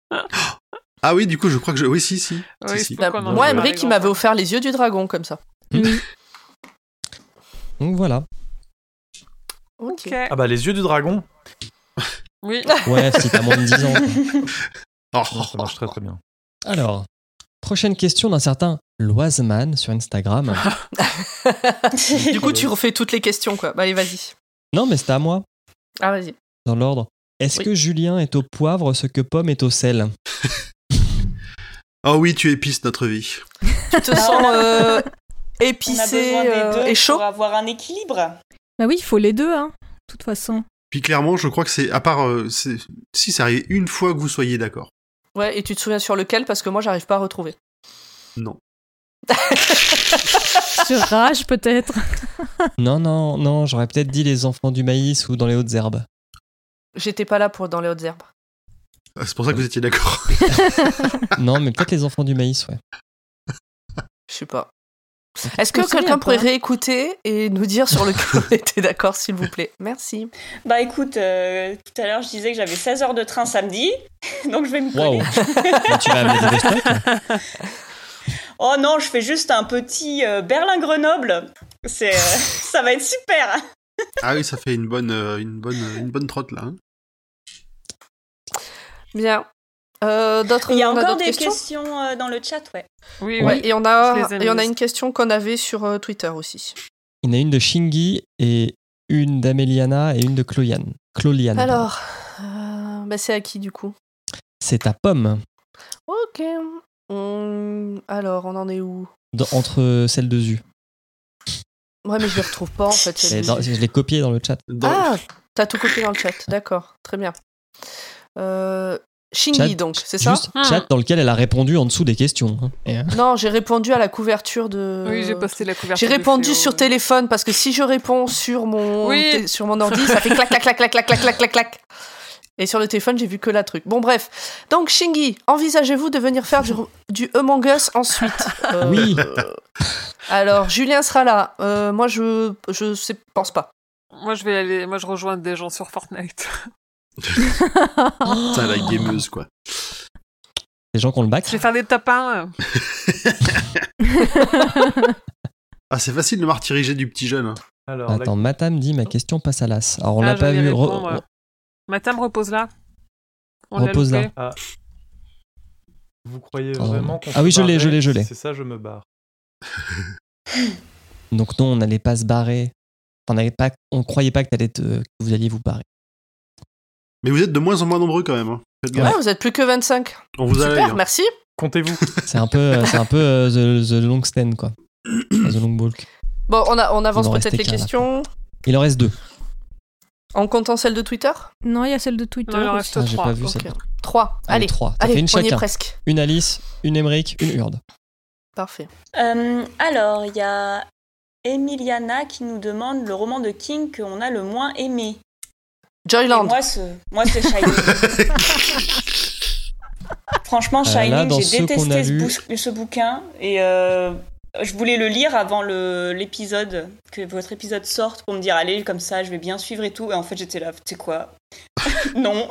Ah oui, du coup, je crois que je. Oui, si, si.
Oui,
Si,
il
si.
faut qu'on en
Moi,
parle,
Emmerich, il
par
m'avait
exemple.
offert les yeux du dragon, comme ça.
Donc voilà.
Ok.
Ok.
Ah bah, les yeux du dragon,
Oui,
Ouais, si t'as moins de 10 ans. quoi.
Oh,
Non, ça marche très très bien.
Alors, prochaine question d'un certain Loiseman sur Instagram.
Du coup, tu refais toutes les questions, quoi. Bah, allez, vas-y.
Non, mais c'était à moi,
Ah, vas-y.
dans l'ordre. Est-ce
Oui.
que Julien est au poivre ce que Pomme est au sel
Ah oui, tu épices notre vie.
Tu te
Ah,
sens
on a-
euh,
On a
épicé
besoin des
euh,
deux
et chaud
pour avoir un équilibre.
bah oui il faut les deux hein de toute façon
Puis clairement, je crois que c'est. À part. euh, c'est- si, c'est arrivé une fois que vous soyez d'accord.
Ouais, et tu te souviens sur lequel parce que moi, j'arrive pas à retrouver.
Non.
sur rage peut-être
Non, non, non, j'aurais peut-être dit les enfants du maïs ou dans les hautes herbes.
J'étais pas là pour dans les hautes herbes.
Ah, C'est pour ça que vous étiez d'accord.
non, mais peut-être les enfants du maïs, ouais.
Je sais pas. Est-ce que
Je me souviens
quelqu'un
pas.
pourrait réécouter et nous dire sur lequel on était d'accord, s'il vous plaît Merci.
Bah écoute, euh, tout à l'heure je disais que j'avais 16 heures de train samedi, donc je vais me coller.
Waouh Mais Tu vas amener des hein. restocks
Oh non, je fais juste un petit euh, Berlin-Grenoble. C'est, euh, ça va être super.
ah oui, ça fait euh, une bonne, euh, une bonne, une bonne trotte là. hein.
Bien. Euh, d'autres,
Il y a
on a
encore
d'autres
des
questions
questions, euh, dans le chat, ouais.
Oui,
Ouais, Et on a,
Je les ai
et on a
mises.
une question qu'on avait sur euh, Twitter aussi.
Il y en a une de Shingi et une d'Ameliana et une de Cloliane. Cloliane. pardon.
Alors, euh, bah, c'est à qui du coup
C'est ta pomme.
Ok. On- Alors, on en est où
dans- entre celles de Zu.
Ouais, mais je les retrouve pas en fait.
Et
celles de
dans-
Zu.
je l'ai copié dans le chat.
Ah, t'as tout copié dans le chat, d'accord, très bien. Euh, Shingy
Chat-
donc, c'est ça Ah.
Juste chat dans lequel elle a répondu en dessous des questions. hein. Et, euh,
Non, j'ai répondu à la couverture de.
Oui, j'ai posté la couverture.
J'ai
du
répondu
fléau,
sur
ouais.
téléphone parce que si je réponds sur mon
Oui.
té- sur mon ordi, ça fait clac clac clac clac clac clac clac clac clac. Et sur le téléphone, j'ai vu que la truc. Bon bref. Donc Shingy, envisagez-vous de venir faire du, du Among Us ensuite Euh,
Oui.
Alors Julien sera là. Euh, moi je je sais, pense pas.
euh. Moi, je vais aller. Moi, je rejoins des gens sur Fortnite.
Putain, la gameuse, quoi.
Des gens qui ont le bac.
Je vais faire des euh tapins.
Ah, c'est facile de martyriser du petit jeune. hein.
Alors,
Attends, Matam dit ma
Oh.
question passe à l'as. Alors on
Ah,
l'a pas
j'allais
vu. re-
répondre. Madame repose là. On l'a
repose là.
loupé.
Ah. Vous croyez
Oh.
vraiment qu'on
Ah
se
oui, je l'ai,
barrait
je l'ai, je
Si
l'ai.
C'est ça, je me barre.
Donc non, on n'allait pas se barrer. On n'allait pas, on croyait pas que, t'allais te- que vous alliez vous barrer.
Mais vous êtes de moins en moins nombreux, quand même. hein. Faites
Ouais,
gaffe.
vous êtes plus que 25.
On vous a
Super, merci.
Comptez-vous.
C'est un peu, euh, c'est un peu euh, the, the long stand quoi. The long walk.
Bon, on a- on avance
en
peut-être
restait
les
qu'un, là.
questions
Il en reste deux.
en comptant celle de Twitter.
Non, il y a celle de Twitter.
Non, il en
aussi.
reste
Ah, j'ai
trois.
pas vu
Ok.
celle.
Trois.
Allez,
Allez,
trois. Ça
allez,
fait une
on y est
chacun.
presque.
Une Alice, une Emmerich, une Urde.
Parfait.
Euh, alors, il y a Emiliana qui nous demande le roman de King qu'on a le moins aimé. Et
Joyland.
moi, ce, moi, c'est Shining. Franchement,
Euh, là,
Shining,
dans
j'ai
ceux qu'on a
détesté ce,
lus-
bous- ce bouquin et euh, je voulais le lire avant le- l'épisode, que votre épisode sorte pour me dire allez, comme ça, je vais bien suivre et tout. Et en fait, j'étais là, tu sais quoi Non.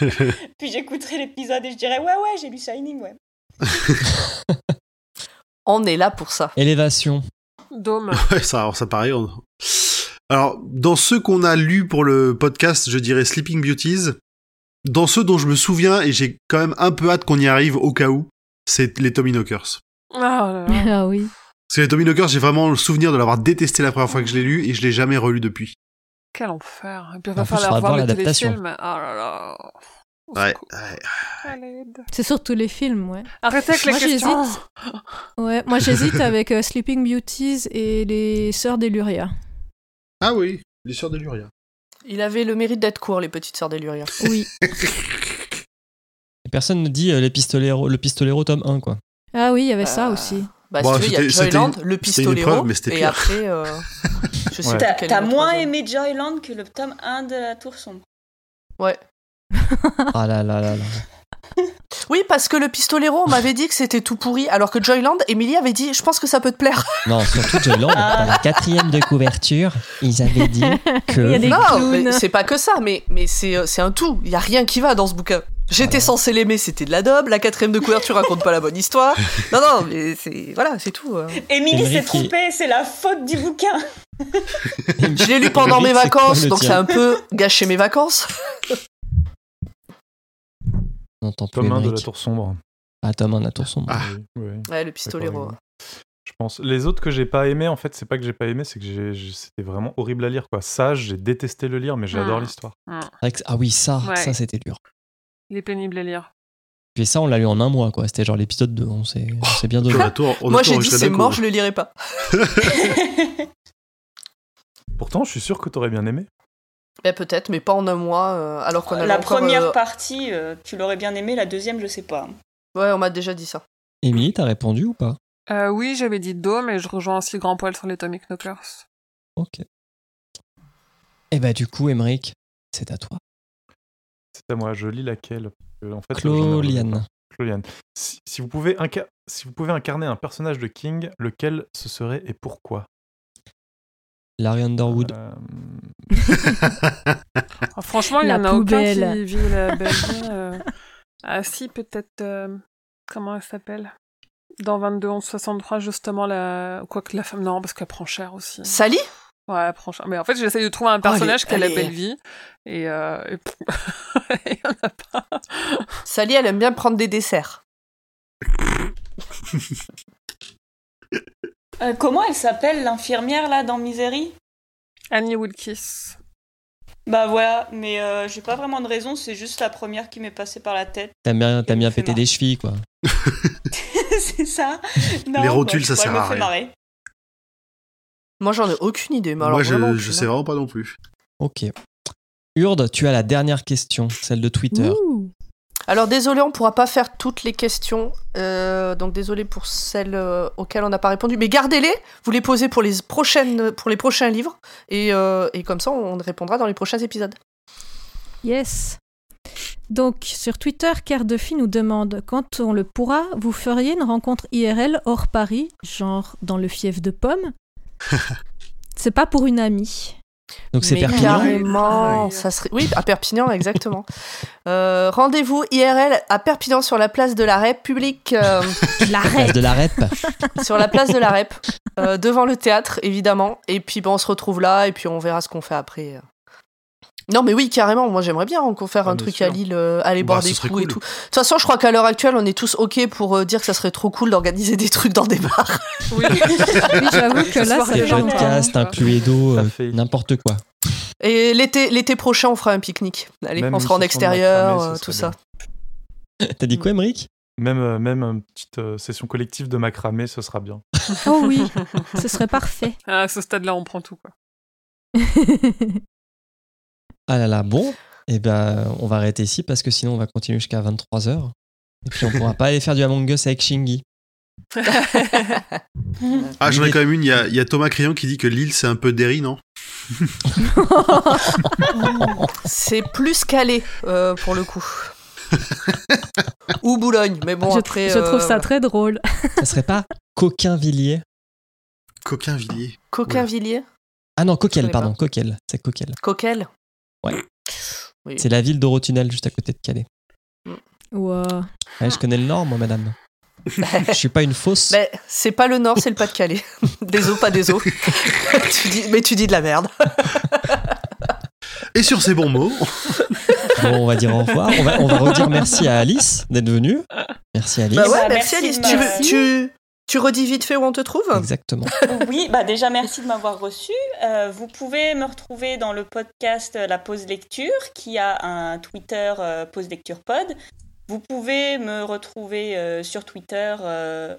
rien.
Puis j'écouterai l'épisode et je dirais ouais, ouais, j'ai lu Shining, ouais.
On est là pour ça.
Élévation.
Dôme.
Ouais, ça, alors, ça paraît. on- Alors, dans ceux qu'on a lus pour le podcast, je dirais Sleeping Beauties. Dans ceux dont je me souviens, et j'ai quand même un peu hâte qu'on y arrive au cas où, c'est les Tommy Knockers.
Ah, là là.
Ah oui.
Parce que les Tommy Knockers, j'ai vraiment le souvenir de l'avoir détesté la première fois que je l'ai lu, et je l'ai jamais relu depuis.
Quel enfer. Et puis, il
En
va
plus, faudra
falloir voir
voir
le
l'adaptation.
téléfilm. Ah là là. Au
Ouais.
secours.
ouais.
Allez, aide.
C'est surtout les films, ouais.
Arrêtez avec les
Moi,
questions.
j'hésite. Ouais, moi j'hésite avec euh, Sleeping Beauties et les Sœurs des Luria.
Ah oui, les Sœurs de Luria.
Il avait le mérite d'être court, les petites sœurs d'Eluria.
Oui.
Et Personne ne dit euh, les pistolero, le pistolero tome 1 quoi.
Ah oui, il y avait ça
Euh,
aussi.
Bah,
Bon,
si tu veux, il y a
c'était- c'était une-
Joyland, le
c'était une
pistoléro,
épreuve, mais c'était
et
pire.
après, euh, je sais
Ouais.
plus
T'as
quel
t'as
est le
moins
troisième.
aimé Joyland que le tome 1 de la Tour Sombre.
Ouais.
Ah là là là là.
Oui, parce que le pistolero, on m'avait dit que c'était tout pourri, alors que Joyland, Emily avait dit, je pense que ça peut te plaire.
Non, surtout Joyland, dans la quatrième de couverture, ils avaient dit
Il y a
que.
des
non,
clowns.
mais c'est pas que ça, mais, mais c'est euh, c'est un tout. Il y a rien qui va dans ce bouquin. J'étais censé l'aimer, c'était de la daube. La quatrième de couverture raconte pas la bonne histoire. Non, non, mais c'est voilà, c'est tout. euh.
Émilie s'est
Émeric qui-
trompée, c'est la faute du bouquin.
Je l'ai lu pendant mes
C'est quoi
vacances,
le
donc
tien
ça a un peu gâché mes vacances.
On n'entend plus
Tome 1 de la
Emmerich.
Tour Sombre.
Ah, Tom, un tour sombre.
Ah.
Oui, oui.
Ouais, le
D'accord,
pistolero.
oui. Je pense. Les autres que j'ai pas aimé, en fait, c'est pas que j'ai pas aimé, c'est que j'ai- j'ai- c'était vraiment horrible à lire. Quoi. Ça, j'ai détesté le lire, mais j'adore
Ah.
l'histoire.
C'est vrai que- Ah oui, ça,
Ouais.
ça c'était dur.
Il est pénible à lire.
Puis ça, on l'a lu en un mois, quoi. C'était genre l'épisode 2, on s'est on s'est bien donné.
On a tout- on a
Moi,
tout
j'ai dit,
enregistré
c'est
d'un
mort,
coup.
je le lirai pas.
Pourtant, je suis sûr que t'aurais bien aimé.
Ben, peut-être, mais pas en un mois, euh, alors qu'on a
la
encore,
première
euh,
partie, euh, tu l'aurais bien aimé, la deuxième, je sais pas.
Ouais, on m'a déjà dit ça.
Émilie, t'as répondu ou pas
Euh, oui, j'avais dit Dôme et je rejoins aussi Grand Poil sur les Tommy Knockers.
Ok. Et bah, du coup, Emmerich, c'est à toi.
C'est à moi, je lis laquelle Euh, en fait, j'en ai revu
Cloliane.
pas. Cloliane. Si, si vous pouvez inca- si vous pouvez incarner un personnage de King, lequel ce serait et pourquoi
Larry Underwood.
Euh,
Ah, franchement, il y
La
en a aucun qui
poubelle.
vit la belle vie. euh. Ah si, peut-être... euh, Comment elle s'appelle Dans 22 11 63, justement, la... Quoique la femme... Non, parce qu'elle prend cher aussi.
Sally
Ouais, franchement. Mais en fait, j'essaye de trouver un personnage
elle est-
qui a la
elle est-
belle vie. Et, euh, et pff,
Sally, elle aime bien prendre des desserts.
Euh, comment elle s'appelle l'infirmière là dans Misery
Annie Wilkes.
Bah voilà, mais euh, j'ai pas vraiment de raison, c'est juste la première qui m'est passée par la tête.
T'aimes bien, t'aimes bien péter des chevilles, quoi.
c'est ça
Les rotules,
bah,
ça
ouais,
sert
elle me
à
fait
rien.
marrer.
Moi, j'en ai aucune idée. Mais alors,
Moi, je-
vraiment
je
aucune,
sais
hein.
vraiment pas non plus.
Ok. Urde, tu as la dernière question, celle de Twitter.
Alors désolé, on pourra pas faire toutes les questions, euh, donc désolé pour celles euh, auxquelles on n'a pas répondu, mais gardez-les, vous les posez pour les prochaines, pour les prochains livres, et, euh, et comme ça on répondra dans les prochains épisodes.
Yes. Donc, sur Twitter, Carte de Fille nous demande Quand on le pourra, vous feriez une rencontre IRL hors Paris, genre dans le fief de Pomme C'est pas pour une amie.
Donc c'est
Mais
Perpignan
carrément, ça serait, Ah oui, à Perpignan exactement. Euh, Rendez-vous IRL à Perpignan sur la place de la République. euh,
Place de la rep.
sur la place de la Rep, euh, devant le théâtre, évidemment. Et puis, bon, on se retrouve là, et puis on verra ce qu'on fait après. Non, mais oui, carrément. Moi, j'aimerais bien qu'on faire un
Ah, bien
truc
sûr.
à Lille, euh, aller boire
Bah, ce
des
serait
coups et
cool.
tout. De toute façon, je crois qu'à l'heure actuelle, on est tous OK pour euh, dire que ça serait trop cool d'organiser des trucs dans des bars.
Oui,
j'avoue
Des podcasts, un Cluedo, euh, n'importe quoi.
Et l'été l'été prochain, on fera un pique-nique. Allez,
Même
on
une
sera en
session de
extérieur,
macramé,
euh,
ce
tout
serait
ça.
T'as dit quoi, Emmerich
Même, euh, même une petite euh, session collective de macramé, ce sera bien.
Oh oui, ce serait parfait.
Ah, À ce stade-là, on prend tout, quoi.
Ah là là, bon, eh ben, on va arrêter ici parce que sinon on va continuer jusqu'à 23h. Et puis on pourra pas aller faire du Among Us avec Shingy.
Ah, j'en ai quand même une. Il y a, il y a Thomas Crayon qui dit que Lille, c'est un peu Derry, non
C'est plus calé, euh, pour le coup. Ou Boulogne, mais bon,
je,
après.
je trouve ça
euh,
très drôle.
Ça serait pas Coquinvilliers
Coquinvilliers.
Coquinvilliers
Ah non, Coquel,
connais pas.
pardon, Coquel. C'est Coquel.
Coquel
Ouais.
Oui.
C'est la ville d'Orotunnel juste à côté de Calais.
Ouah.
Ouais, je connais le Nord, moi, madame. je suis pas une fausse.
Ben, c'est pas le Nord, c'est le Pas-de-Calais. Des os, pas des os. tu dis, mais tu dis de la merde.
Et sur ces bons mots,
Bon, on va dire au revoir. On va, on va redire merci à Alice d'être venue. Merci Alice.
Bah
Bah,
ouais, merci,
merci,
Alice.
merci.
Tu, veux- tu, tu redis vite fait où on te trouve
Exactement.
Oui, bah déjà merci de m'avoir reçu. Euh, vous pouvez me retrouver dans le podcast euh, La Pause Lecture, qui a un Twitter euh, Pause Lecture Pod. Vous pouvez me retrouver euh, sur Twitter euh,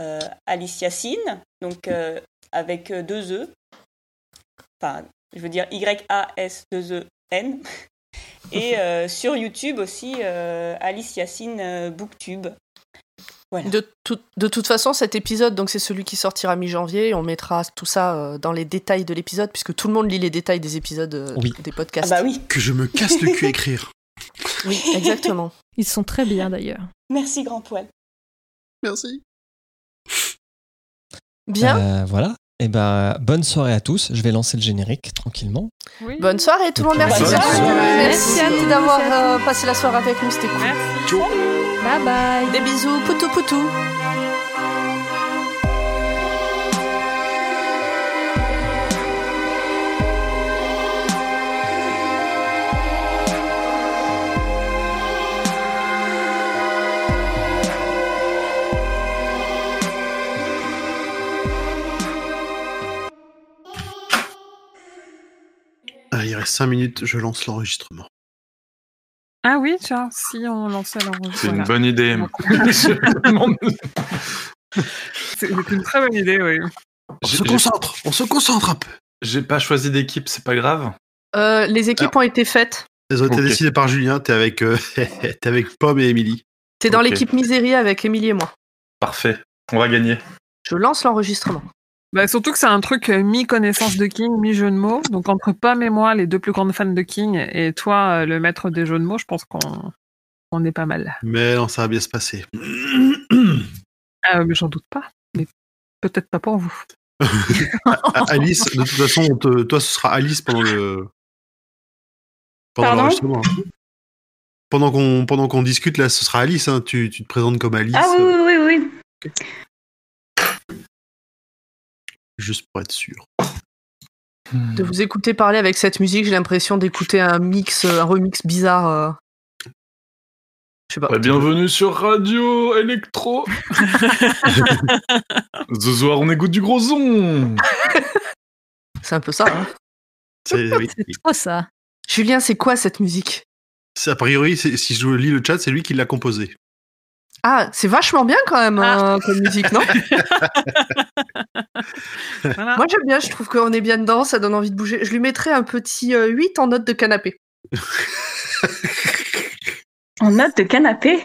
euh, Alice Yacine, donc euh, avec euh, deux E. Enfin, je veux dire Y-A-S-2-E-N. E Et euh, sur YouTube aussi euh, Alice Yacine euh, Booktube.
de, tout- de toute façon, cet épisode, donc c'est celui qui sortira mi-janvier. et On mettra tout ça euh, dans les détails de l'épisode, puisque tout le monde lit les détails des épisodes euh,
Oui.
des podcasts.
Ah bah oui.
que je me casse le cul à écrire.
Oui, exactement.
Ils sont très bien d'ailleurs.
Merci Grand Poil.
Merci.
Euh, voilà. Et ben, bonne soirée à tous. Je vais lancer le générique tranquillement.
Bonne soirée tout le monde,
Bonne
merci.
soirée.
Merci,
Merci à tous,
d'avoir
merci à
euh, passé la soirée avec nous, c'était cool.
Bye bye.
Des bisous, poutou poutou.
Ah, il reste 5 minutes, je lance l'enregistrement.
Ah oui, tiens, si on lançait l'enregistrement.
C'est une bonne idée.
C'est c'est une très bonne idée, oui.
On
se concentre, on se concentre un peu.
J'ai pas choisi d'équipe, c'est pas grave.
Euh, les équipes ont été faites.
Elles ont été
Ok.
décidées par Julien, t'es avec, euh, t'es avec Pomme et Émilie.
T'es dans
Ok.
l'équipe Misérie avec Émilie et moi.
Parfait, on va gagner.
Je lance l'enregistrement.
Bah, surtout que c'est un truc euh, mi-connaissance de King, mi-jeu de mots. Donc entre Pam et moi, les deux plus grandes fans de King, et toi, euh, le maître des jeux de mots, je pense qu'on on est pas mal.
Mais non, ça va bien se passer.
Ah, mais j'en doute pas. Mais peut-être pas pour vous.
Ah,
A- Alice, de toute façon, on te- toi, ce sera Alice pendant le. Pendant
Pardon
l'enregistrement. hein. Pendant qu'on pendant qu'on discute, là, ce sera Alice. hein, Tu, tu te présentes comme Alice,
Ah oui,
euh,
oui, oui, oui.
juste pour être sûr.
Hmm.
De vous écouter parler avec cette musique, j'ai l'impression d'écouter un mix, un remix bizarre. euh. Je sais pas.
bienvenue sur Radio Electro. Ce soir, on écoute du gros son.
C'est un peu ça. hein.
C'est- oui.
Oh ça
Julien, c'est quoi cette musique
C'est- A priori, c'est- si je lis le chat, c'est lui qui l'a composé.
Ah, c'est vachement bien quand même
Ah.
euh, comme musique, non Moi j'aime bien, je trouve qu'on est bien dedans, ça donne envie de bouger. Je lui mettrais un petit euh, 8 en note de canapé.
En note de canapé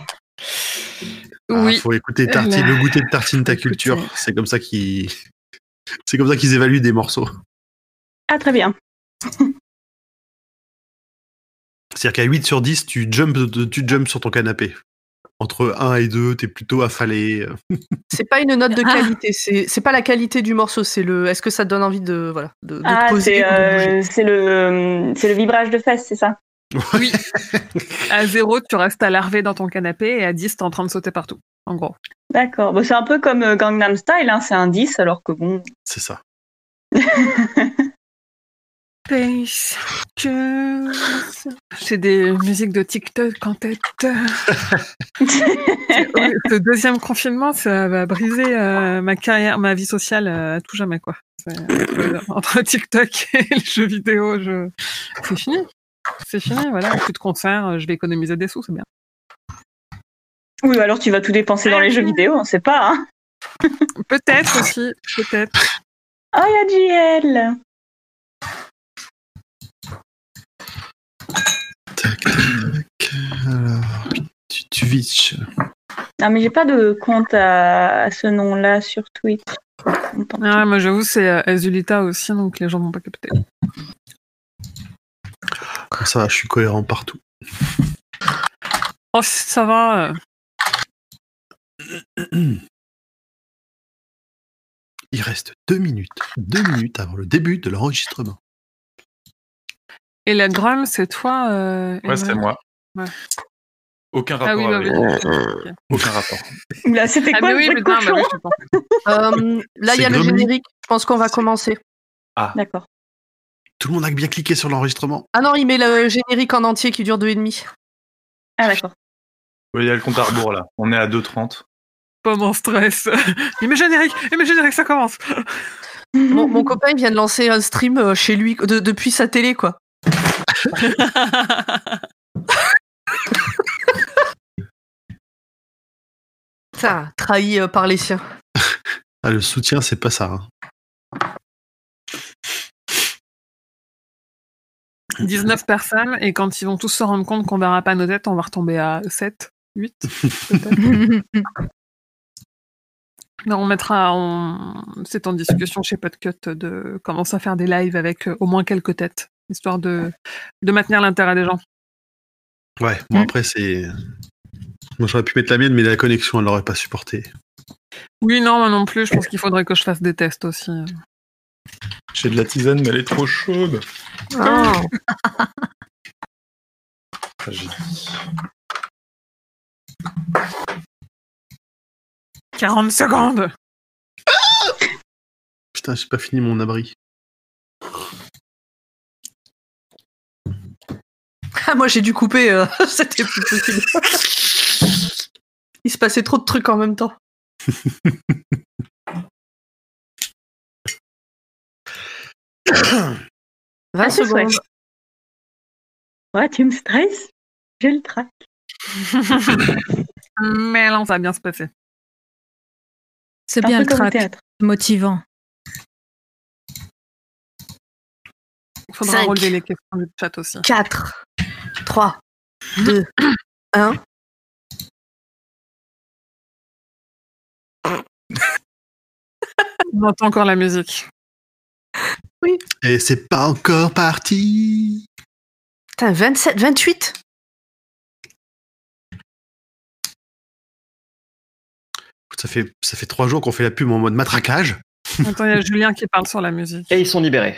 Ah,
Oui.
faut écouter Tartine,
Là.
le goûter de Tartine ta culture. C'est comme ça qu'ils, c'est comme ça qu'ils évaluent des morceaux.
Ah, très bien.
C'est-à-dire qu'à 8 sur 10, tu jumps, de- tu jumps sur ton canapé. Entre 1 et 2, t'es plutôt affalé.
C'est pas une note de
Ah.
qualité, c'est c'est pas la qualité du morceau, c'est le. Est-ce que ça te donne envie de voilà de, de te
Ah,
poser
c'est
ou de bouger
euh, c'est le, c'est le vibrage de fesses, c'est ça
À 0, tu restes à larver dans ton canapé et à 10, t'es en train de sauter partout. En gros.
D'accord. Bon, c'est un peu comme euh, Gangnam Style, hein, c'est un 10, alors que bon.
C'est ça.
C'est des musiques de TikTok en tête. Le deuxième confinement, ça va briser euh, ma carrière, ma vie sociale euh, à tout jamais, quoi. C'est- euh, Entre TikTok et les jeux vidéo, je... c'est fini. C'est fini, voilà. Plus de concerts, euh, je vais économiser des sous, c'est bien.
Oui, ou alors tu vas tout dépenser dans les jeux vidéo, on sait pas. Hein.
Peut-être aussi, peut-être.
Oh, il y a JL
Alors, tu, tu vitches.
Non, Ah, mais j'ai pas de compte à, à ce nom-là sur Twitch.
Ah, moi, j'avoue, c'est euh, Azulita aussi, donc les gens vont pas capter.
Comme ça, je suis cohérent partout.
Oh, ça va. euh,
Il reste 2 minutes. 2 minutes avant le début de l'enregistrement.
Et la Grum, c'est toi euh,
Ouais, c'est
Emmanuel
moi.
Ouais.
Aucun
Ah oui,
rapport.
bah
avec-
oui.
Aucun rapport.
Là, c'était
Ah,
quoi
mais
le
oui,
bruit de
putain, bah
cochon
oui, je pense.
Euh, Là il y a
C'est
le
Gremlin.
générique. Je pense qu'on va commencer.
D'accord.
Tout le monde a bien cliqué sur l'enregistrement.
Ah non, il met le générique en entier qui dure deux et demi.
Ah, d'accord.
Oui, Il y a le compte à rebours là. On est à 2.30.
Pas mon stress. Et mes génériques, et mes génériques, ça commence.
Mon, mon copain il vient de lancer un stream euh, chez lui de- depuis sa télé quoi. Ça, trahi euh, par les siens.
Ah, le soutien, c'est pas ça. hein.
19 personnes, et quand ils vont tous se rendre compte qu'on verra pas nos têtes, on va retomber à 7, 8. Non, on mettra, on... c'est en discussion chez Podcut de commencer à faire des lives avec euh, au moins quelques têtes, histoire de, de maintenir l'intérêt des gens.
Ouais, bon, après, c'est. Moi, j'aurais pu mettre la mienne, mais la connexion, elle l'aurait pas supporté.
Oui, non, moi non plus, je pense qu'il faudrait que je fasse des tests aussi.
J'ai de la tisane, mais elle est trop chaude.
Ah.
Ah, j'ai-
40 secondes
Putain, j'ai pas fini mon abri.
Ah, moi j'ai dû couper, euh, c'était plus possible. Il se passait trop de trucs en même temps.
Ah,
20
c'est
secondes.
chouette. Ouais, tu me stresses J'ai le trac.
Mais là, ça va bien se passer.
C'est
Un
bien
peu
le
comme au
track,
théâtre.
motivant.
Il faudra
Cinq.
relever les questions du chat aussi.
4, 3, 2, 1.
On entend encore la musique.
Et c'est pas encore parti.
Putain, 27, 28
Ça fait, ça fait trois jours qu'on fait la pub en mode matraquage.
Attends, il y a Julien qui parle sur la musique.
Et ils sont libérés.